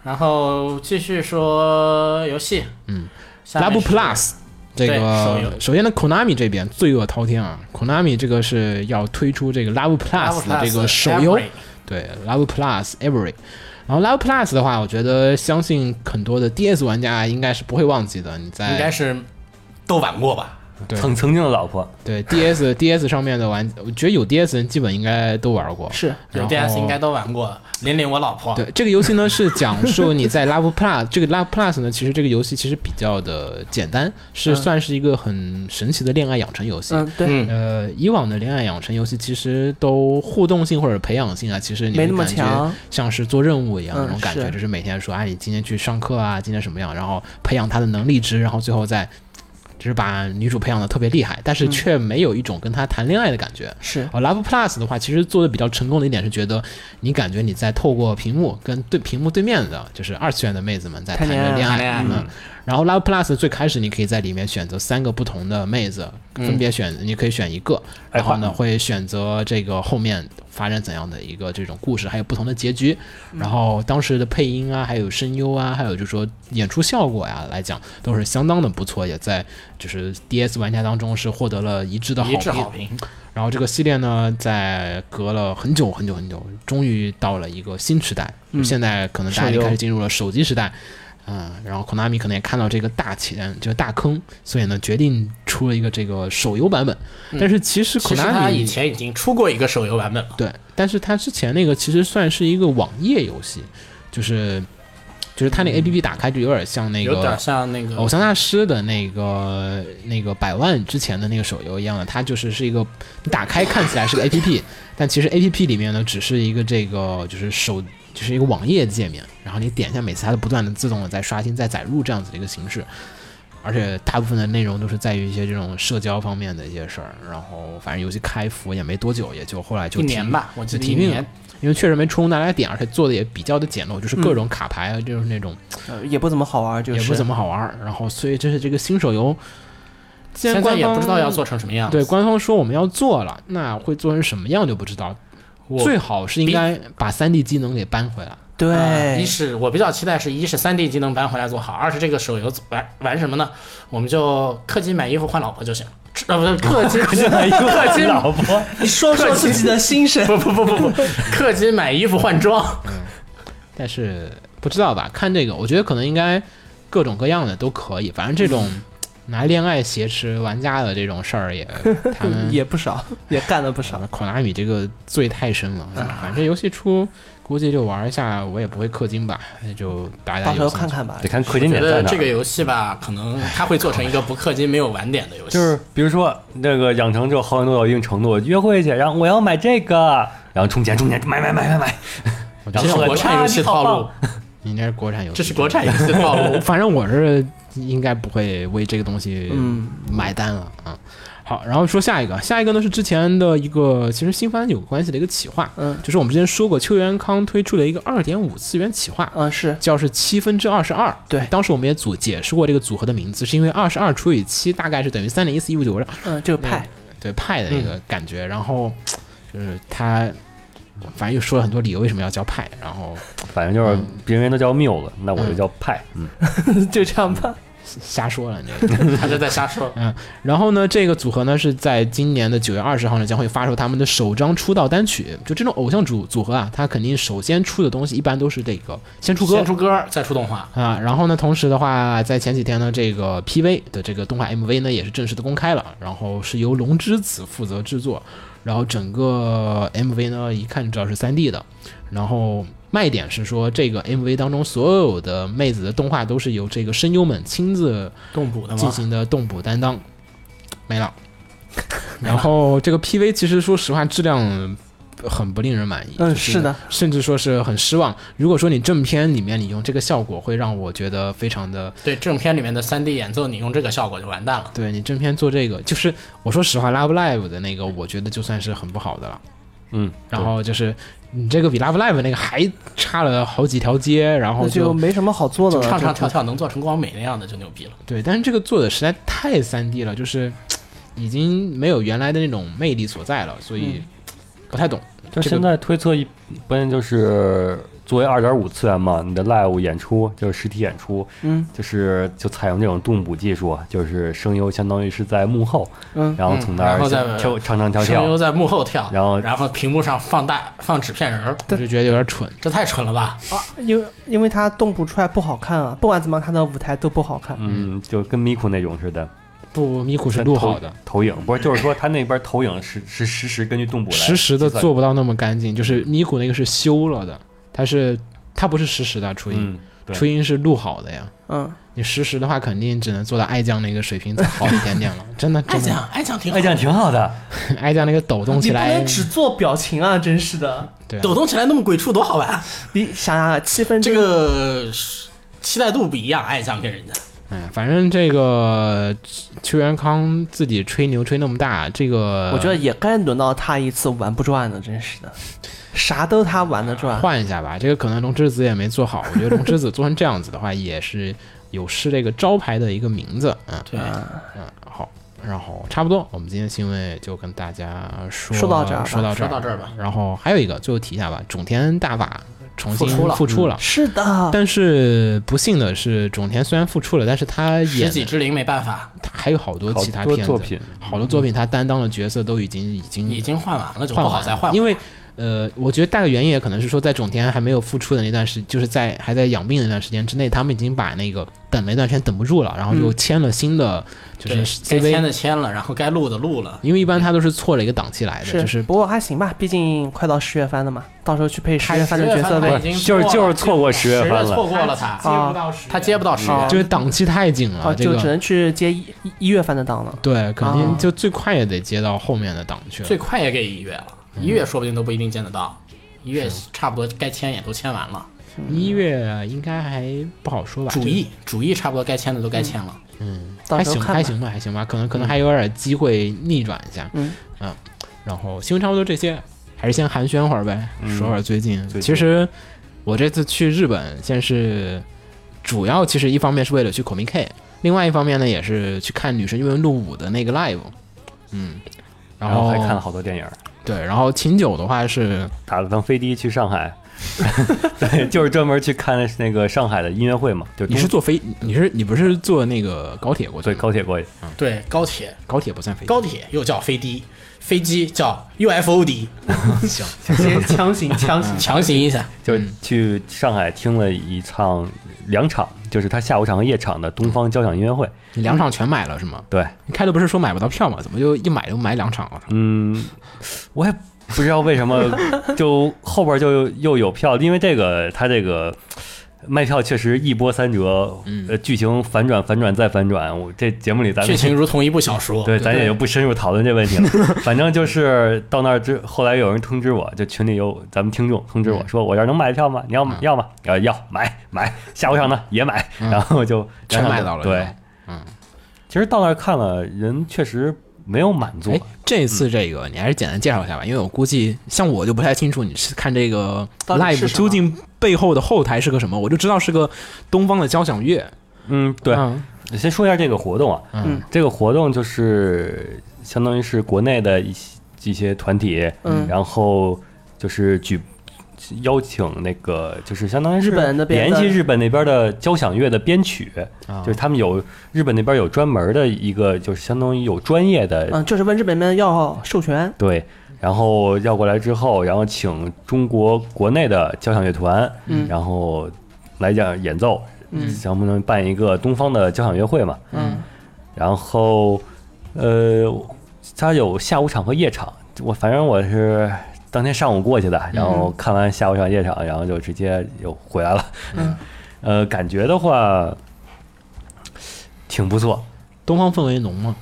然后继续说游戏，
嗯
下面
Lab
是
Plus 这
对手
个
游
首先呢，Konami 这边罪恶滔天啊，Konami 这个是要推出这个 Lab
Lab
Plus 的
Plus
这个手游
Every，
对 Love Plus Every。然后 Love Plus 的话，我觉得相信很多的 DS 玩家应该是不会忘记的。你在
应该是都玩过吧？
对
曾曾经的老婆，
对 *laughs* DS DS 上面的玩，我觉得有 DS 人基本应该都玩过。
是
有
然后
DS 应该都玩过，琳琳我老婆，
对这个游戏呢，是讲述你在 Love Plus *laughs* 这个 Love Plus 呢，其实这个游戏其实比较的简单，是
嗯
算是一个很神奇的恋爱养成游戏。
嗯对，
嗯，
呃，以往的恋爱养成游戏其实都互动性或者培养性啊，其实你会
没那么
感觉
强
像是做任务一样那
嗯
种感觉，
是
就是每天说啊，你今天去上课啊，今天什么样，然后培养他的能力值，然后最后再只是把女主培养的特别厉害，但是却没有一种跟她谈恋爱的感觉。
是
哦，Love Plus 的话，其实做的比较成功的一点是，觉得你感觉你在透过屏幕跟对屏幕对面的，就是二次元的妹子们在谈
谈恋
着
爱
恋爱，
谈恋爱
嗯。然后 Love Plus 最开始你可以在里面选择三个不同的妹子，分别选，你可以选一个，
哎
然后呢
换
会选择这个后面发展怎样的一个这种故事，还有不同的结局。然后当时的配音啊，还有声优啊，还有就是说演出效果呀、来讲，都是相当的不错，也在就是 DS 玩家当中是获得了一致的好
一致
评
好。评，
然后这个系列呢，在隔了很久很久很久，终于到了一个新时代。就
嗯
现在可能大家
手
也
游
开始进入了手机时代，嗯，然后 Konami 可能也看到这个大钱，这个大坑，所以呢，决定出了一个这个手游版本。但是其实
嗯其实他
Konami
以前已经出过一个手游版本了，
对，但是它之前那个其实算是一个网页游戏，就是就是它那 A P P 打开就有点像那
嗯有点
个
像那个
偶像大师的那个那个百万之前的那个手游一样的，它就是是一个你打开看起来
*laughs*
是个 A P P，但其实 A P P 里面呢只是一个这个就是手就是一个网页界面，然后你点一下，每次它都不断的自动的在刷新、在载入这样子的一个形式。而且大部分的内容都是在于一些这种社交方面的一些事儿，然后反正游戏开服也没多久，也就后来就
一年
停
吧，我记
就
得一
停运了
年，，
因为确实没冲动大家点，而且做的也比较的简陋，就是各
嗯
种卡牌啊，就是那种
呃也不怎么好玩，就是
也不怎么好玩儿。然后所以这是这个新手游，既然
现在
官
也
方
不知道要做成什么样。
对，官方说我们要做了，那会做成什么样就不知道。
我
最好是应该把三 D 机能给搬回来。
呃
对
一，是我比较期待是一是三 D 技能版回来做好，二是这个手游玩玩什么呢？我们就氪金买衣服换老婆就行了，吃呃不是氪金氪金买衣服换
他 *laughs* 老婆。
你说说自己的心 *laughs* 声，
不不不不不，氪金买衣服换装，
但是不知道吧，看这个，我觉得可能应该各种各样的都可以。反正这种拿恋爱挟持玩家的这种事儿也，他们
也不少，也干了不少。
考纳米这个罪太深了，反正游戏出估计就玩一下，我也不会氪金吧，那就大家
到时
哎有兴
候看
趣。
看吧
得。看氪
我
金
觉
点在
得
哪
这个
儿。
游戏吧，可能它会做成一个不氪金没有晚点的游戏，
就是比如说那个养成之后好感度到一定程度，约会去，然后我要买这个，然后充钱充钱买买买买买，
我觉
然 *laughs*
得
后
是国产游戏套路，
你那是国产游戏，
这是国产游戏套路
*laughs* 。反正我是应该不会为这个东西
嗯
买单了啊。好，然后说下一个，下一个呢是之前的一个其实新番有关系的一个企划，
嗯
就是我们之前说过邱元康推出了一个二点五次元企划，
嗯，是
叫是七分之二十二。
对
当时我们也组解释过这个组合的名字，是因为二十二除以七大概是等于三点一四一五九，
嗯，就是派， *laughs*
对派的一
嗯
个感觉。然后就是他，反正又说了很多理由为什么要叫派，然后
反正
嗯
就是别人都叫缪了，那我就叫派。嗯，
就这样吧。
瞎说了你这个。
他就在瞎说。
然后呢，这个组合呢是在今年的九月二十号呢将会发售他们的首张出道单曲。就这种偶像组组合啊，它肯定首先出的东西一般都是这个先出歌，
先出歌，再出动画。
啊，然后呢，同时的话，在前几天呢，这个 PV 的这个动画 MV 呢也是正式的公开了，然后是由龙之子负责制作，然后整个 MV 呢一看就知道是 3D 的，然后卖点是说这个 MV 当中所有的妹子的动画都是由这个声优们亲自
动捕的
进
吗？
行的动捕担当，没
*laughs*
了。然后这个 PV 其实说实话质量很不令人满意，
嗯
就是
的，
甚至说是很失望。如果说你正片里面你用这个效果，会让我觉得非常的，
对，正片里面的3 D 演奏，你用这个效果就完蛋了。
对你正片做这个，就是我说实话，Love Live 的那个，我觉得就算是很不好的了。
嗯，
然后就是你这个比 Love Live 那个还差了好几条街，然后
那就没什么好做的
就
了。
唱唱
这
跳跳能做成光美那样的就牛逼了。
对，但是这个做的实在太三 D 了，就是已经没有原来的那种魅力所在了，所
嗯
以不太懂。
就
这个
现在推测一般就是作为二点五次元嘛，你的 live 演出就是实体演出，
嗯，
就是就采用这种动捕技术，就是声优相当于是在幕后，
嗯
然后从那
嗯然后
儿
再
跳唱唱跳
声优
跳，
在幕后跳，
然后
然后屏幕上放大放纸片人儿，
我就觉得有点蠢。
这太蠢了吧？
因为因为他动不出来不好看啊，不管怎么看到舞台都不好看。
嗯，就跟咪咕那种似的，
不，咪咕是录好的，
投影，不是就是说他那边投影是是实时根据动捕来
实时的
计算
做不到那么干净。就是咪咕那个是修了的，它是它不是实时的初音，
嗯，对
初音是录好的呀。
嗯，
你实时的话，肯定只能做到爱酱那个水平再好一点点了。真的，
爱
真的，
酱爱酱挺好
哎，这样挺好的，
爱酱那个抖动
你
起
不
来
能，只做表情 *laughs* 啊，真是的。
对啊，
抖动起来那么鬼畜，多好玩！
你想想啊，七分
这
钟
个期待度不一样，爱酱跟人家
哎，反正这个邱元康自己吹牛吹那么大，这个
我觉得也该轮到他一次玩不转了，真是的，啥都他玩得
*laughs*
转。
换一下吧。这个可能龙之子也没做好，我觉得龙之子做成这样子的话，也是有失这个招牌的一个名字。嗯，
对。
嗯，好，然后差不多，我们今天新闻就跟大家说
说到这儿吧
说到这儿，
说到这儿吧。
然后还有一个，最后提一下吧，种田大法重新
复出了
复出了，
是的，
但是不幸的是，种田虽然复出了，但是他
十
演
几
的
之灵没办法，
他还有好多
好
其他
多
片子，
作品，
好多作品他担当的角色都已经已经
已经换完了，嗯就不
换
好
完
再换了。
因为呃，我觉得大概原因也可能是说，在种田还没有复出的那段时，就是在还在养病的那段时间之内，他们已经把那个等了一段时间等不住了，然后就签了新的，就是
嗯对，该
CV
签的签了，然后该录的录了。
因为一般他都是错了一个档期来的，
是，
就是
不过还行吧，毕竟快到十月番了嘛，到时候去配十月番的角色
他
呗
已。经
就是就是错过十
十
月份了
错过了他，
啊
他接不到十
啊
月。
就是档期太紧了，
啊，
这
就只
个
能去接一一一月份的档了。
对，肯定
啊
就最快也得接到后面的档去了。
最快也给一月了，一月说不定都不一定见得到，一月差不多该签也都签完了，
一月应该还不好说吧，
主
这个
意主意差不多该签的都该签了，
到
还
时候
行
看吧
还行吧，还行吧，可能可能还有点机会逆转一下。啊
嗯
然后新闻差不多这些，还是先寒暄会儿呗，
嗯
说会儿最近。
最近
其实我这次去日本，先是主要其实一方面是为了去 Comic K，另外一方面呢也是去看女神异闻录五的那个 live。嗯，然
然后还看了好多电影。
对，然后秦九的话是
打了趟飞的去上海， *laughs* 对，就是专门去看那个上海的音乐会嘛，就
你是坐飞，你是你不是坐那个高铁过去
对
的吗？
高铁过去，
对，高铁
高铁不算飞机，
高铁又叫飞的，飞机叫 UFOD，
先强 *laughs* 行强行
强行一下，
就是去上海听了一场两场，就是他下午场和夜场的东方交响音乐会。
你两场全买了是吗？
对，
你开头不是说买不到票吗？怎么就一买就买两场了？
嗯，我也不知道为什么，就后边就又有票，因为这个他这个。卖票确实一波三折，呃，剧情反转、反转再反转。我这节目里咱们
剧情如同一部小
哦
说，
对，咱也就不深入讨论这问题了。反正就是到那儿之后来有人通知我，就群里有咱们听众通知我说，我这儿能买票吗？你要
嗯
要吗？要要买买，下午场呢也买，
嗯
然后就
全买到了。
对
是吧，嗯
其实到那儿看了，人确实没有满足
哎，，这次这个你还是简单介绍一下吧，因为我估计像我就不太清楚你是看这个
到底是
live
什么
究竟背后的后台是个什么，我就知道是个东方的交响乐。
嗯，对，
嗯
先说一下这个活动啊，
嗯
这个活动就是相当于是国内的一些一些团体，
嗯
然后就是举邀请那个就是相当于是
日本那边
联
的
系日本那边的交响乐的编曲，
啊
就是他们有日本那边有专门的一个，就是相当于有专业的、
啊
嗯，就是问日本们要授权，
对。然后要过来之后，然后请中国国内的交响乐团，
嗯
然后来讲演奏，
嗯
能不能办一个东方的交响乐会嘛？
嗯
然后，呃，它有下午场和夜场。我反正我是当天上午过去的，然后看完下午场、夜场，然后就直接又回来了。
嗯，
*laughs* 呃，感觉的话挺不错，
东方氛围浓嘛，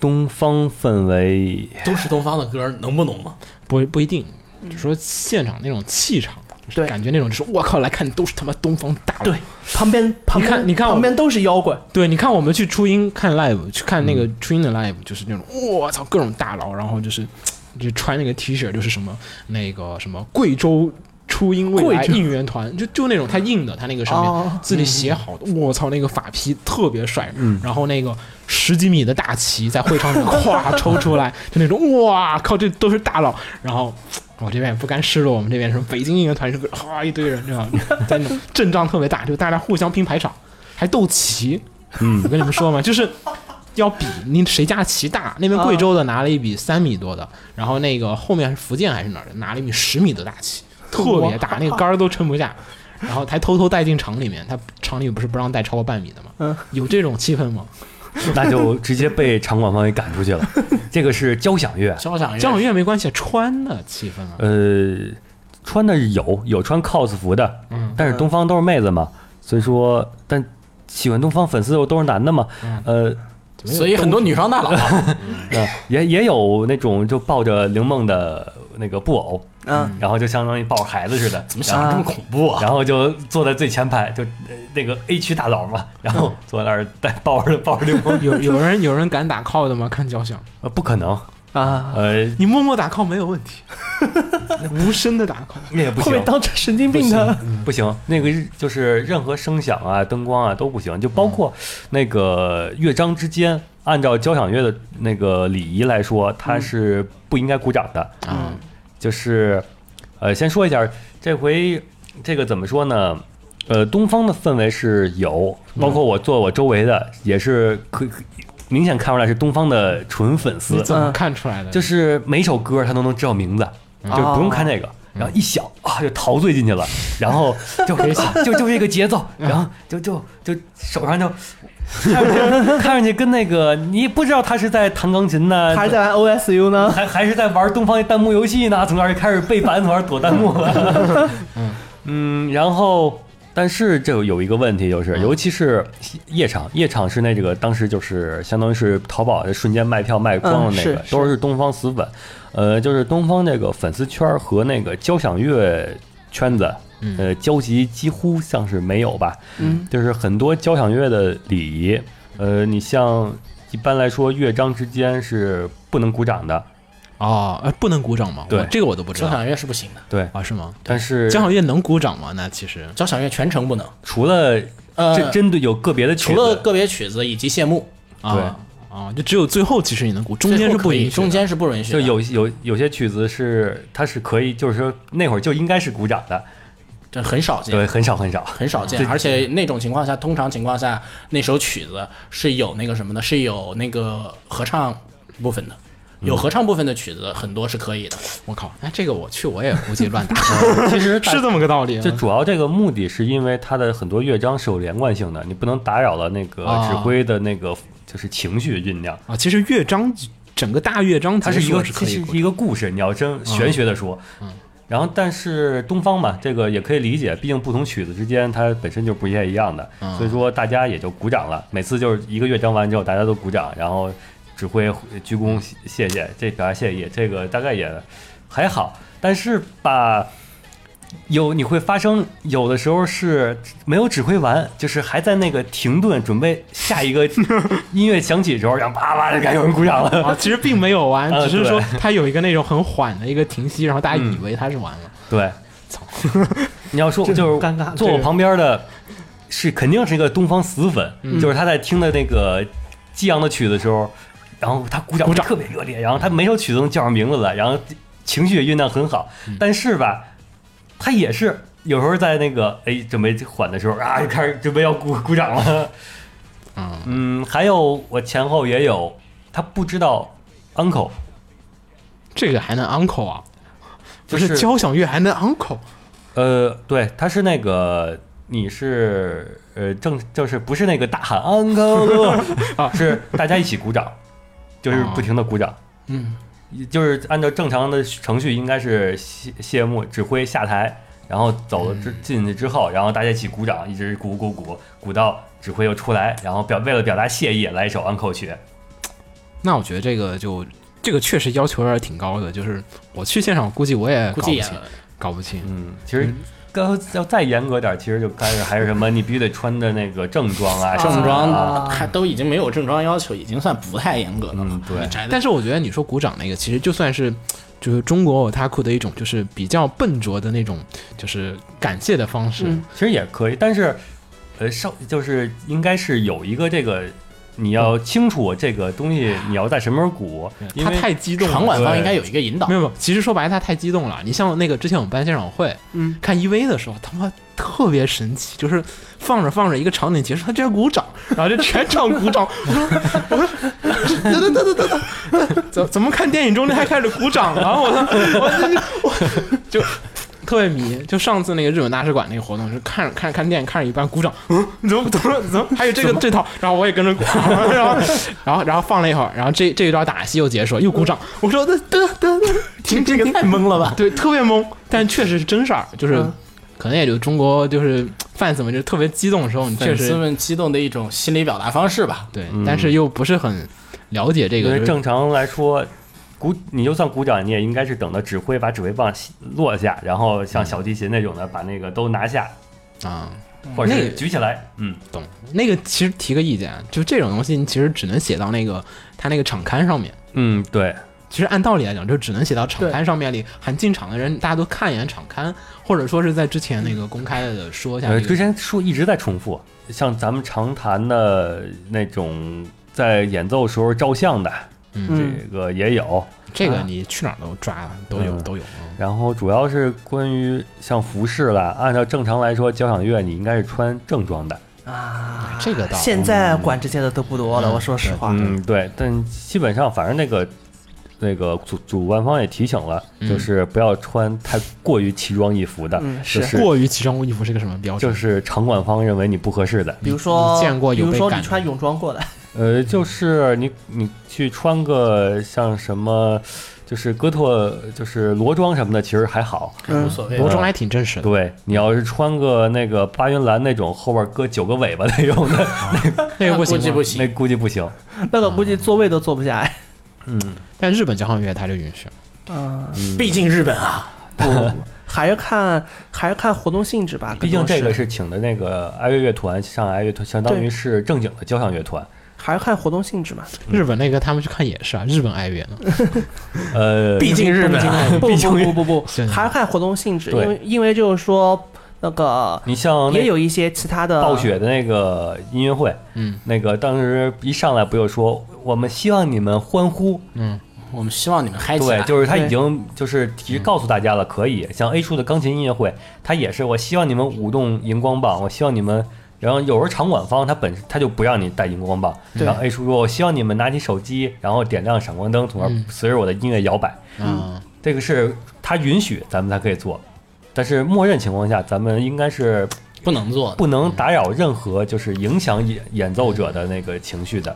东方氛围
都是东方的歌，能不能吗？
不不一定，就说现场那种气场，就是
嗯对
感觉那种就是我靠，来看都是他妈东方大佬。
对旁边旁边
看你看我
旁边都是妖怪，
对，你看我们去初音看 live，去看那个
嗯
初音的 live，、就是那种我操各种大佬，然后就是就穿那个 T 恤，就是什么那个什么贵州初音未来
贵州
应援团，就就那种他印的，他那个上面
哦
字里写好的，我操那个法披特别帅，
嗯
然后那个十几米的大旗在会场里面 *laughs* 哗抽出来，就那种哇靠，这都是大佬，然后。我这边也不甘示弱，我们这边什么北京应援团是不是哗一堆人这样，在
*laughs*
那种阵仗特别大，就大家互相拼排场，还斗旗，我跟你们说嘛，就是要比你谁家棋大。那边贵州的拿了一笔三米多的，然后那个后面是福建还是哪儿的拿了一米十米的大旗，特别大，那个杆儿都撑不下。然后还偷偷带进厂里面，他厂里不是不让带超过半米的吗？
嗯
有这种气氛吗？
*laughs* 那就直接被场馆方给赶出去了。这个是交响乐，
交响乐，
交响乐没关系，穿的气氛啊，
呃，穿的有有穿 cos 服的，
嗯
但是东方都是妹子嘛，所以说，但喜欢东方粉丝又都是男的嘛，
嗯
呃，
所以很多女方大佬啊
呃也也有那种就抱着灵梦的那个布偶，
嗯
然后就相当于抱着孩子似的，
怎么想的这么恐怖啊？
然后就坐在最前排，就呃那个 A 区大佬嘛，然
嗯
后坐在那儿带抱着抱
*laughs*
着灵梦，
哦有 *laughs* 有人有人敢打 call 的吗？看交响，
呃不可能，
啊，
呃，
你默默打 call 没有问题，无声的打 call。 *laughs*
那也不
会
行
被。当成神经病的，
不行，那个日就是任何声响啊、灯光啊都不行，就包括那个乐章之间，按照交响乐的那个礼仪来说，它是不应该鼓掌的。
啊
就是，呃，先说一下这回这个怎么说呢？呃，东方的氛围是有，包括我坐我周围的也是可可明显看出来是东方的纯粉丝
你，怎么看出来的？
就是每首歌他都能知道名字，
嗯
就不用看那
哦
个。然后一想啊，就陶醉进去
*laughs*
了，然后就就就这个节奏，
嗯
然后就就就手上就看上去 *laughs* 看上去跟那个你不知道他是在弹钢琴呢，
还是在玩 OSU 呢？
还还是在玩东方弹幕游戏呢，从那儿就开始背板，从那儿躲弹幕了。
*laughs*
嗯，然后但是这有一个问题
嗯
就是，尤其是夜场，夜场是那这个当时就是相当于是淘宝的瞬间卖票卖光了那个
嗯，是
都是东方死粉。呃，就是东方那个粉丝圈儿和那个交响乐圈子。呃，交集几乎像是没有吧，
嗯，
就是很多交响乐的礼仪，呃，你像一般来说乐章之间是不能鼓掌的，
哦，呃不能鼓掌吗？我
对
这个我都
嗯
不知
交
道
响乐是不行的，
对，
啊，是吗？
但是
交响乐能鼓掌吗？那其实
交响乐全程不能。
除了这
呃，
针对有个别的曲
除了
子，
个别曲子以及谢幕，
啊啊，就只有最后其实你能鼓，中间是
最后
不
可以
允许的，
中间是不允许
就
的。
有有有些曲子是它是可以，就是说那会儿就应该是鼓掌的，
这很少见，
对，很少很少。
很少见，而且那种情况下，通常情况下，那首曲子是有那个什么的，是有那个合唱部分的，有
嗯
合唱部分的曲子很多是可以的。
我靠，那这个我去我也估计 *laughs* 乱打，
其实
是这么个道
*laughs*
嗯
理啊。
这主要这个目的是因为它的很多乐章是有连贯性的，你不能打扰了那个
啊
指挥的那个就是情绪酝酿。
啊，其实乐章整个大乐章
它
结
是一
束
个
是可
这
以
是
嗯鼓
一个故事，你要真玄学的说，
嗯
然后但是东方嘛，这个也可以理解，毕竟不同曲子之间它本身就不太一样的，
嗯
所以说大家也就鼓掌了。每次就是一个乐章完之后，大家都鼓掌，然后指挥鞠躬谢谢，这表达谢意，这个大概也还好，但是吧，有你会发生，有的时候是没有指挥完，就是还在那个停顿，准备下一个音乐响起的时候，然后啪啪就该有人鼓掌了。
啊，其实并没有 *laughs* 完，
啊
只是
对
说它有一个那种很缓的一个停息，然后大家
嗯
以为它是完了。
对
*laughs* 操，
你要说
这
就是
尴尬
坐我旁边的是肯定是一个东方死粉，
嗯
就是他在听的那个激昂的曲子的时候，然后他鼓掌
鼓掌
特别热烈，然后他每首曲子都叫上名字来，然后情绪也酝酿很好，
嗯
但是吧，他也是有时候在那个哎准备缓的时候啊，就开始准备要鼓鼓掌了。
嗯
嗯，还有我前后也有，他不知道 uncle，
这个还能 uncle 啊？不是
就是
交响乐还能 uncle？
呃，对，他是那个你是呃正就是不是那个大喊 uncle，是大家一起鼓掌，就是不停的鼓掌。
嗯，
就是按照正常的程序，应该是谢谢幕指挥下台，然后走了之进去之后，然后大家一起鼓掌，一直鼓鼓鼓鼓到指挥又出来，然后表为了表达谢意，来一首 uncle 曲。
那我觉得这个就这个确实要求有点挺高的，就是我去现场估计我也
估
搞不
计也
清，搞不清。
嗯，其实刚要再严格点儿，其实就开始还是什么，你必须得穿的那个正装啊，
正
啊，
装还都已经没有正装要求，已经算不太严格了吧
嗯，对，
宅的
但是我觉得你说鼓掌那个，其实就算是就是中国 otaku 的一种，就是比较笨拙的那种，就是感谢的方式。
嗯
其实也可以，但是呃，稍就是应该是有一个这个。你要清楚这个东西，你要在什么时候鼓，因
他
为
太激动了，
场馆方应该有一个引导
没。有没有，其实说白了他太激动了。你像那个之前我们办现场会，
嗯，
看 EV 的时候，他妈特别神奇，就是放着放着一个场景结束，他居然鼓掌，然后就全场鼓掌。 *laughs* 我说我说，等 *laughs* 等等等等等，怎怎么看电影中间还开始鼓掌了、我说我我就特别迷。就上次那个日本大使馆那个活动，是看着看着看电影看着一半鼓掌，嗯，怎么怎么 *laughs* 怎么还有这个这套，然后我也跟着鼓，然后然后然后放了一会儿，然后这这一段打戏又结束了，又鼓掌。我说得得得得，停停停。
太懵了吧？
对，特别懵，但确实是真事儿，就是、
嗯
可能也就中国就是 fans 们就特别激动的时候，你确
粉丝
实
们激动的一种心理表达方式吧。
对
嗯，
但是又不是很了解这
因
个
为
就是
正常来说，鼓你就算鼓掌，你也应该是等到指挥把指挥棒落下，然后像小提琴那种的把那个都拿下，
啊、
或者
那
是
个
举起来。嗯，
懂那个其实提个意见，就这种东西，你其实只能写到那个他那个场刊上面。
嗯，对，
其实按道理来讲，就只能写到场刊上面里，喊进场的人大家都看一眼场刊，或者说是在之前那个公开的说一下、
呃，
这个
之前说一直在重复，像咱们常谈的那种在演奏时候照相的，
嗯
这个也有。
这个你去哪儿都抓都有、
啊嗯
都有。
然后主要是关于像服饰啦，按照正常来说，交响乐你应该是穿正装的。
啊，
这个倒
现在管这些的都不多了，
嗯
我说实话，
嗯，对，但基本上反正那个那个主主办方也提醒了，
嗯
就是不要穿太过于奇装异服的，
嗯
就是是
过于奇装异服是个什么标准？
就是场馆方认为你不合适的。
比如说
你见过
比
有
如
被
说
赶
你穿泳装过的，
呃，就是你你去穿个像什么，就是哥特就是罗装什么的，其实还好。
嗯
无，所谓
罗。中还挺正式的。
对你要是穿个那个巴云蓝那种后边搁九个尾巴那种 *laughs* 的，
那个不行
估
吗，
计不
那
行。
估计不行。
嗯那个估
嗯
计座位都坐不下来。
嗯，
但日本交响乐它就允许。
嗯，
毕竟日本啊，
不，还是看还是看活动性质吧。
毕竟
更多
这个是请的那个爱乐乐团，上爱乐团相当于
对
是正经的交响乐团。
还是看活动性质嘛。
日本那个他们去看也是啊，日本爱乐呢。
呃，
毕竟日本啊，
不不不不不
是，
还是看活动性质，
对
因为因为就是说那个
你像那
也有一些其他的
暴雪的那个音乐会，
嗯
那个当时一上来不就说我们希望你们欢呼，
嗯，
我们希望你们嗨哎起
对
来，。
就是他
对
已经就是提告诉大家了，可以。像 A 处的钢琴音乐会，他也是我希望你们舞动荧光棒，我希望你们。然后有时候场馆方他本他就不让你带荧光棒，
对
然后 A 处说我希望你们拿起手机，然后点亮闪光灯，从而
嗯
随着我的音乐摇摆。
啊，
这个是他允许咱们才可以做，但是默认情况下，咱们应该是
不能做的。
不能打扰任何就是影响演演奏者的那个情绪的。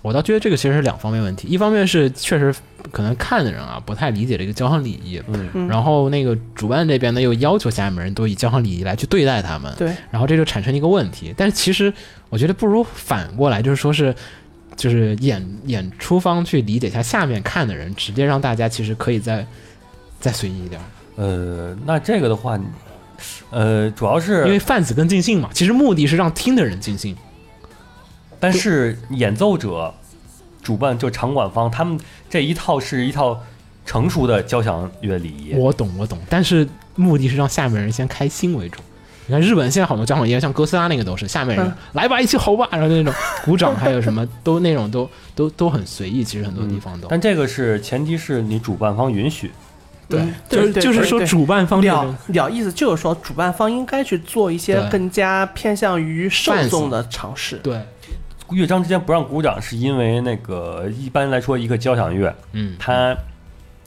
我倒觉得这个其实是两方面问题，一方面是确实可能看的人啊不太理解这个交响礼仪。
嗯
嗯
然后那个主办这边呢，又要求下面人都以交响礼仪来去对待他们，
对
然后这就产生了一个问题。但是其实我觉得不如反过来，就是说是，就是演演出方去理解一下下面看的人，直接让大家其实可以再再随意一点。
呃，那这个的话，
呃，主要
因为
是，
贩子更尽兴嘛。其实目的是让听的人尽兴。
但是演奏者、主办就场馆方，他们这一套是一套成熟的交响乐礼仪。
我懂，我懂，但是目的是让下面人先开心为主。你看日本现在好多交响乐，像哥斯拉那个都是下面人、
嗯
来吧，一起吼吧，然后那种鼓掌，还有什么都那种都都都很随意。其实很多地方都、
嗯
但这个是前提是你主办方允许，
对
嗯，
就是
对
就是说
对
主办方这种
了了意思就是说，主办方应该去做一些
对
更加偏向于受
贩子
众的尝试。
对，
乐章之间不让鼓掌，是因为那个一般来说一个交响乐，
嗯，
它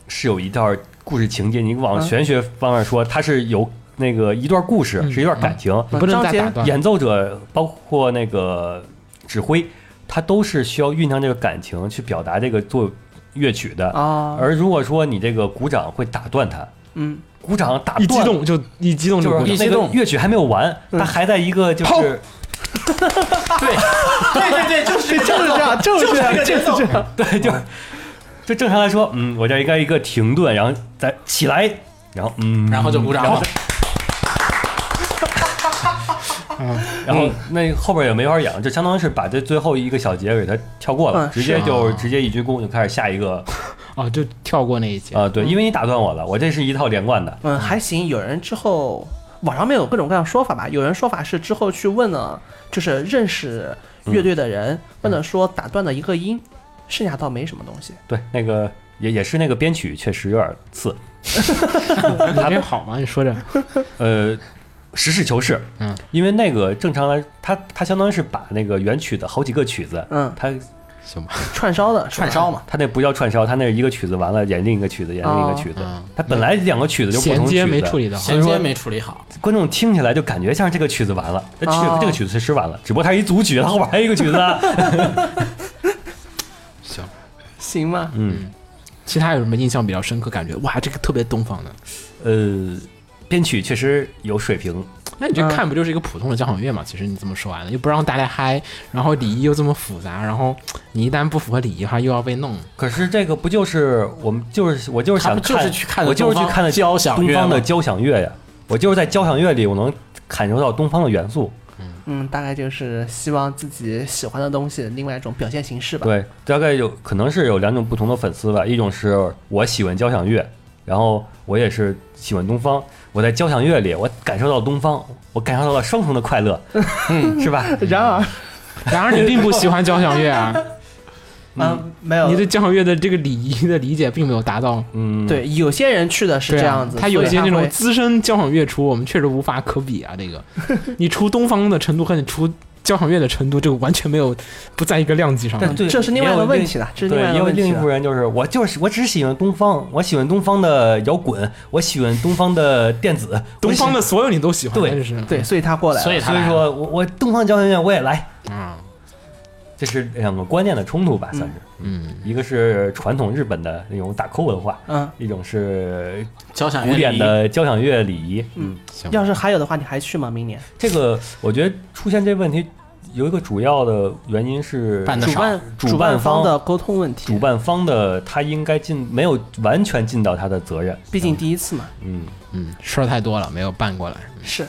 是有一段故事情节。你往玄学方面说，它是有那个一段故事，
嗯
是一段感情。
你不能
张
再
杰
打断。
演奏者包括那个指挥，他都是需要酝酿这个感情去表达这个作乐曲的。
啊，
*laughs* 而如果说你这个鼓掌会打断它，
嗯，
鼓掌打
一
断
激动就一激动就
就
鼓
是
掌
一激
那个
动
乐曲还没有完，它还在一个就是
对对对，就是就是这样， *laughs* 就是这样，就是这样。
对， *laughs*
哦
就是就正常来说，嗯，我这应该一个停顿，然后再起来，然后嗯，
然后就鼓掌
然后
*laughs* 了嗯
*laughs* 然后那后边也没法演了，就相当于是把这最后一个小节给它跳过了，
嗯
直接
啊
就是
是
直接一鞠躬就开始下一个
哦，就跳过那一节。
嗯
啊，对，因为你打断我了，我这是一套连贯的，
嗯，还行。有人之后网上面有各种各样的说法吧，有人说法是之后去问了，就是认识乐队的人，问了说打断了一个音，剩下倒没什么东西。
对，那个也也是那个编曲确实有点次，
你这好吗？你说这，
呃，实事求是，
嗯，
因为那个正常来，它它相当于是把那个原曲的好几个曲子，
嗯，
它
行吧，
串烧的，
串烧
嘛。
嘛，
它那不叫串烧，它那是一个曲子完了演另一个曲子，演另一个曲子，
嗯
它本来两个曲子就不
衔
同
接
曲
没处
子，
理到。
所以
哦衔
说
接没处理好，
观众听起来就感觉像是这个曲子完了，这曲、
哦
这个曲子是完了，只不过它是一组曲，它后边还有一个曲子
*laughs*
啊，
行，
*laughs* 行吗？
嗯，
其他有什么印象比较深刻？感觉哇，这个特别东方的。
呃，编曲确实有水平，
那你这
嗯
看不就是一个普通的交响乐嘛？其实你这么说完了，又不让大家嗨，然后礼仪又这么复杂，然后你一旦不符合礼仪的话，又要被弄。
可是这个不就是我们就是我就是
他
想
不
看，
就是去看
我就是去
东方
看的
交响
东
乐
方的
吗？
交响乐呀，我就是在交响乐里我能感受到东方的元素，
嗯，大概就是希望自己喜欢的东西，另外一种表现形式吧。
对，大概有可能是有两种不同的粉丝吧，一种是我喜欢交响乐，然后我也是喜欢东方。我在交响乐里，我感受到东方，我感受到了双重的快
*laughs*
乐，嗯是吧？
*laughs* 然而，
然而你并不喜欢交响乐啊，
嗯，没有
你对交响乐的这个礼仪的理解并没有达到。
嗯，，
对，有些人去的是
对
这
啊
样子，
他有
所以
些那种
会
资深交响乐出，我们确实无法可比啊。这
*laughs*
个，你出东方的程度和你出交响乐的程度，这个完全没有不在一个量级上。
但对，
这是另外
也
一
有
个问题了，这是另外
对，也
一个
有
问
另
题
一
啊了
部。分人就是我就是我只喜欢东方，我喜欢东方的摇滚，我喜欢东方的电子，
东方
的，
的所有你都喜欢，
对
但是
对，所以他过来了，
所以他
所以
来了
说我我东方交响乐我也来，
嗯
啊，
这是两个观念的冲突吧，算是，
嗯，
一个是传统日本的那种打 call 文化，
嗯，
一种是
交响乐
古典
里
的交响乐礼仪。嗯，
行，
要是还有的话，你还去吗？明年
这个我觉得出现这问题有一个主要的原因是
办得
主
少
办
主
主
办
办方
方
的沟通问
主
题，
办方的他应该尽没有完全尽到他的责任。
毕竟第一次嘛，
嗯，
嗯，事儿太多了，没有办过来。
是，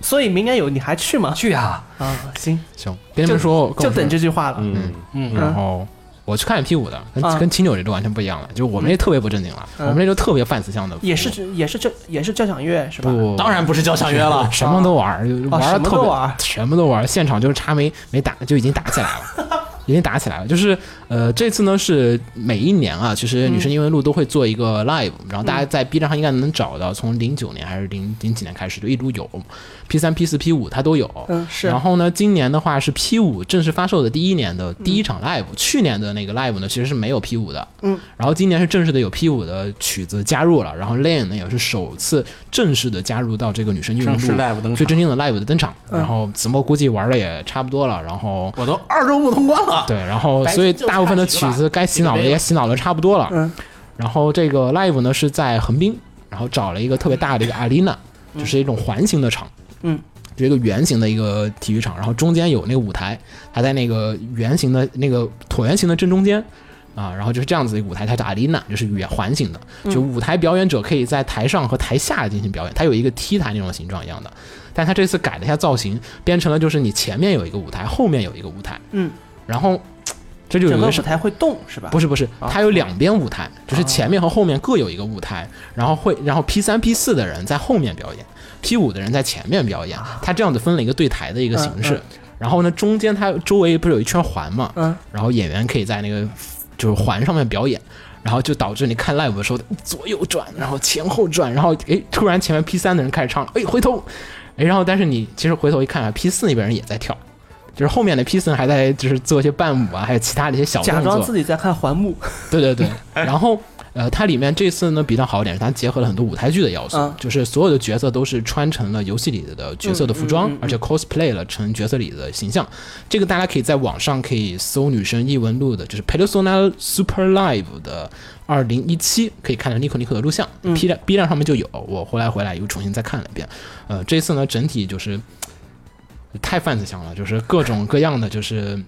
所以明年有你还去吗？
去啊，
啊，行，
行，跟你们说，
就等这句话了。
嗯，
嗯，
然后我去看 P 五的，跟、
啊
跟秦九这就完全不一样了，就我们这特别不正经了，
嗯
我们这就特别范思想的服务，
也是也是交也是交响乐是吧？
不，
当然不是交响乐
*laughs*
了，
什么都玩儿，就玩
啊
儿
什
得
么
特别
都玩儿
哦什么都玩儿，现场就是差没没打就已经打起来了。 *laughs* 已经打起来了，就是呃，这次呢是每一年啊，其实女生英文录都会做一个 live，、然后大家在 B 站上应该能找到，从零九年还是零零几年开始就一路有 P 三、P 四、P 五它都有，
嗯，是
然，后呢，今年的话是 P 五正式发售的第一年的第一场 live，、去年的那个 live 呢其实是没有 P 五的，
嗯，
然后今年是正式的有 P 五的曲子加入了，然后 Lane 呢也是首次正式的加入到这个女神俱乐
正式
部
live 登
最
场，
真正的 live 的登场，
嗯
然后子墨估计玩的也差不多了，然后
我都二周目通关了，
对，然后
白
所以
天就
大部分的
差几个
曲
吧
子该洗脑的
几个杯
也洗脑的差不多了，
嗯
然后这个 live 呢是在横滨，然后找了一个特别大的一个 arena，就是一种环形的场，
嗯，
是一个圆形的一个体育场，然后中间有那个舞台，它在那个圆形的那个椭圆形的正中间。啊、啊，然后就是这样子一个舞台，它是 arena，就是圆环形的，
嗯
就舞台表演者可以在台上和台下进行表演，它有一个 T 台那种形状一样的，但它这次改了一下造型，变成了就是你前面有一个舞台，后面有一个舞台，
嗯，
然后这就有
整
一
个
个
舞
是。
台会动是吧？
不是不是，
啊
它有两边舞台，就是前面和后面各有一个舞台，然后会然后 P 三 P 四的人在后面表演，P 五的人在前面表演，它这样子分了一个对台的一个形式。
啊嗯
然后呢，中间它周围不是有一圈环嘛，
嗯，
然后演员可以在那个就是环上面表演。然后就导致你看 live 的时候哎左右转，然后前后转，然后诶，突然前面 P 三的人开始唱了，哎，回头，哎，然后但是你其实回头一看啊，P 四那边人也在跳，就是后面的 P 四还在就是做一些伴舞啊，还有其他的一些小动
假
作，
装自己在看环幕，
*laughs* 对对对，然后呃，它里面这次呢比较好一点，是它结合了很多舞台剧的要素，
嗯
就是所有的角色都是穿成了游戏里的角色的服装，
嗯嗯嗯嗯
而且 cosplay 了成角色里的形象。这个大家可以在网上可以搜“女神异闻录”的，就是 Persona Super Live 的二零一七，可以看到尼可尼可的录像、p
嗯
站 B 站上面就有，我回来回来又重新再看了一遍。呃，这次呢整体就是太贩子香了，就是各种各样的就是。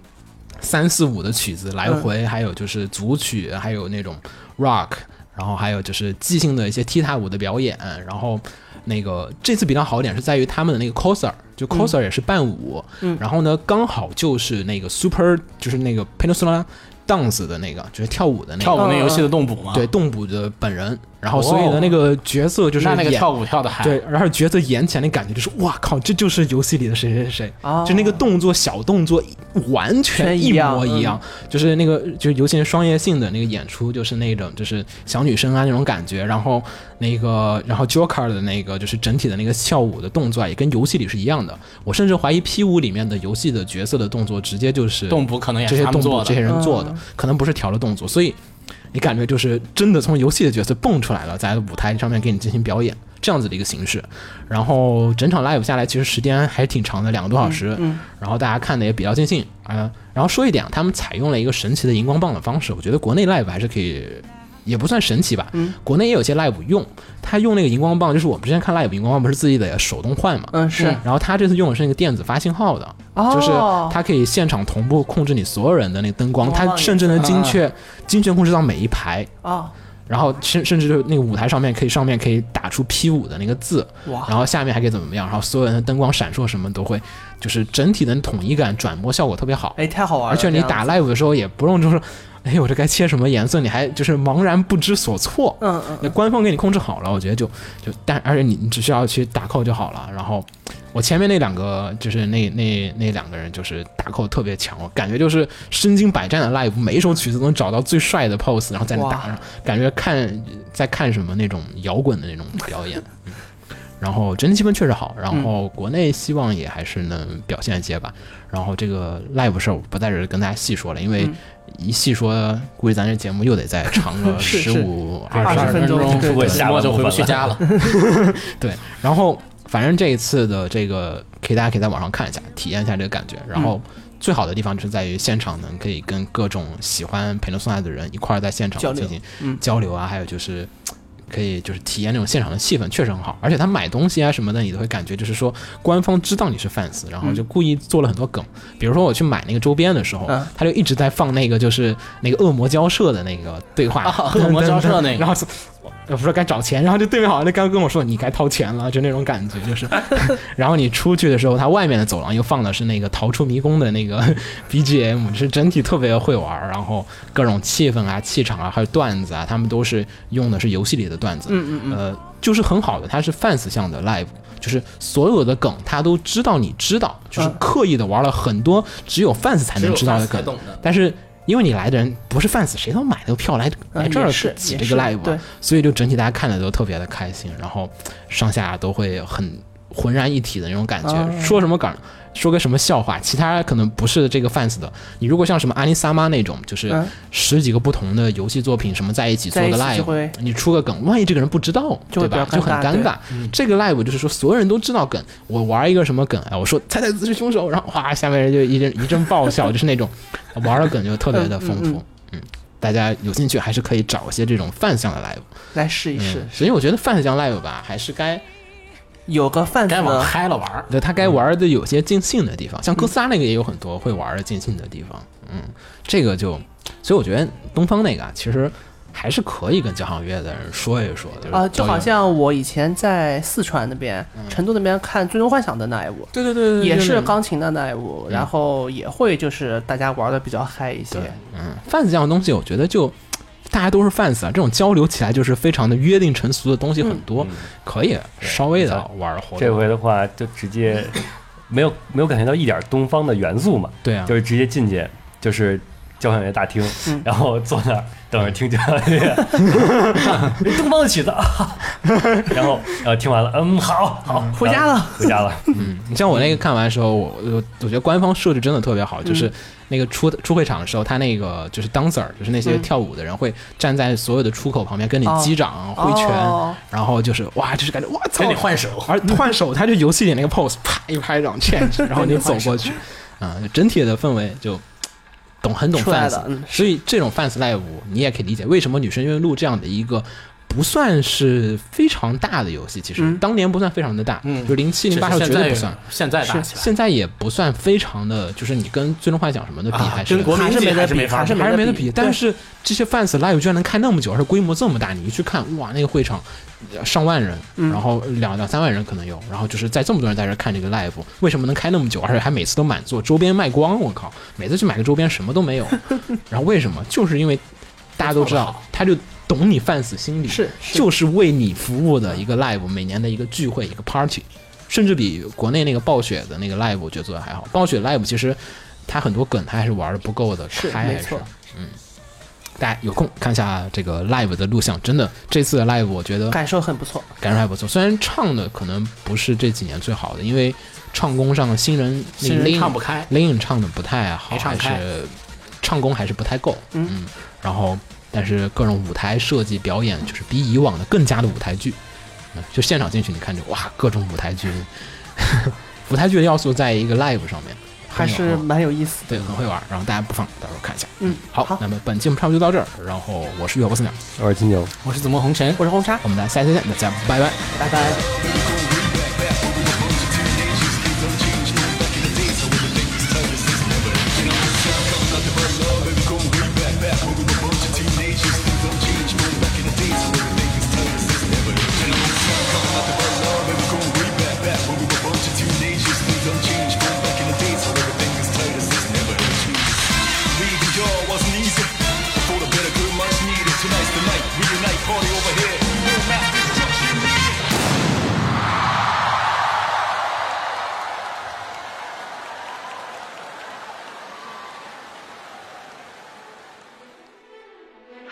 三四五的曲子来
嗯
回，还有就是组曲，还有那种 rock，然后还有就是即兴的一些踢踏舞的表演，然后那个这次比较好一点是在于他们的那个 coser，就
嗯
coser 也是伴舞，然后呢刚好就是那个 super 就是那个 Peninsula Dance 的那个就是跳舞的那
跳
个
舞那游戏的动捕嘛，
对，动捕的本人，然后所以
哦
呢那个角色就是
那那个
演
跳舞跳的还
对，然后角色演起来那感觉就是，哇靠，这就是游戏里的谁谁谁，
哦
就那个动作小动作完全
全一
一模
样嗯
一样，就是那个就是尤其是双叶性的那个演出，就是那种就是小女生啊那种感觉，然后那个然后 Joker 的那个就是整体的那个跳舞的动作啊，也跟游戏里是一样的，我甚至怀疑 P 五里面的游戏的角色的动作直接就是
动捕可能也
这
是
些
他
动
们
作
做
这些
的。
人做的，可能不是调的动作，所以你感觉就是真的从游戏的角色蹦出来了，在舞台上面给你进行表演这样子的一个形式。然后整场 live 下来，其实时间还挺长的，两个多小时，
嗯
然后大家看的也比较尽兴啊、呃然后说一点，他们采用了一个神奇的荧光棒的方式，我觉得国内 live 还是可以。也不算神奇吧，国内也有些 live 用，他用那个荧光棒，就是我们之前看 live 荧光棒不是自己得手动换嘛，
嗯是
嗯
然后他这次用的是那个电子发信号的，
哦
嗯就是它可以现场同步控制你所有人的那个灯光，
哦
它甚至能精确、
嗯
精确控制到每一排，
啊，
然后甚甚至就是那个舞台上面可以上面可以打出 P 五的那个字，
哇
然后下面还可以怎么样，然后所有人的灯光闪烁什么都会，就是整体的统一感转播效果特别好，
哎太好玩了，
而且你
这样
打 live 的时候也不用就是，哎我这该切什么颜色，你还就是茫然不知所措，
嗯嗯
那官方给你控制好了，我觉得就就但而且你你只需要去打扣就好了。然后我前面那两个就是那那那两个人就是打扣特别强，我感觉就是身经百战的 live，每一首曲子都能找到最帅的 pose，然后在那打
哇
上，感觉看在看什么那种摇滚的那种表
*laughs*
演。嗯然后整体气氛确实好，然后国内希望也还是能表现一些吧。然后这个 live 事儿我不在这儿跟大家细说了，因
嗯
为一细说，估计咱这节目又得再长个
*laughs* 是
十
是
五二
20
十
分
分钟
钟，
对
对对
周末就回不去家了。
对，然后反正这一次的这个，可以大家可以在网上看一下，体验一下这个感觉。然后最好的地方就是在于现场能可以跟各种喜欢陪着送爱的人一块儿在现场
交流
进行
嗯
嗯
交流啊，还有就是。可以就是体验那种现场的气氛，确实很好。而且他买东西啊什么的，你都会感觉就是说官方知道你是 fans，然
嗯
后就故意做了很多梗。比如说我去买那个周边的时候，
嗯
他就一直在放那个就是那个恶魔交涉的那个对话，
啊恶魔交涉那
*laughs*
个
然后我不是该找钱，然后就对面好像就刚跟我说你该掏钱了，就那种感觉，就是。然后你出去的时候，它外面的走廊又放的是那个《逃出迷宫》的那个 *laughs* BGM，就是整体特别会玩儿，然后各种气氛啊、气场啊，还有段子啊，他们都是用的是游戏里的段子，嗯嗯嗯呃，就是很好的，它是 fans 向的 live。就是所有的梗，他都知道，你知道，就是刻意的玩了很多只有 fans 才能知道的
只有 fans 才
梗
懂的，
但是因为你来的人不是 fans，谁能买那个票来来
嗯
哎这儿
也是
挤
也
这
是
个 live，啊
对
所以就整体大家看的都特别的开心，然后上下都会很浑然一体的那种感觉。
啊
说什么梗，说个什么笑话，其他可能不是这个 fans 的。你如果像什么阿尼萨妈那种，就是
嗯
十几个不同的游戏作品什么在一起做
在一
个
起
live，
就会
你出个梗，万一这个人不知道，对
就会
吧？
比较
就很
尴尬
尴
对
尬。嗯这个 live 就是说所有人都知道梗，我玩一个什么梗，哎，我说猜猜谁是凶手，然后哇，下面人就一阵一阵爆笑，就是
*laughs*
那种玩的梗就特别的丰富。
嗯嗯
嗯大家有兴趣还是可以找一些这种泛向的 live。
来试一试
嗯，，所以我觉得泛向 live 吧，还是该
有个贩子
该往
呢，
嗨了玩儿，
对他该玩的有些尽兴嗯的地方，像哥斯拉那个也有很多会玩的尽兴的地方。嗯，这个就，所以我觉得东方那个啊其实还是可以跟交响乐的人说一说的
啊，就好像我以前在四川那边、成都那边看《最终幻想》的那一部，
对对嗯对对，
也
就是那
钢琴的那一部，然后也会就是大家玩的比较嗨一些。
对，嗯，fans 这样的东西，我觉得就大家都是 fans 啊，这种交流起来就是非常的约定成俗的东西
嗯
很多，可以稍微的玩儿活动
这回的话就直接没有没有感觉到一点东方的元素嘛，
对啊
就，是直接进去就是交响乐大厅，然后坐那儿等着听交响乐，东方的曲子啊， *laughs* 然后呃听完了，嗯，好好，
回家了
然后回家了，
你像我那个看完的时候，我我我觉得官方设置真的特别好，就是那个出出会场的时候，他那个就是 dancer，就是那些
嗯
跳舞的人会站在所有的出口旁边跟你
哦
击掌、挥拳，
哦
然后就是哇，就是感觉哇操
跟你，换手，
而换手他就游戏里那个 pose，啪一拍掌 change，然后你走过去，啊、整体的氛围就懂很懂
出来
fans，
了嗯
所以这种 fans live 你也可以理解为什么女生愿录这样的一个。不算是非常大的游戏，其实、
嗯
当年不算非常的大，
嗯
就零七零八时
只
候绝对
是现
不
在
算，
现在打
是
起来
现在也不算非常的，就是你跟《最终幻想》什么的比，
啊
还是
跟国民
还是
级
没得
还是
比
没法
还是
比
还是没得比。
对
但是这些 fans live 居然能开那么久，而且规模这么大，你一去看，哇，那个会场呃上万人，
嗯
然后两两三万人可能有，然后就是在这么多人在这看这个 live，为什么能开那么久，而且还每次都满座，周边卖光，我靠，每次去买个周边什么都
*laughs*
没有，然后为什么？就是因为大家都知道，他就懂你 fans 心理，
是是
就是为你服务的一个 live，每年的一个聚会，一个 party，甚至比国内那个暴雪的那个 live 我觉得做的还好。暴雪 live 其实它很多梗它还是玩的不够的
是
开，还
没
是嗯
错。
大家有空看一下这个 live 的录像，真的这次的 live 我觉得
感受很不错。
感受还不错。虽然唱的可能不是这几年最好的，因为唱功上新人那
新
个
人
Lin
唱不开
Lin 唱的不太好，
没唱
还
开
是唱功还是不太够。
嗯
然后但是各种舞台设计表演就是比以往的更加的舞台剧，嗯就现场进去你看就哇各种舞台剧， *laughs* 舞台剧的要素在一个 live 上面，
还
很有嗯
是蛮有意思的。
对很会玩。然后大家不妨到时候看一下。
嗯
好，
好
那么本期我们差不多就到这儿。然后我是月波四鸟，
我是金牛。
我是紫陌红尘，
我是红茶，
我们大家下期再见，大家拜拜。
拜拜。
leaving y'all wasn't easy. For the better good, much needed. Tonight's the night. Reunite, party over here. No map destruction needed.
《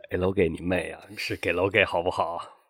哎给楼给你妹啊！是给楼给好不好？